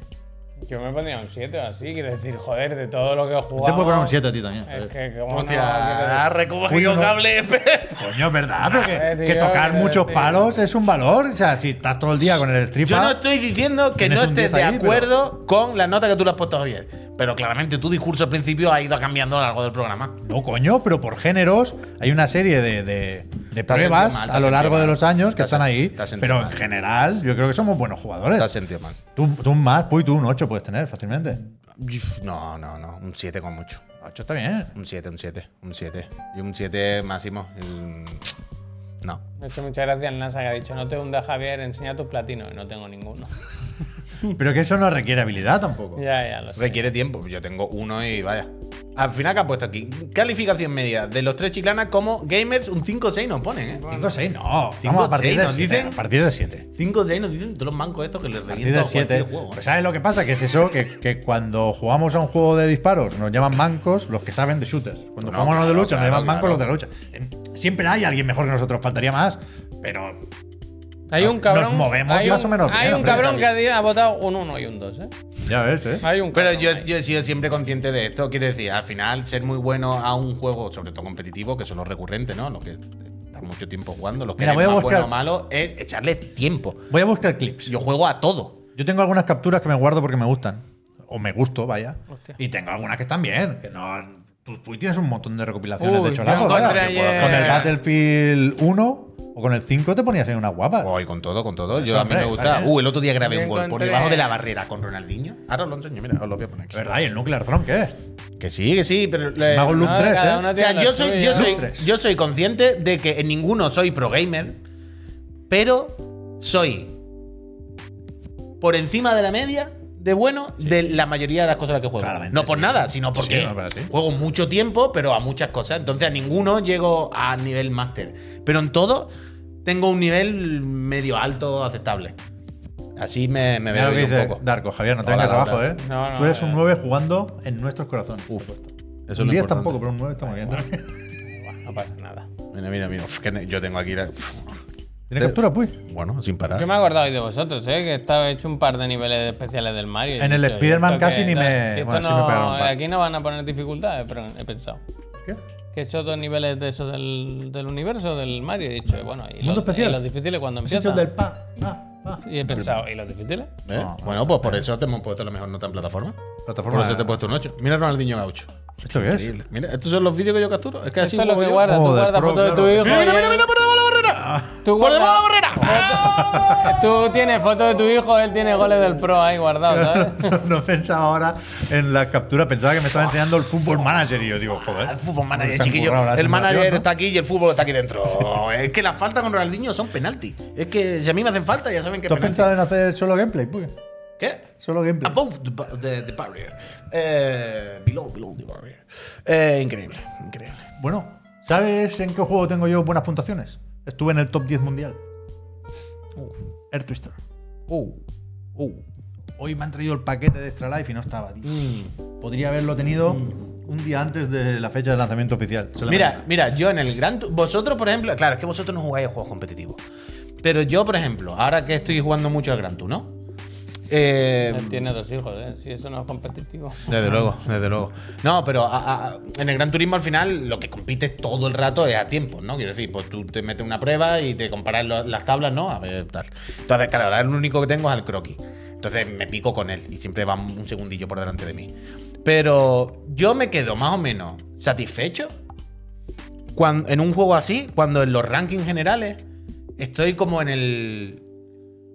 Yo me ponía un 7 o así, quiero decir, joder, de todo lo que he jugado. Te puedo poner un 7 a ti también. Eh, Es que, Eh, como no, Hostia, quiero recogido Uy, no. Eh, cable, Pep. Coño, es verdad, pero que, Eh, tío, que tocar quiero muchos decir- palos es un valor. O sea, si estás todo el día con el Street Yo no Fighter- estoy diciendo que Tienes no un estés 10 de ahí, acuerdo con la nota que tú le has puesto a Javier. Pero claramente tu discurso al principio ha ido cambiando a lo largo del programa. No, coño, pero por géneros hay una serie de, de- de has pruebas sentido mal, te a has lo largo sentido de los mal. años que Te has están sen- ahí. te has sentido Pero mal. en general, yo creo que somos buenos Te has jugadores. sentido mal. Tú, tú un más, pues tú un 8 puedes tener fácilmente. Uf, No, no, no. Un 7 con mucho. 8 está bien. Un 7, un 7, un 7. Y un 7 máximo. Es un- No. decir- Es que muchas gracias, NASA, que ha dicho, no te hundas, Javier, enseña tus platinos. Y no tengo ninguno. Pero que eso no requiere habilidad tampoco. ya, ya, lo sé. Requiere tiempo. Yo tengo uno y vaya. Al final, ¿qué ha puesto aquí? Calificación media de los tres chiclanas como gamers, un 5 o 6 nos ponen, ¿eh? 5 o 6, no. Cinco, Vamos a partir seis, de nos 7. dicen. A partir de 7. 5 o 6 nos dicen todos los mancos estos que les A partir reviento de a cualquier 7. juego. ¿eh? Pues ¿Sabes lo que pasa? Que es eso, que, que cuando jugamos a un juego de disparos nos llaman mancos los que saben de shooters. Cuando No, jugamos a los de claro, lucha nos llaman claro, mancos los de la lucha. Eh, Siempre hay alguien mejor que nosotros, faltaría más. Pero Hay un cabrón. Nos movemos hay más un- o menos Hay bien, un hombre, cabrón que está ha di- ha votado un 1 y un 2, ¿eh? ya ves, ¿eh? Hay un Pero cabrón yo, ahí. yo he sido siempre consciente de esto. Quiero decir, al final, ser muy bueno a un juego, sobre todo competitivo, que son los recurrentes, ¿no? Los que están mucho tiempo jugando, los que Mira, eres voy a más buscar- bueno o malo, es echarle tiempo. Voy a buscar clips. Yo juego a todo. Yo tengo algunas capturas que me guardo porque me gustan. o me gusto, vaya. Hostia. Y tengo algunas que están bien. Que no, tú, tú tienes un montón de recopilaciones Uy, de cholazos, yo vaya. encontré Yo puedo hacer- Con ayer- el Battlefield 1 o con el 5 te ponías ahí una guapa. Hoy con todo, con todo. Yo Eso, a mí me hombre, gusta. vale. Uh, el otro día grabé Yo un gol por encontré- debajo de la barrera con Ronaldinho. Ahora os lo enseño, mira, os lo voy a poner aquí. ¿Verdad? ¿Y el Nuclear Throne qué es? Que sí, que sí, pero. le- Mago Loop No, 3, cada ¿eh? una O sea, tiene yo la soy, suya. yo, soy, Tres. yo soy consciente de que en ninguno soy pro gamer, pero soy por encima de la media de bueno de la mayoría de las cosas a las que juego. Claramente, no por sí. nada, sino porque Sí, no, pero sí. juego mucho tiempo, pero a muchas cosas. Entonces a ninguno llego a nivel máster. Pero en todo tengo un nivel medio alto aceptable. Así Eh, me, me Mira veo lo que yo un dice poco. Darko, Javier, no te Hola, vengas hola. abajo, ¿eh? No, no, Tú eres un no. 9 jugando en nuestros corazones. Uf, eso es lo un 10 importante. tampoco, pero un 9 estamos bien. ¿Tienes No pasa nada. Mira, mira, mira. Uf, que ne- yo tengo aquí la- captura, pues? Bueno, sin parar. Yo me he acordado hoy de vosotros, ¿eh? que estaba hecho un par de niveles especiales del Mario. y En he el dicho, Spider-Man "¿Y esto casi qué? ni No, me- esto bueno, sí me no- pegaron un par". Aquí no van a poner dificultades, pero he pensado. ¿Qué? Que he hecho dos niveles de esos del, del universo del Mario. He dicho, bueno, y Mundo los, especial. y los difíciles cuando Has hecho empiezan. el del pa, pa, pa. Y he pensado, ¿y los difíciles? ¿Eh? No, bueno, pues por eso te hemos puesto la mejor nota en plataforma. Plataforma- Por eso te he puesto un 8. Mira Ronaldinho Gaucho. ¿Esto qué es? Increíble. Mira, estos son los vídeos que yo capturo. Es que así Esto es lo juego que yo. guardas, tú Joder, guardas pro, fotos de tu claro. hijo. Mira, mira, y- mira, mira, por debajo de la Ah, barrera. Tú por debajo de la guardas- barrera. Tú tienes fotos de tu hijo, él tiene goles del pro ahí guardados, ¿sabes? no pensaba ahora en la captura, pensaba que me estaba enseñando el fútbol manager y yo digo, joder. El fútbol manager, se han chiquillo. currado la El simulación, manager ¿no? está aquí y el fútbol está aquí dentro. es que la falta con Ronaldinho son penaltis. Es que si a mí me hacen falta, ya saben que ¿Tú has penalti. pensado en hacer solo gameplay? Puy? ¿Qué? Solo gameplay. Above the, ba- the- the barrier. Eh, below, below the barrier. Eh, increíble, increíble. Bueno, ¿sabes en qué juego tengo yo buenas puntuaciones? Estuve en el top 10 mundial. Air Twister. Uh, uh. Hoy me han traído el paquete de Extra Life y no estaba, tío. Mm. Podría haberlo tenido un día antes de la fecha de lanzamiento oficial. Se la Mira, metí. mira, yo en el Gran Turismo. Vosotros, por ejemplo, claro, es que vosotros no jugáis a juegos competitivos. Pero yo, por ejemplo, ahora que estoy jugando mucho al Gran Tour, ¿no? Eh, Él tiene dos hijos, ¿eh? Si eso no es competitivo. desde luego, desde luego. No, pero a- a- en el Gran Turismo al final lo que compites todo el rato es a tiempo, ¿no? Quiero decir, pues tú te metes una prueba y te comparas lo- las tablas, ¿no? A ver, tal. Entonces, claro, ahora el único que tengo es al croquis. Entonces me pico con él y siempre va un segundillo por delante de mí. Pero yo me quedo más o menos satisfecho cuan- en un juego así, cuando en los rankings generales estoy como en el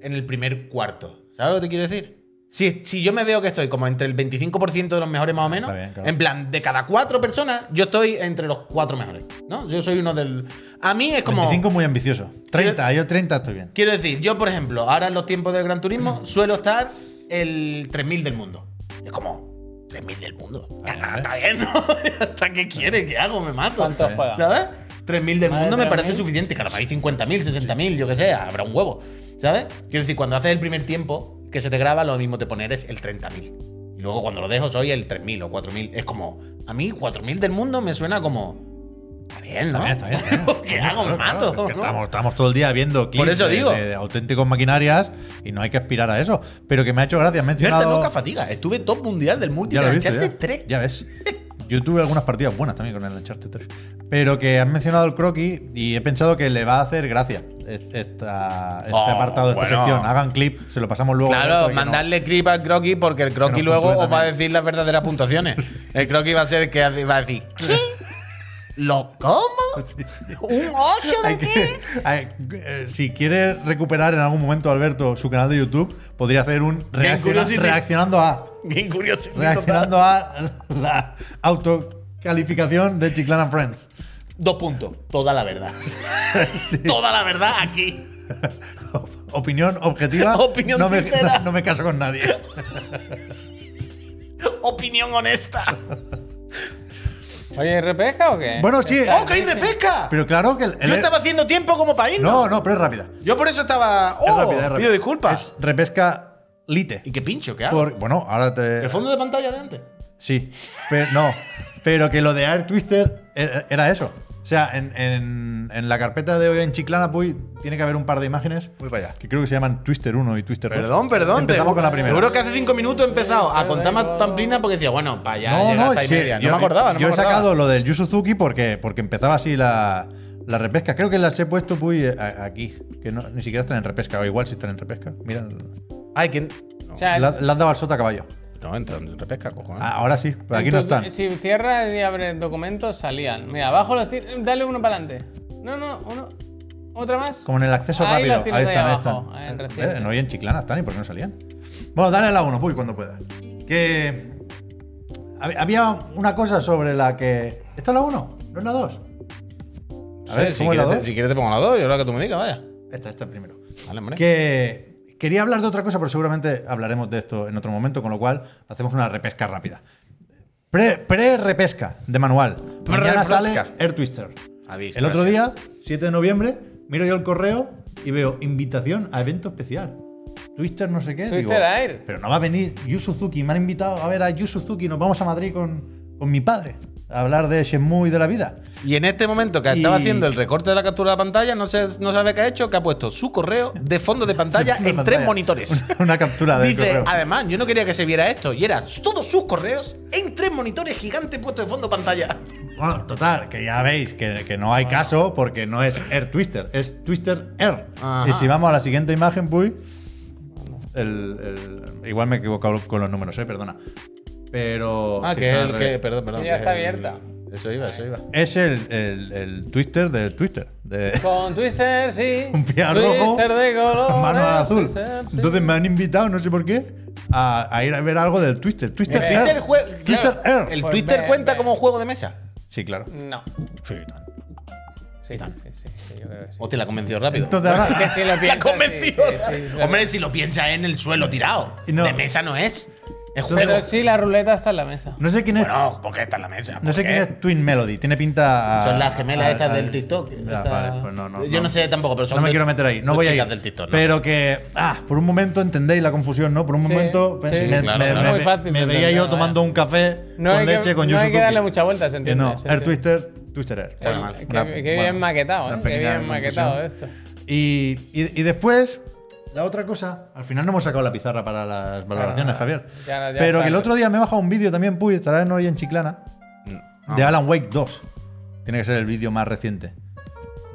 en el primer cuarto. ¿Sabes lo que te quiero decir? Si, si yo me veo que estoy como entre el 25% de los mejores más o menos, Ah, Está bien, claro. en plan, de cada cuatro personas, yo estoy entre los cuatro mejores, ¿no? Yo soy uno del... A mí es como... 25 muy ambicioso. 30, yo 30 estoy bien. Quiero decir, yo, por ejemplo, ahora en los tiempos del Gran Turismo suelo estar el 3000 del mundo. Es como, 3000 del mundo. ¿eh? Ah, Está bien, ¿no? ¿Hasta qué quiere? ¿Qué hago? Me mato. ¿Cuánto juega? ¿Sabes? 3000 del Más de mundo me 3.000. ¿eh? parece suficiente. Claro, hay 50.000, 60.000, yo qué sé, habrá un huevo. ¿Sabes? Quiero decir, cuando haces el primer tiempo que se te graba, lo mismo te poner es el 30.000. Y luego cuando lo dejo soy el 3.000 o 4.000. Es como, a mí 4.000 del mundo me suena como. Está bien, ¿no? Está bien, está bien, está bien. ¿Qué hago? Me Claro, claro, mato. es que ¿no? estamos, estamos todo el día viendo clips eso de- digo. De, de auténticos maquinarias y no hay que aspirar a eso. Pero que me ha hecho gracia. Me ha Cierta mencionado- loca fatiga. Estuve top mundial del multi Ya lo de he visto, Uncharted ya. 3. Ya ves. Yo tuve algunas partidas buenas también con el Uncharted 3. Pero que han mencionado el croquis y he pensado que le va a hacer gracia es- esta- este Oh, apartado, esta bueno. sección. Hagan clip, se lo pasamos luego. a Alberto, Claro, que no- mandarle creep al croquis porque el Que croquis nos luego puntúe os va a también. decir las verdaderas puntuaciones. El croquis va a ser el que va a decir, ¿qué? ¿Lo como? Sí, sí. ¿Un 8 Hay de que- qué? hay- eh, si quiere recuperar en algún momento, Alberto, su canal de YouTube, podría hacer un reacciona- Curiosity. reaccionando a. Qué curioso. Reaccionando a la autocalificación de Chiclan and Friends. Dos puntos. Toda la verdad. Toda la verdad aquí. Opinión objetiva. Opinión no me, sincera. no me caso con nadie. Opinión honesta. Oye, ¿y ¿repeja o qué? Bueno, sí. ¡Oh, que irme pesca! Pero claro que el. el- Yo estaba haciendo tiempo como para irnos. No, no, pero es rápida. Yo por eso estaba. Es ¡Oh! rápida, es rápida. Pido disculpas. Es repesca lite. ¿Y qué pincho? ¿Qué hago? Por- bueno, ahora te. ¿El fondo de pantalla de antes? Sí. Pero no. Pero que lo de Air Twister era era eso. O sea, en, en- en la carpeta de hoy en Chiclana, pues tiene que haber un par de imágenes. Voy para allá. Que creo que se llaman Twister 1 y Twister 2. Perdón, perdón. Empezamos te- con la primera. Seguro que hace cinco minutos he empezado a Sí, contar vengo. más pamplinas porque decía, bueno, para allá No, llegar no, hasta y sí, media. No yo- me acordaba, no Yo me he acordaba. sacado lo del Yu Suzuki porque, porque empezaba así la, la repesca. Creo que las he puesto pues, a- aquí, que no- ni siquiera están en repesca, o igual si están en repesca. Mira, Ay, que. O la, sea, la han dado al sota a caballo. No, entra en repesca, cojones. Ah, Ahora sí, pero aquí no están. Entonces, Si cierras y abres documentos, salían. Mira, abajo los tiros. Dale uno para adelante. No, no, uno. ¿Otra más? Como en el acceso Ahí rápido. los tienes Ahí están, ahí abajo, están. en Eh, reciente. no hoy en Chiclana están, ¿y por qué no salían? Bueno, dale a la 1, Puy, cuando puedas. Que. hab- Había una cosa sobre la que. ¿Esta es la 1? ¿No es la 2? A Sí, ver, si, ¿cómo es la quieres, te- 2? si quieres te pongo la 2, yo la que tú me digas, vaya. Esta, esta es primero. Vale, hombre. Que quería hablar de otra cosa, pero seguramente hablaremos de esto en otro momento, con lo cual hacemos una repesca rápida. Pre- Pre-repesca de manual. Mañana sale Pre-repesca. Air Twister. Avis, El otro gracias. día, 7 de noviembre, miro yo el correo y veo invitación a evento especial. Twister no sé qué. Twister Air. Pero no va a venir Yu Suzuki. Me han invitado a ver a Yu Suzuki. Nos vamos a Madrid con, con mi padre a hablar de Shenmue y de la vida. Y en este momento que estaba Y- haciendo el recorte de la captura de pantalla, no, sé, no sabe qué ha hecho, que ha puesto su correo de fondo de pantalla Una en tres pantalla. monitores. Una, una captura de Dice, correo. además, yo no quería que se viera esto, y era todos sus correos en tres monitores gigantes puestos de fondo de pantalla. Bueno, total, que ya veis que, que no hay caso porque no es Air Twister, es Twister Air. Ajá. Y si vamos a la siguiente imagen, Puy. el- el- igual me he equivocado con los números, eh, perdona. Pero. Ah, sí, que está es al el que. revés. Perdón, perdón. Sí, que ya es está el- abierta. Eso iba, eso iba. Es el, el, el Twister del Twister. de- Con Twister, sí. un pie al rojo, Twister de color. mano al azul. Twister, sí. Entonces me han invitado, no sé por qué, a, a ir a ver algo del Twister. Twister El Air. Twitter jue- Twitter claro, Air. El Pues Twitter ve, cuenta ve. como juego de mesa. Sí, claro. No. Sí, Sí, sí, sí, sí, yo creo que sí. O te la convenció rápido. Entonces ahora. Que si lo la piensas, convenció. sí, sí, sí, sí. Hombre, si lo piensas en el suelo tirado. No. De mesa no es. Es juego. Pero sí, la ruleta está en la mesa. No sé quién es Bueno, ¿por qué está en la mesa? No sé ¿Por quién qué? es Twin Melody, tiene pinta. a- Son las gemelas a- estas a- del TikTok. Ya, Esta- vale, pues no, no. Yo no, sé tampoco, pero son No me de- quiero meter ahí, no dos voy a chicas ir. del TikTok, ¿no? Pero que, ah, por un momento entendéis la confusión, ¿no? Por un Sí, momento sí. pensé- Sí, me, claro, me- claro. me- Muy fácil me de veía yo entender, tomando vaya. un café No con hay que- leche con no Yu hay que Suzuki. darle mucha vuelta, se Que entiende, No, se Air entiende. Twister, Twister Air. Bueno, Una- Qué, una- qué bueno, bien maquetado, una ¿eh? Qué pequeña bien maquetado esto. y, y, y después, la otra cosa, al final no hemos sacado la pizarra para las valoraciones, Javier. Ya no, ya pero está. que el otro día me he bajado un vídeo también, Puy, estará en hoy en Chiclana, de Alan Wake 2. Tiene que ser el vídeo más reciente.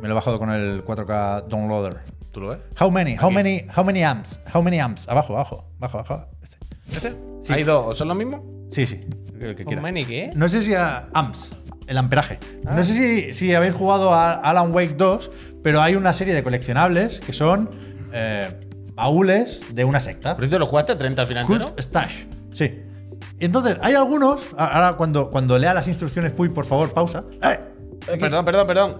Me lo he bajado con el 4K downloader. ¿Tú lo ves? How many, how Aquí. many, how many amps, how many amps. Abajo, abajo, abajo, abajo. Este. ¿Este? ¿Hay dos? ¿O son los mismos? Sí, sí, el que quiera. ¿Un maniquí, eh? No sé si a amps, el amperaje. No sé si, si habéis jugado a Alan Wake 2, pero hay una serie de coleccionables que son eh, baúles de una secta. Por cierto, ¿lo jugaste 30 al final entero? Cult Stash. Sí. Y Entonces, hay algunos. a- Ahora, cuando, cuando lea las instrucciones, Puy, por favor, pausa. ¡Eh! Perdón, perdón, perdón.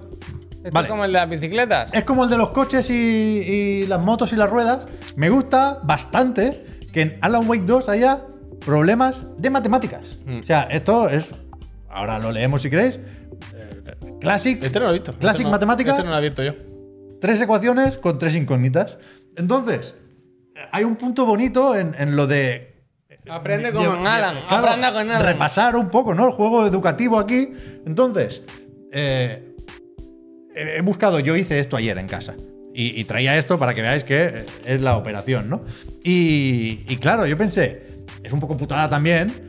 Esto Vale. Eh, es como el de las bicicletas. Es como el de los coches y, y las motos y las ruedas. Me gusta bastante que en Alan Wake 2 haya problemas de matemáticas. Mm. O sea, esto es. Ahora lo leemos si queréis. eh, Classic. Este no lo he visto. Classic Este no- matemática. Este no lo he abierto yo. tres ecuaciones con tres incógnitas. Entonces, eh, hay un punto bonito en, en lo de. Aprende como Lleva- en Alan. lleva- claro, aprenda con Alan. Repasar un poco, ¿no? El juego educativo aquí. Entonces, eh, he he buscado, yo hice esto ayer en casa. Y, y traía esto para que veáis que eh, es la operación, ¿no? Y, y claro, yo pensé, es un poco putada también.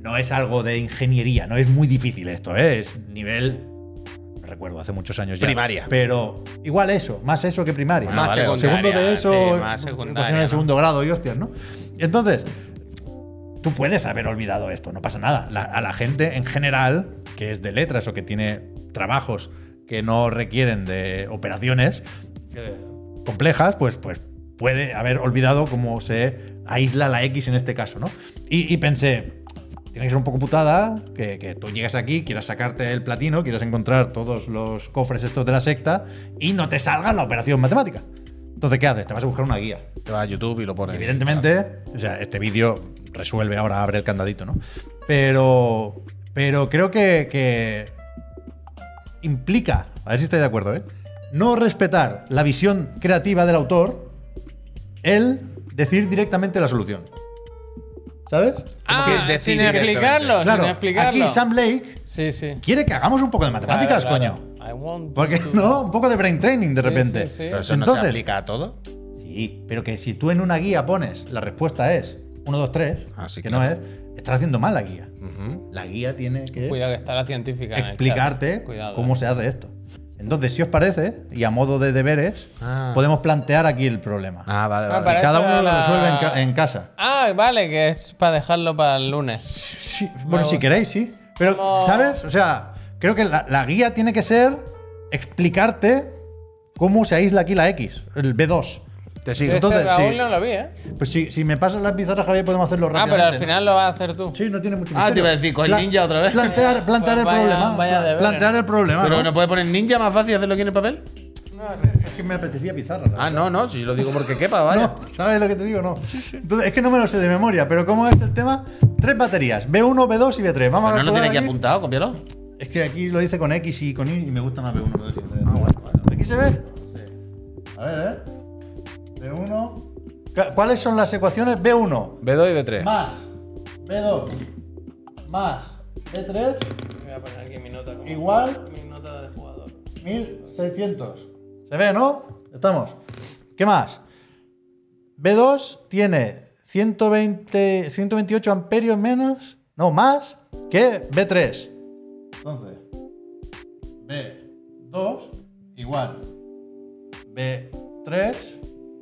No es algo de ingeniería, no es muy difícil esto, ¿eh? es nivel. no Recuerdo, hace muchos años ya. Primaria. Pero igual eso, más eso que primaria. Bueno, más vale, El segundo secundaria, de eso, sí, cuestiones más secundaria, de ¿no? segundo grado y hostias, ¿no? Entonces, tú puedes haber olvidado esto, no pasa nada. La- a la gente en general, que es de letras o que tiene trabajos que no requieren de operaciones eh, complejas, pues, pues puede haber olvidado cómo se aísla la X en este caso, ¿no? Y, y pensé, tiene que ser un poco putada que, que tú llegas aquí, quieras sacarte el platino, quieras encontrar todos los cofres estos de la secta y no te salga la operación matemática. Entonces, ¿qué haces? Te vas a buscar una guía. Te vas a YouTube y lo pones. Evidentemente, o sea, este vídeo resuelve ahora, abre el candadito, ¿no? Pero, pero creo que, que implica, a ver si estáis de acuerdo, ¿eh? No respetar la visión creativa del autor, el decir directamente la solución. ¿Sabes? Ah, que sin decide explicarlo, Claro, sin explicarlo. aquí Sam Lake Sí, sí. quiere que hagamos un poco de matemáticas, Claro, claro. coño. I want Porque to- no, un poco de brain training de Sí, repente. sí, sí. Pero eso no se Entonces, aplica a todo. Sí, pero que si tú en una guía pones la respuesta es 1, 2, 3, Ah, sí, que claro. no es, estás haciendo mal la guía. La guía tiene que Cuidado que está la científica. en el chat. explicarte Cuidado. eh. cómo se hace esto. Entonces, si os parece, y a modo de deberes, Ah. podemos plantear aquí el problema. Ah, vale, Ah, vale. para Cada eso uno lo la- resuelve en, ca- en casa. Ah, vale, que es para dejarlo para el lunes. Sí, bueno, si queréis, sí. Pero, ¿sabes? O sea, creo que la, la guía tiene que ser explicarte cómo se aísla aquí la X, el B2. Te Yo sigo. este entonces, Raúl sí. no lo vi, ¿eh? Pues si, si me pasas las pizarras, Javier, podemos hacerlo Ah, pero rápidamente. al final lo vas a hacer tú. Sí, no tiene mucho Ah, misterio. te iba a decir, con el Pla- ninja otra vez. Plantear, plantear Pues el vaya- problema. vaya Pla- deberes. plantear el problema. Pero ¿no? Ah, no puedes poner ninja más fácil y hacerlo aquí en el papel. Es que me apetecía pizarra. la Ah, no, no, si yo lo digo porque quepa, vaya. No, ¿sabes lo que te digo? No. Entonces, es que no me lo sé de memoria, pero ¿cómo es el tema? Tres baterías, B1, B2 y B3. Vamos a Pero no calcular lo tienes Ah, pues aquí aquí. apuntado, Ah, cópialo. Es que aquí lo hice con X y con Y y me gusta más B1, B2 y B3. ¿Aquí se ve? Sí. A ver, ¿eh? B1. Ca- ¿Cuáles son las ecuaciones? B1 B2 y B3. más B2 más B3 Voy a poner aquí mi nota. como- Igual. Mi nota de jugador. 1600. ¿Se ve, no? Estamos. ¿Qué más? B2 tiene 120, 128 amperios menos, no, más que B3. Entonces, B2 igual B3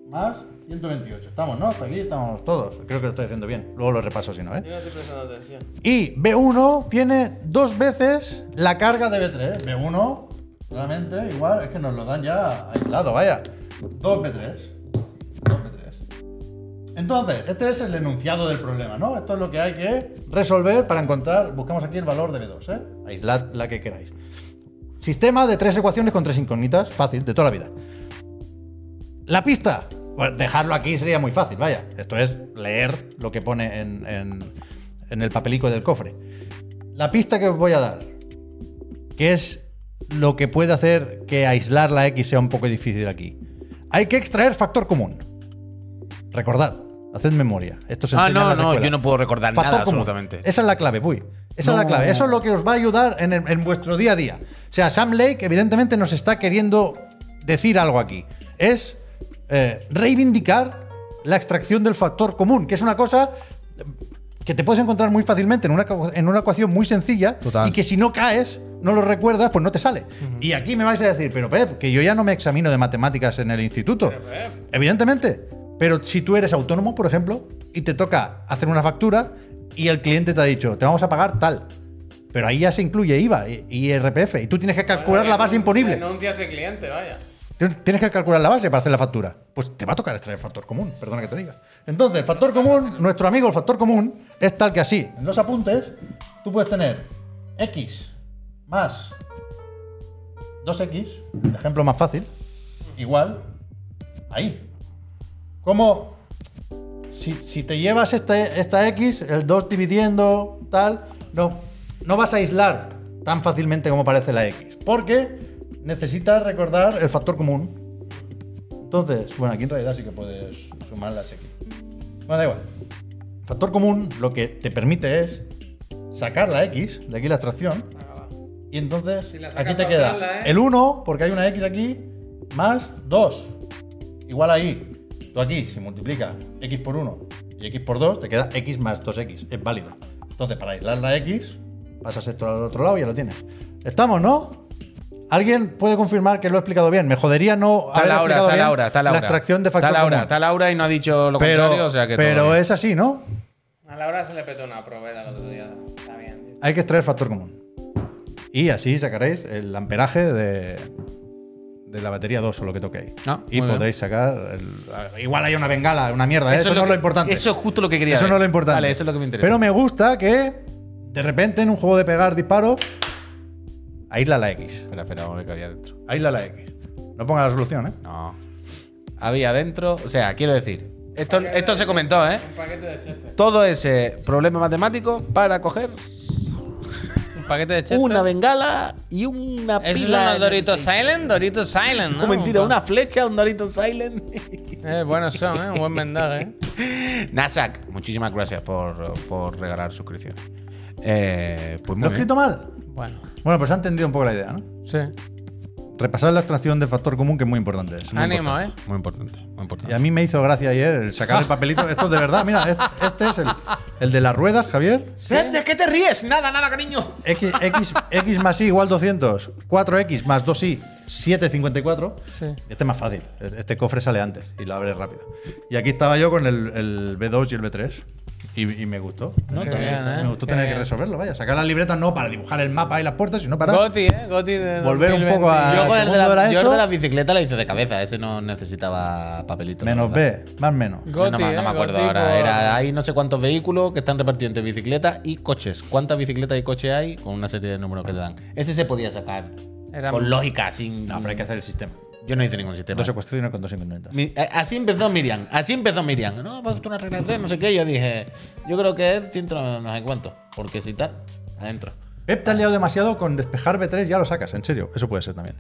más 128. Estamos, ¿no? Hasta aquí estamos todos. Creo que lo estoy haciendo bien. Luego lo repaso si no, ¿eh? Yo no estoy prestando atención. Y B1 tiene dos veces la carga de B3. B1, realmente, igual, es que nos lo dan ya aislado, vaya. 2 B3. 2 B3. Entonces, este es el enunciado del problema, ¿no? Esto es lo que hay que resolver para encontrar, buscamos aquí el valor de B2, ¿eh? Aislad la que queráis. Sistema de tres ecuaciones con tres incógnitas, fácil, de toda la vida. La pista. Pues dejarlo aquí sería muy fácil, vaya. Esto es leer lo que pone en, en- en el papelico del cofre. La pista que os voy a dar, que es lo que puede hacer que aislar la X sea un poco difícil aquí. Hay que extraer factor común. Recordad, haced memoria. Esto se Ah, enseña en no, las no, escuelas. yo no puedo recordar Factor nada, común. absolutamente. Esa es la clave, Puy. Esa es la clave. Eso es lo que os va a ayudar en, el- en vuestro día a día. O sea, Sam Lake evidentemente nos está queriendo decir algo aquí. Es eh, reivindicar la extracción del factor común, que es una cosa que te puedes encontrar muy fácilmente en una, ecu- en una ecuación muy sencilla Total. y que si no caes, no lo recuerdas, pues no te sale. Y aquí me vais a decir, pero Pep, que yo ya no me examino de matemáticas en el instituto. Evidentemente. Pero si tú eres autónomo, por ejemplo, y te toca hacer una factura y el cliente te ha dicho, te vamos a pagar tal. Pero ahí ya se incluye IVA y y IRPF. Y tú tienes que calcular la base imponible. Denuncias de cliente, vaya. Tien- Tienes que calcular la base para hacer la factura. Pues te va a tocar extraer factor común, perdona que te diga. Entonces, el factor común, nuestro amigo el factor común, es tal que así. En los apuntes, tú puedes tener x más 2x, el ejemplo más fácil, igual ahí. Como si, si te llevas esta, esta x, el 2 dividiendo, tal, no, no vas a aislar tan fácilmente como parece la x. Porque necesitas recordar el factor común. Entonces, bueno, aquí en realidad sí que puedes sumar las x. Bueno, da igual. Factor común lo que te permite es sacar la x, de aquí la extracción, y entonces Si la sacas aquí te para queda usarla, ¿eh? el 1, porque hay una x aquí, más 2 igual ahí. Tú aquí, si multiplica x por 1 y x por 2, te queda x más 2x. Es válido. Entonces, para aislar la x, pasas esto al otro lado y ya lo tienes. ¿Estamos, no? ¿Alguien puede confirmar que lo he explicado bien? Me jodería no Está haber Laura, explicado está bien Laura, está Laura. la extracción de factor Está Laura, común. está Laura y no ha dicho lo pero contrario, o sea que. todo pero bien. es así, ¿no? A la hora se le petó una provera el otro día. Está bien. Hay que extraer factor común. Y así sacaréis el amperaje de, de la batería 2 o lo que toquéis. Ah, y muy bien. podréis sacar... el- igual hay una bengala, una mierda. ¿eh? Eso, no que- es lo importante. Eso es justo lo que quería Eso ver. no es lo importante. Vale, eso es lo que me interesa. Pero me gusta que de repente en un juego de pegar disparos, aísla la X. Espera, espera, vamos a ver qué había dentro. Aísla la X. No ponga la solución, ¿eh? No. Había dentro. O sea, quiero decir. Esto, esto se comentó, ¿eh? Un paquete de Chester. Todo ese problema matemático para coger Un paquete de Chester. una bengala y una pila. ¿Esos son los en- Doritos Silent? Doritos Silent, ¿no? Oh, mentira, Un pa- una flecha, un Dorito Silent. Eh, buenos son, ¿eh? Un buen vendaje, ¿eh? Nasak, muchísimas gracias por, por regalar suscripciones. Eh, pues ¿Lo he muy bien. escrito mal? Bueno, Bueno, pues ha entendido un poco la idea, ¿no? sí. Repasar la extracción de factor común, que es muy importante eso. Muy Ánimo, ¿eh? importante, Muy importante, muy importante. Y a mí me hizo gracia ayer el sacar el papelito. Esto de verdad, mira, es- este es el, el de las ruedas, Javier. ¿De qué te ríes? Nada, nada, cariño. X, X, X más Y igual 200. 4X más 2Y 7.54. Sí. Este es más fácil. Este cofre sale antes y lo abres rápido. Y aquí estaba yo con el, el B2 y el B3. Y, y me gustó. ¿no? Qué También bien, ¿eh? Me gustó Qué tener bien. que resolverlo, vaya. Sacar las libretas no para dibujar el mapa y las puertas, sino para. Goti, ¿eh? Goti de Volver un 2020. poco a- Yo con el de, Ah, segundo la, era yo el eso. de la bicicleta la hice de cabeza, ese no necesitaba papelito. la Menos verdad. B, más menos. Go- Yo Goti, no, me- eh, no me acuerdo goti por- ahora. Era, hay no sé cuántos vehículos que están repartidos entre bicicletas y coches. ¿Cuántas bicicletas y coches hay con una serie de números que te dan? Ese se podía sacar. Era- con lógica, sin. No, pero hay que hacer el sistema. Yo no hice ningún sistema. Dos ecuaciones con dos incrementos. Mi- a- así empezó Miriam. Así empezó Miriam. No, pues tú una regla de tres, no sé qué. Yo dije, yo creo que es ciento no sé cuánto. Porque si tal, adentro. Pep, te has liado demasiado con despejar B3, ya lo sacas, en serio. Eso puede ser también.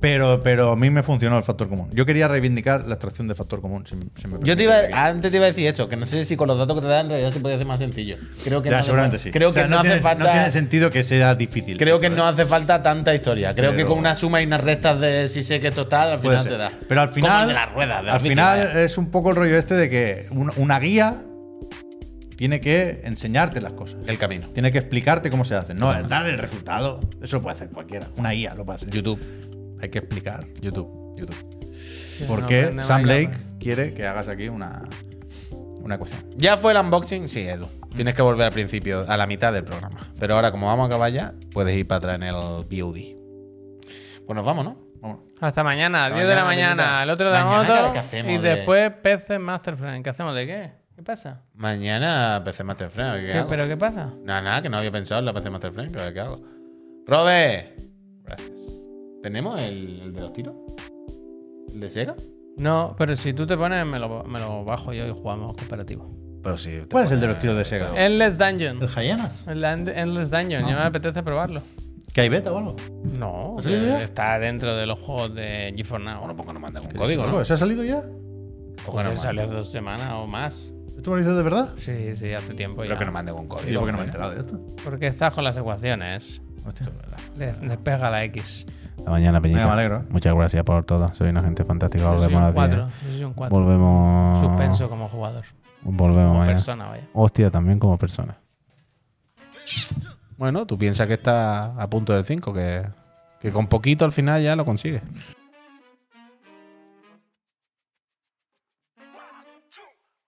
Pero, pero a mí me funcionó el factor común. Yo quería reivindicar la extracción de factor común. si- si me Yo te permitís. iba, antes te iba a decir eso, que no sé si con los datos que te dan en realidad se puede hacer más sencillo. Creo que Ya, no hace seguramente falta- sí. Creo O sea, que no, hace tiene, falta. no tiene sentido que sea difícil. Creo que no hace falta tanta historia. Creo que Pero- con una suma y unas restas de si sé que esto es tal, al Puede final te ser. da. Pero al Como final. el de las ruedas, de la al bici, final vaya. es un poco el rollo este de que un- una guía tiene que enseñarte las cosas. El camino. Tiene que explicarte cómo se hacen. No, es dar el resultado. Eso lo puede hacer cualquiera. Una guía lo puede hacer. YouTube. Hay que explicar YouTube. YouTube. por no, qué aprende Sam a bailar, Lake quiere que hagas aquí una, una ecuación. Ya fue el unboxing, sí, Edu. Tienes que volver al principio, a la mitad del programa. Pero ahora, como vamos a acabar ya, puedes ir para atrás en el BOD. Pues nos vamos, ¿no? Vamos. Hasta mañana, Hasta 10 de la mañana, mañana, amiguita. el otro de la Mañana, moto. ¿qué hacemos y de- después PC Masterfriend. ¿Qué hacemos de qué? ¿Qué pasa? Mañana PC Master Frame. ¿qué ¿Qué- hago? ¿Pero qué pasa? Nada, nada, que no había pensado en la PC Master Frame. ¿Qué qué hago? ¡Robe! Gracias. ¿Tenemos el, el de los tiros? ¿El de Sega? No, pero si tú te pones, me lo, me lo bajo yo y jugamos cooperativo. Pero sí. te ¿Cuál es el pone- de los tiros de Sega? Endless Dungeon. ¿El Hyenas? El End- Endless Dungeon, yo me apetece probarlo. ¿Que hay beta o algo? No, ¿Sí? que está dentro de los juegos de GeForce Now. Bueno, pues que nos mandan un ¿Que código, sí, ¿no? algo? ¿Se ha salido ya? Ojo, no, Joder, salió man. pues, hace dos semanas o más. ¿Esto me lo dices de verdad? Sí, sí, hace tiempo ya. Creo que nos manden un ¿Y código. por qué no me he hombre. enterado de esto? Porque estás con las ecuaciones. Hostia. De- despega la X. Hasta mañana, Peñita. Venga, me alegro. Muchas gracias por todo. Soy una gente fantástica. Yo soy Volvemos un a 4. Yo soy un 4. Volvemos. Suspenso como jugador. Volvemos Como mañana. persona, vaya. Hostia, también como persona. Bueno, tú piensas que está a punto del 5, que, que con poquito al final ya lo consigues.